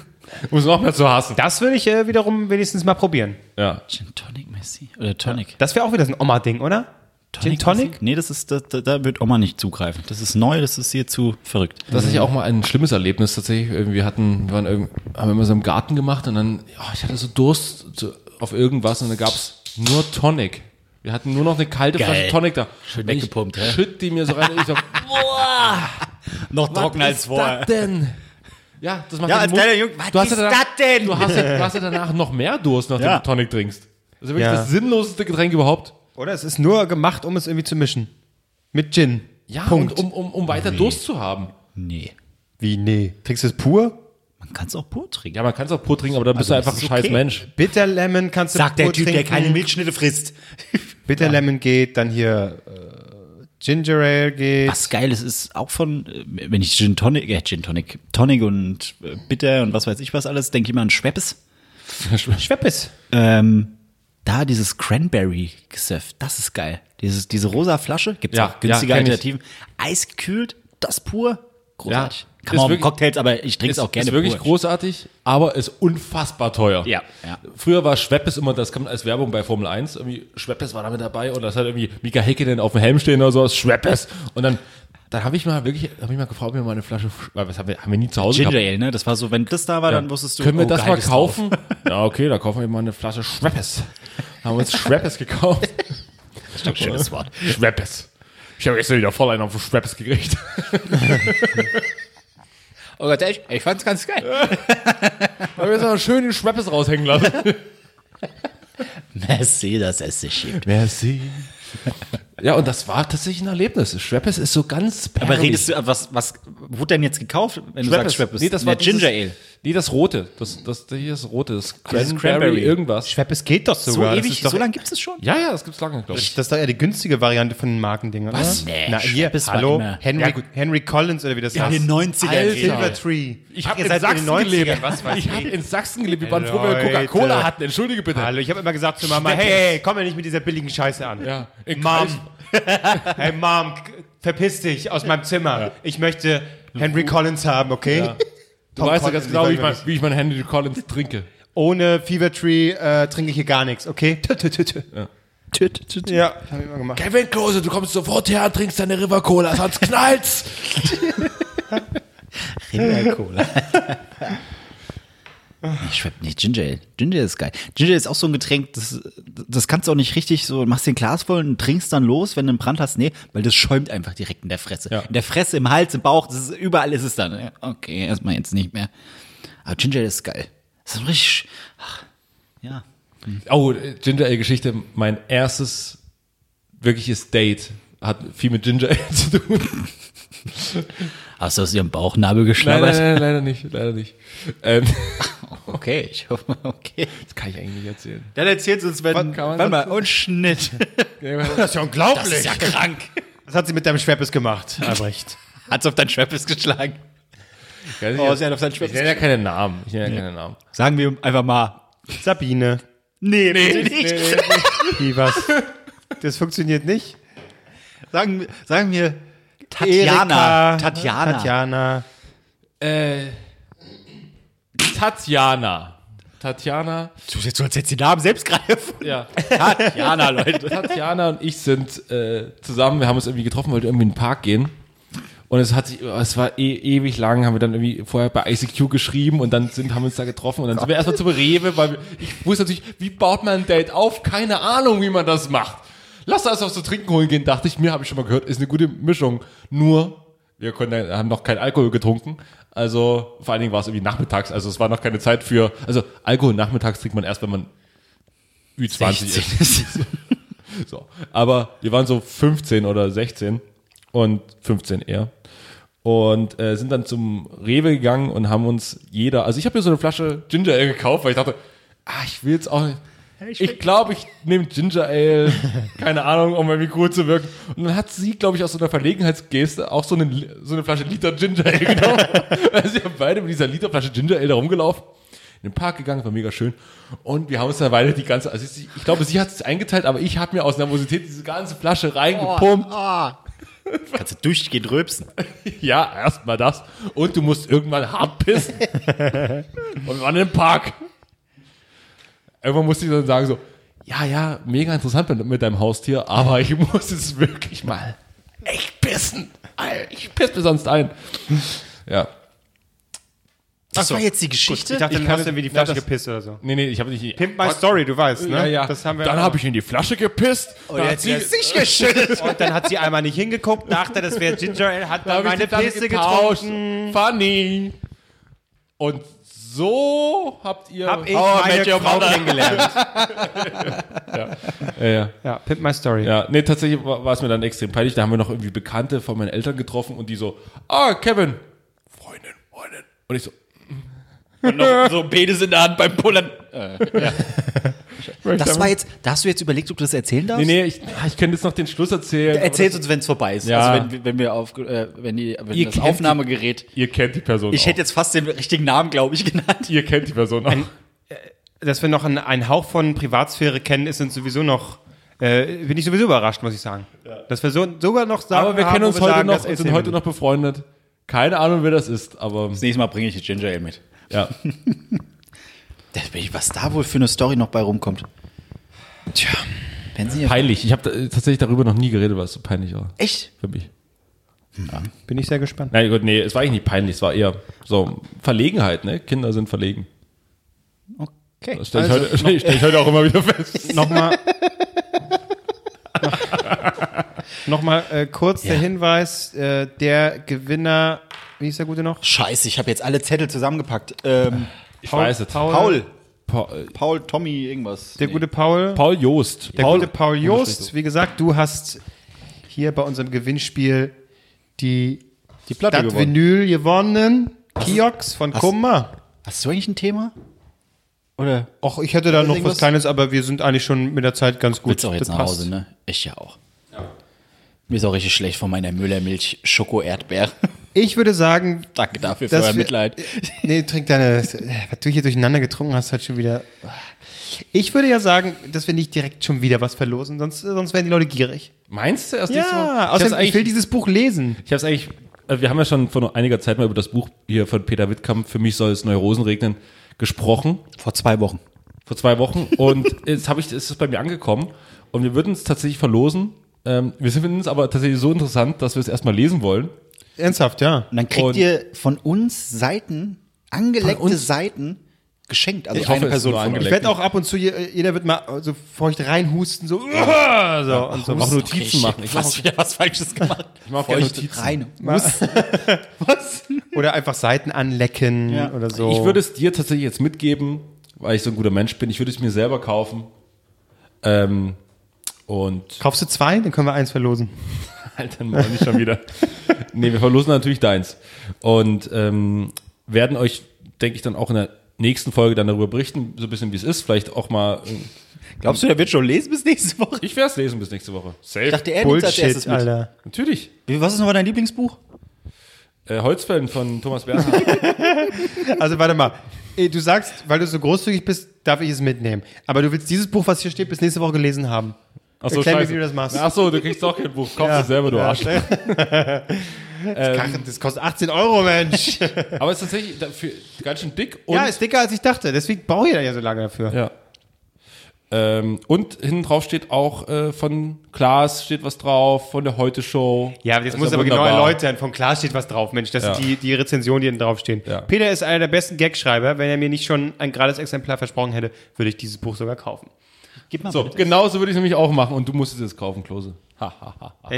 S4: Muss noch mehr zu hassen.
S1: Das würde ich äh, wiederum wenigstens mal probieren.
S4: Ja.
S2: Gin Tonic Messi. Oder Tonic.
S1: Das wäre auch wieder so ein Oma-Ding, oder? Gin Tonic?
S2: Nee, das ist, da, da, da wird Oma nicht zugreifen. Das ist neu, das ist hier zu verrückt.
S4: Das
S3: Mhm.
S4: ist ja auch mal ein schlimmes Erlebnis tatsächlich. Irgendwie, Wir hatten, wir waren irgend, haben immer so im Garten gemacht und dann, ja, ich hatte so Durst zu, auf irgendwas und dann gab's nur Tonic. Wir hatten nur noch eine kalte
S3: Geil.
S4: Flasche Tonic da.
S3: Schön
S4: Und ich
S3: weggepumpt, hä?
S4: Schütt die mir so rein und ich so,
S3: Noch
S4: was
S3: trockener als
S4: ist
S3: vorher.
S4: das denn? Ja, das macht
S3: Ja,
S4: den
S3: als
S4: Mund-
S3: kleiner Junge, was
S4: du hast ja
S3: ist
S4: danach,
S3: das denn?
S4: Du hast, ja, du hast ja danach noch mehr Durst, nachdem
S2: Ja.
S4: du Tonic trinkst. Das ist wirklich
S1: Ja.
S4: das sinnloseste Getränk überhaupt.
S1: Oder es ist nur gemacht, um es irgendwie zu mischen. Mit Gin.
S4: Ja,
S1: Punkt.
S4: Und um, um, um weiter Durst zu haben.
S2: Nee.
S1: Wie, nee. Trinkst du es pur?
S2: Man kann es auch pur trinken.
S4: Ja, man kann es auch pur trinken, aber dann bist du
S3: Also,
S4: einfach ein scheiß Mensch.
S1: Bitter Lemon kannst du
S3: Sagt
S1: pur
S3: der Typ, der
S1: trinken.
S3: keine Milchschnitte frisst.
S1: Bitter Lemon geht, dann hier äh, Ginger Ale geht.
S2: Was geil ist, ist auch von, äh, wenn ich Gin Tonic, äh, Gin Tonic, Tonic und äh, Bitter und was weiß ich was alles, denke ich immer an Schweppes.
S1: Schweppes.
S2: Ähm, da dieses Cranberry Gesöff, das ist geil. Dieses, diese rosa Flasche, gibt's
S4: Ja,
S2: auch günstige
S4: ja, kenn ich.
S2: Alternativen. Eisgekühlt, das pur, großartig.
S4: Ja,
S2: Kann
S4: ist
S2: man auch mit
S4: wirklich-
S2: Cocktails, aber ich trinke es auch gerne
S4: Ist wirklich
S2: pur.
S4: großartig, aber ist unfassbar teuer.
S2: Ja, ja.
S4: Früher war Schweppes immer, das kommt als Werbung bei Formel 1, irgendwie Schweppes war damit dabei und das hat irgendwie Mika Häkkinen auf dem Helm stehen oder sowas, Schweppes. Und dann, dann habe ich mal wirklich, habe ich mal gefragt, ob wir mal eine Flasche, Sch- weil was haben wir, haben wir nie zu Hause
S2: Ginger
S4: gehabt.
S2: Ale, ne? Das war so, wenn das da war, dann wusstest du, oh,
S4: Können wir das
S2: geil,
S4: mal
S2: ist
S4: kaufen? Ja, okay, da kaufen wir mal eine Flasche Schweppes. Haben wir uns Schweppes gekauft.
S2: drauf. Schönes Wort.
S4: Schweppes. Ich habe gestern wieder voll einen auf Schweppes gekriegt.
S3: Oh Gott, ich, ich fand's ganz geil.
S4: Da haben wir jetzt noch schön den Schweppes raushängen lassen.
S2: Merci, dass es sich schiebt.
S4: Merci. Ja, und das war tatsächlich ein Erlebnis. Schweppes ist so ganz
S2: Aber redest du, äh, was, was wurde denn jetzt gekauft, wenn du sagst Schweppes?
S4: Nee, das
S2: Na,
S4: war dieses-
S2: Ginger Ale.
S4: Nee, das rote. Das, das hier ist rote. Das
S2: Dieses
S4: Cranberry,
S2: Cranberry.
S4: irgendwas.
S1: Schweppes geht doch sogar. das ist doch,
S2: lange gibt's es schon?
S4: Ja, ja, das gibt's lange, glaube ich.
S1: Das ist doch eher die günstige Variante von den Markendingern,
S2: Was?
S1: oder?
S2: Nee,
S1: Na, hier,
S2: Schweppes war
S1: hallo,
S2: immer-
S1: Henry, Henry Collins oder wie das heißt.
S2: In den 90ern.
S1: Silver Tree.
S4: Ich habe
S1: Ihr
S4: in
S1: seid den
S4: Sachsen
S1: 90ern,
S4: gelebt.
S1: Was weiß
S4: ich habe
S1: ich.
S4: in Sachsen gelebt. Wir waren froh,
S1: Leute.
S4: wenn wir Coca-Cola hatten. Entschuldige bitte.
S1: Hallo, ich habe immer gesagt zu Mama, hey, hey, komm mir nicht mit dieser billigen Scheiße an.
S4: Ja, in
S1: Mom, hey Mom, k- verpiss dich aus meinem Zimmer. Ich möchte Henry Collins haben, okay?
S4: Du weißt ja
S1: Collins,
S4: ganz
S1: ich
S4: genau,
S1: weiß
S4: wie ich, mein,
S1: nicht.
S4: wie ich mein Henry Collins trinke.
S1: Ohne Fever Tree äh, trinke ich hier gar nichts, okay? Tü, tü, tü, tü.
S2: Ah,
S1: Ja, habe ich immer gemacht.
S4: Kevin Klose, du kommst sofort her, trinkst deine River Cola, sonst knallt's.
S2: Cola. Ich schwepp nicht Ginger Ale. Ginger Ale ist geil. Ginger Ale ist auch so ein Getränk, das, das kannst du auch nicht richtig so, machst dir ein Glas voll und trinkst dann los, wenn du einen Brand hast. Nee, weil das schäumt einfach direkt in der Fresse.
S4: Ja.
S2: In der Fresse, im Hals, im Bauch, das ist, überall ist es dann. Ja, Okay, erstmal jetzt nicht mehr. Aber Ginger Ale ist geil. Das ist richtig, ach, ja.
S4: Oh, äh, Ginger Ale Geschichte. Mein erstes wirkliches Date hat viel mit Ginger Ale zu tun.
S2: Hast du aus ihrem Bauchnabel
S4: Nein, nein,
S2: geschnabbert?
S4: nein, leider nicht, leider nicht. Ähm,
S2: Okay, ich hoffe, okay.
S4: das kann ich eigentlich nicht erzählen.
S2: Dann erzählst du uns, wenn,
S4: warte
S2: mal, und Schnitt.
S1: Das ist ja unglaublich.
S2: Das ist ja krank.
S1: Was hat sie mit deinem Schweppes gemacht, Albrecht?
S2: Hat's auf dein Schweppes geschlagen.
S4: oh, ich
S2: hat auf seinen
S4: ich nenne ja keine Namen. Ich nenne ja keine Namen.
S2: Sagen wir einfach mal.
S1: Sabine.
S2: Nee, bitte nicht.
S1: Wie was? Das funktioniert nicht.
S2: Sagen, sagen wir
S1: Erika,
S2: Tatjana. Tatjana.
S1: Tatjana.
S4: Äh, Tatjana. Tatjana.
S2: Du jetzt, du hast jetzt die Namen selbst gerade erfunden.
S4: Ja.
S2: Tatjana, Leute.
S4: Tatjana und ich sind äh, zusammen. Wir haben uns irgendwie getroffen, wollten irgendwie in den Park gehen. Und es hat sich, es war eh, ewig lang, haben wir dann irgendwie vorher bei ICQ geschrieben und dann sind, haben uns da getroffen und dann sind wir erstmal zum Rewe, weil wir, ich wusste natürlich, wie baut man ein Date auf? Keine Ahnung, wie man das macht. Lass uns was zu trinken holen gehen, dachte ich mir, habe ich schon mal gehört, ist eine gute Mischung. Nur, wir konnten, haben noch keinen Alkohol getrunken. Also, vor allen Dingen war es irgendwie nachmittags, also es war noch keine Zeit für, also Alkohol nachmittags trinkt man erst, wenn man Ü20 ist. So. Aber wir waren so 15 oder 16 und 15 eher. Und äh, sind dann zum Rewe gegangen und haben uns jeder, also ich habe mir so eine Flasche Ginger Ale gekauft, weil ich dachte, ah, ich will jetzt auch nicht. Ich glaube, ich nehme Ginger Ale, keine Ahnung, um irgendwie cool zu wirken. Und dann hat sie, glaube ich, aus so einer Verlegenheitsgeste auch so eine, Li- so eine Flasche Liter Ginger Ale genommen. also wir haben beide mit dieser Literflasche Ginger Ale da rumgelaufen in den Park gegangen, war mega schön. Und wir haben uns dann weiter die ganze, also sie- ich glaube, sie hat es eingeteilt, aber ich habe mir aus Nervosität diese ganze Flasche
S1: Oh,
S4: reingepumpt.
S2: Kannst du durchgehend rülpsen.
S4: Ja, erstmal das. Und du musst irgendwann hart pissen. Und wir waren im Park. Irgendwann musste ich dann sagen so, ja, ja, mega interessant mit, mit deinem Haustier, aber ich muss jetzt wirklich mal echt pissen. Alter, Ich pisse mir sonst ein. Ja.
S3: Das war jetzt die Geschichte.
S1: Ich dachte,
S4: Ich
S1: dann
S4: kann-
S1: hast du irgendwie die
S4: Ja,
S1: Flasche
S4: das-
S1: gepisst oder so.
S4: Nee, nee, ich habe nicht.
S1: Pimp My Story, du weißt, ne?
S4: ja, ja.
S1: Das haben wir
S4: dann habe ich in die Flasche gepisst.
S1: Oh,
S4: dann hat sie-
S1: sich geschüttelt. Und dann hat sie einmal nicht hingeguckt, dachte, das wäre Ginger Ale, hat dann
S4: Dann hab
S1: meine
S4: ich die Flasche
S1: Pisse
S4: getauscht.
S1: getrunken.
S4: Funny. Und so habt ihr.
S1: Hab Oh, ich
S4: How I
S1: meine
S4: Met Your
S1: Frau
S4: Oh, Mother.
S1: kennengelernt.
S4: Ja, ja.
S1: Ja, Pimp My Story.
S4: Ja, nee, tatsächlich war, war es mir dann extrem peinlich. Da haben wir noch irgendwie Bekannte von meinen Eltern getroffen und die so, ah, Kevin, Freundin, Freundin. Und ich so,
S3: noch so Penis in der Hand beim Pullern.
S2: Das war jetzt, da hast du jetzt überlegt, ob du das erzählen darfst?
S4: nee, nee, ich, ah, ich könnte jetzt noch den Schluss erzählen. aber
S2: Erzähl's uns, wenn es vorbei ist.
S4: Ja.
S2: Also wenn, wenn wir auf, äh, wenn die, wenn
S4: Ihr
S2: das
S4: kennt-
S2: Aufnahmegerät.
S4: das- Ihr kennt die Person
S2: Ich
S4: auch.
S2: hätte jetzt fast den richtigen Namen, glaube ich, genannt.
S4: Ihr kennt die Person auch.
S1: Dass wir noch einen, einen Hauch von Privatsphäre kennen, ist uns sowieso noch. Äh, bin ich sowieso überrascht, muss ich sagen. Dass wir so, sogar noch sagen,
S4: Aber wir
S1: haben,
S4: kennen
S1: wo
S4: uns heute
S1: sagen,
S4: noch
S1: das
S4: und sind
S1: erzählen
S4: heute
S1: wir
S4: noch befreundet. Keine Ahnung, wer das ist, aber
S2: Das nächste Mal bringe ich die Ginger Ale mit.
S4: ja.
S2: Das bin ich- Was da wohl für eine Story noch bei rumkommt. Tja, wenn sie
S4: peinlich. Ich habe da, äh, tatsächlich darüber noch nie geredet, weil es so peinlich war
S2: Echt?
S4: für mich.
S1: nicht. Bin ich sehr gespannt.
S4: Nein, Gott, nee, es war eigentlich nicht peinlich, es war eher so Verlegenheit, ne? Kinder sind verlegen.
S2: Okay.
S4: Das stelle
S1: Also,
S4: ich, heute- stell ich, stell ich heute auch immer wieder fest.
S1: Nochmal. Nochmal äh, kurz der Hinweis: äh, Der Gewinner, wie ist der gute noch?
S2: Scheiße, ich habe jetzt alle Zettel zusammengepackt. Ähm,
S4: Ich weiß es.
S1: Paul,
S2: Paul.
S4: Paul,
S2: Paul, Tommy, irgendwas.
S1: Der gute Paul.
S4: Paul Joost.
S1: Der gute Paul Joost, wie gesagt, du hast hier bei unserem Gewinnspiel die,
S4: die Platte
S1: Stadt
S4: gewonnen.
S1: Vinyl gewonnenen Kiox von Kummer.
S2: Hast du eigentlich ein Thema? Oder?
S1: Och, ich hätte da noch
S2: irgendwas?
S1: was Kleines, aber wir sind eigentlich schon mit der Zeit ganz gut.
S2: Willst auch jetzt
S1: Das
S2: nach
S1: passt.
S2: Hause, ne? Ich ja auch. Mir ist auch richtig schlecht von meiner Müllermilch Schoko-Erdbeer.
S1: Ich würde sagen,
S2: Danke dafür
S1: Das
S2: für euer
S1: wir-
S2: Mitleid.
S1: nee, trink deine, äh, was du hier durcheinander getrunken hast, halt schon wieder. äh. Ich würde ja sagen, dass wir nicht direkt schon wieder was verlosen, sonst, sonst werden die Leute gierig.
S4: Meinst du erst nächste Woche?
S1: Ja,
S4: ich hab's
S1: außerdem, ich will
S4: eigentlich,
S1: dieses Buch lesen.
S4: ich hab's eigentlich, also wir haben ja schon vor einiger Zeit mal über das Buch hier von Peter Wittkamp, Für mich soll es Neurosen regnen, gesprochen.
S2: Vor zwei Wochen.
S4: Vor zwei Wochen. Und jetzt habe ich, ist es bei mir angekommen. Und wir würden es tatsächlich verlosen. Ähm, wir finden es aber tatsächlich so interessant, dass wir es erstmal lesen wollen.
S1: Ernsthaft, ja.
S2: Und dann kriegt
S4: Und-
S2: ihr von uns Seiten, angeleckte
S4: Von uns?
S2: Seiten, geschenkt. Also
S4: Ich
S2: eine
S4: hoffe, es ist
S2: Person
S4: nur
S1: Ich
S2: von
S4: angeleckt.
S2: euch.
S1: werde auch ab und zu, je- jeder wird mal so feucht reinhusten, so, "Uah", so und so.
S4: Auch Notizen machen.
S3: Ich habe wieder was Falsches gemacht.
S4: Ich mache
S2: Feuchte Rein.
S1: Oder einfach Seiten anlecken
S2: Ja.
S1: oder so.
S4: Ich würde es dir tatsächlich jetzt mitgeben, weil ich so ein guter Mensch bin. Ich würde es mir selber kaufen. Ähm, und
S1: Kaufst du zwei, dann können wir eins verlosen.
S4: Alter, morgen nicht schon wieder. nee, wir verlosen natürlich deins. Und ähm, werden euch, denke ich, dann auch in der nächsten Folge dann darüber berichten, so ein bisschen wie es ist. Vielleicht auch mal. äh,
S2: Glaubst du, der wird schon lesen bis nächste Woche?
S4: Ich werde es lesen bis nächste Woche. Safe.
S2: Ich dachte, er nimmt als erstes mit.
S1: Alter.
S4: natürlich.
S2: Wie- Was ist nochmal dein Lieblingsbuch?
S4: Äh, Holzfällen von Thomas Bernhard.
S1: Also warte mal. Eh, Du sagst, weil du so großzügig bist, darf ich es mitnehmen. Aber du willst dieses Buch, was hier steht, bis nächste Woche gelesen haben.
S4: Achso,
S1: Erklär mir, wie du das machst.
S4: Achso, du kriegst doch kein Buch. Kauf es selber, du Arsch. Ähm.
S1: Kacke, das kostet 18 Euro, Mensch.
S4: Aber es ist tatsächlich dafür ganz schön dick und
S1: ja, ist dicker, als ich dachte. Deswegen brauche ich da ja so lange dafür.
S4: Ja. Ähm, und hinten drauf steht auch äh, von Klaas steht was drauf, von der Heute Show.
S1: Ja, aber jetzt
S4: Ist
S1: muss aber genau
S4: wunderbar.
S1: erläutern. Von klar steht was drauf, Mensch. Das sind
S4: Ja.
S1: die, die Rezensionen, die da draufstehen.
S4: Ja.
S1: Peter ist einer der besten Gagschreiber. Wenn er mir nicht schon ein gratis Exemplar versprochen hätte, würde ich dieses Buch sogar kaufen.
S2: Gib mal
S4: So, genauso würde ich es nämlich auch machen und du musst es jetzt kaufen, Klose.
S1: Dann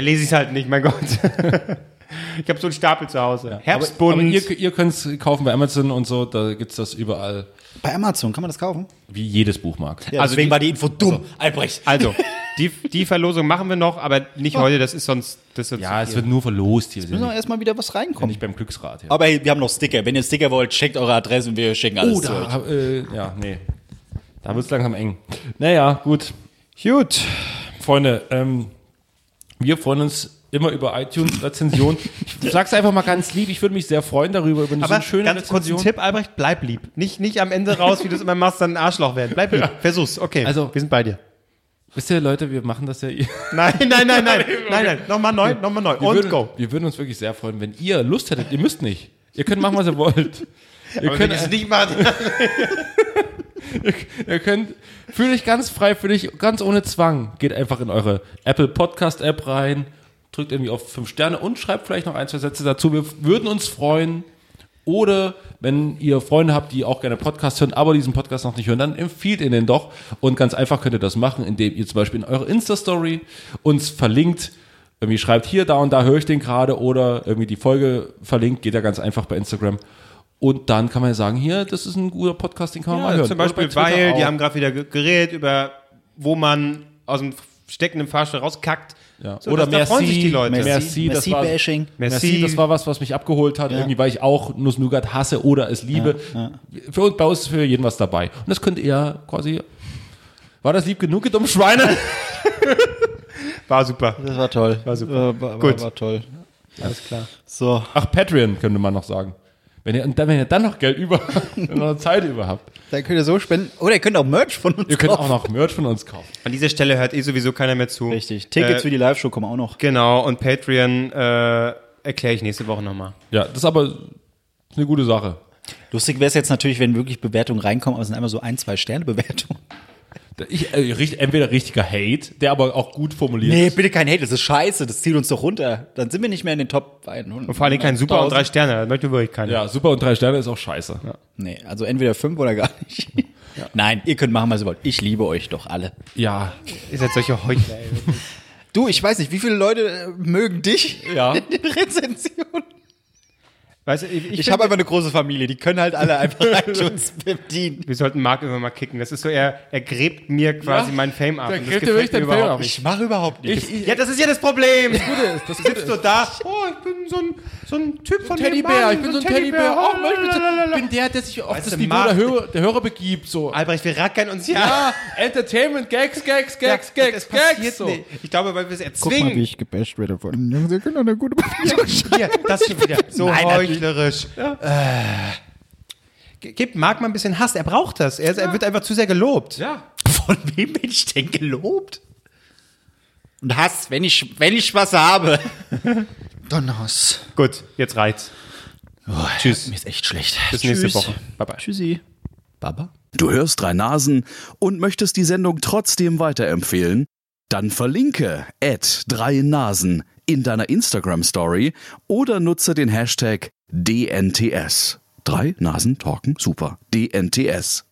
S1: lese ich es halt nicht, mein Gott. ich habe so einen Stapel zu Hause. Herbstbund.
S4: Aber ihr, ihr könnt es kaufen bei Amazon und so, da gibt's das überall,
S2: Bei Amazon, kann man das kaufen?
S4: wie jedes Buchmarkt.
S2: also deswegen war die Info dumm, Albrecht.
S1: also, die, die Verlosung machen wir noch, aber nicht heute. Das ist sonst. Das ist sonst
S4: Oh. Ja, es wird nur verlost hier, wir sind
S2: Müssen wir
S4: nicht,
S2: erstmal wieder was
S4: wir sind
S2: reinkommen.
S4: nicht beim Glücksrad hier.
S2: Aber hey, wir haben noch Sticker. Wenn ihr Sticker wollt, schickt eure Adresse und wir schicken alles zu euch.
S4: da, äh, ja, nee. Da wird's langsam eng. Naja, gut.
S1: Gut.
S4: Freunde, ähm, wir freuen uns immer über iTunes-Rezensionen. Ich sag's einfach mal ganz lieb, ich würde mich sehr freuen darüber, über eine so
S1: Aber
S4: eine schöne
S1: ganz kurz ein
S4: Rezension.
S1: Tipp, Albrecht, bleib lieb. Nicht, nicht am Ende raus, wie du es immer machst, dann ein Arschloch werden. Bleib lieb. Versuch's. Okay.
S4: Also-
S1: wir sind bei dir.
S4: Wisst ihr, Leute, wir machen das ja. Wir
S1: Nein, nein, nein, nein. nein, nein. Nochmal neu, nochmal neu. Und
S4: würden,
S1: go.
S4: wir würden uns wirklich sehr freuen, wenn ihr Lust hättet. Ihr müsst nicht. Ihr könnt machen, was ihr wollt.
S1: Aber
S4: Ihr könnt,
S1: wenn ihr es nicht macht.
S4: Ihr könnt, fühlt euch ganz frei, fühlt euch ganz ohne Zwang. Geht einfach in eure Apple Podcast App rein, drückt irgendwie auf 5 Sterne und schreibt vielleicht noch ein, zwei Sätze dazu. Wir würden uns freuen. Oder wenn ihr Freunde habt, die auch gerne Podcast hören, aber diesen Podcast noch nicht hören, dann empfiehlt ihr den doch. Und ganz einfach könnt ihr das machen, indem ihr zum Beispiel in eure Insta-Story uns verlinkt. Irgendwie schreibt hier, da und da höre ich den gerade oder irgendwie die Folge verlinkt, geht ja ganz einfach bei Instagram. Und dann kann man ja sagen, hier, das ist ein guter Podcast, den kann man mal hören.
S1: Zum
S4: Oder
S1: Beispiel,
S4: bei Twitter
S1: weil die
S4: auch.
S1: haben gerade wieder ge- geredet über, wo man aus dem steckenden Fahrstuhl rauskackt.
S4: Ja.
S1: So,
S4: Oder
S1: dass- da
S4: merci,
S1: freuen sich die Leute.
S4: merci, das war,
S2: Merci-Bashing.
S4: merci, das war was, was mich abgeholt hat, irgendwie, weil ich auch Nuss Nougat hasse oder es liebe. Für uns, bei uns ist für jeden was dabei. Und das könnt ihr quasi, war das lieb genug, ihr dummen Schweine?
S1: war super.
S6: Das war toll. War
S1: super.
S6: Äh, war,
S1: Gut.
S6: Gut. war toll.
S1: Alles klar.
S6: So,
S4: Ach, Patreon könnte man noch sagen. Wenn ihr, und dann, wenn ihr dann noch Geld über, wenn ihr noch Zeit über habt.
S2: Dann könnt ihr so spenden. Oder ihr könnt auch Merch von uns
S4: Ihr könnt auch
S2: kaufen.
S4: noch Merch von uns kaufen.
S1: An dieser Stelle hört eh sowieso keiner mehr zu.
S2: Richtig. Tickets
S1: Äh,
S2: für die Live-Show kommen auch noch.
S1: Genau, und Patreon äh, erkläre ich nächste Woche nochmal.
S4: Ja, das ist aber eine gute Sache.
S2: Lustig wäre es jetzt natürlich, wenn wirklich Bewertungen reinkommen, aber es sind einmal so ein, zwei Sterne-Bewertungen.
S4: Ich, äh, richt- entweder richtiger Hate, der aber auch gut formuliert
S2: Nee,
S4: ist.
S2: bitte kein Hate, das ist scheiße, das zieht uns doch runter. Dann sind wir nicht mehr in den Top 100.
S1: Und vor allem kein Super und drei Sterne, das möchte wirklich keiner.
S4: Ja, super und drei Sterne ist auch scheiße.
S2: Nee, also entweder fünf oder gar nicht. Nein, ihr könnt machen, was ihr wollt. Ich liebe euch doch alle.
S4: Ja,
S1: Ihr seid solche Heuchler. ey.
S2: Du, ich weiß nicht, wie viele Leute äh, mögen dich
S4: Ja.
S2: in den Rezensionen?
S1: weißt du, ich, ich,
S2: Ich
S1: find,
S2: habe einfach eine große Familie, die können halt alle einfach iTunes bedienen.
S1: wir sollten Marc irgendwann mal kicken. Das ist so, er, er gräbt mir quasi
S4: Ja,
S1: meinen Fame ab.
S4: der
S1: Und das
S4: gräbt dir wirklich den Fame
S1: überhaupt
S4: ab.
S1: nicht.
S2: Ich mache überhaupt nichts.
S4: Ich-
S1: Ja, das ist ja das Problem. Das Gute
S4: ist, das
S1: sitzt du da, oh, ich bin so ein, so ein Typ von
S4: Teddybär,
S1: nebenan,
S4: ich bin so ein Teddybär. Oh, Mensch, ich bin so-
S1: lalalala.
S4: ich bin der, der sich auf
S1: Weißt
S4: das
S1: du,
S4: Niveau
S1: Marc-
S4: der Hörer, der Hörer begibt. So.
S1: Albrecht, wir rackern uns hier an.
S4: Ja, Entertainment, Gags, Gags, Gags,
S1: Ja, das
S4: Gags,
S1: passiert
S4: Gags. So.
S1: nicht. Ich glaube, weil wir es
S6: guck mal, wie
S1: erzwingen.
S6: ich gebasht werde von den Jungs. Ihr könnt doch eine gute Bewertung schreiben.
S1: Hier, das schon wieder. So heuchlerisch. Äh. Ge- Gebt Marc mal ein bisschen Hass. Er braucht das. Er, ist- er wird einfach zu sehr gelobt.
S4: Ja,
S2: Von wem bin ich denn gelobt? Und Hass, wenn ich, wenn ich was habe. Donnerhaus.
S1: Gut, jetzt reicht's.
S2: Tschüss. Mir ist echt schlecht.
S1: Bis nächste Woche. Bye-bye.
S2: Tschüssi. Baba.
S8: Du hörst drei Nasen und möchtest die Sendung trotzdem weiterempfehlen? Dann verlinke at drei Nasen in deiner Instagram Story oder nutze den Hashtag DNTS. Drei Nasen talken super. DNTS.